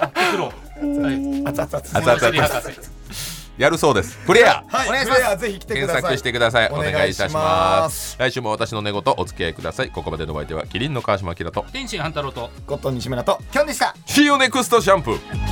[SPEAKER 4] 熱々熱
[SPEAKER 1] あざあざあざやるそうですフレア
[SPEAKER 4] はい
[SPEAKER 3] お願いし
[SPEAKER 4] それ
[SPEAKER 3] ます
[SPEAKER 4] ではぜひ来てく
[SPEAKER 1] 検
[SPEAKER 4] ださ
[SPEAKER 1] 索
[SPEAKER 4] い
[SPEAKER 1] してくださいお
[SPEAKER 4] お
[SPEAKER 1] 願
[SPEAKER 4] 願
[SPEAKER 1] い
[SPEAKER 4] い
[SPEAKER 1] い
[SPEAKER 4] したます
[SPEAKER 1] します来週も私の寝言お付き合いくださいここまでのお相手はキリンの川島明と
[SPEAKER 2] 天心半太郎と
[SPEAKER 4] コットン西村と
[SPEAKER 3] キョンでした。
[SPEAKER 1] See you next shampoo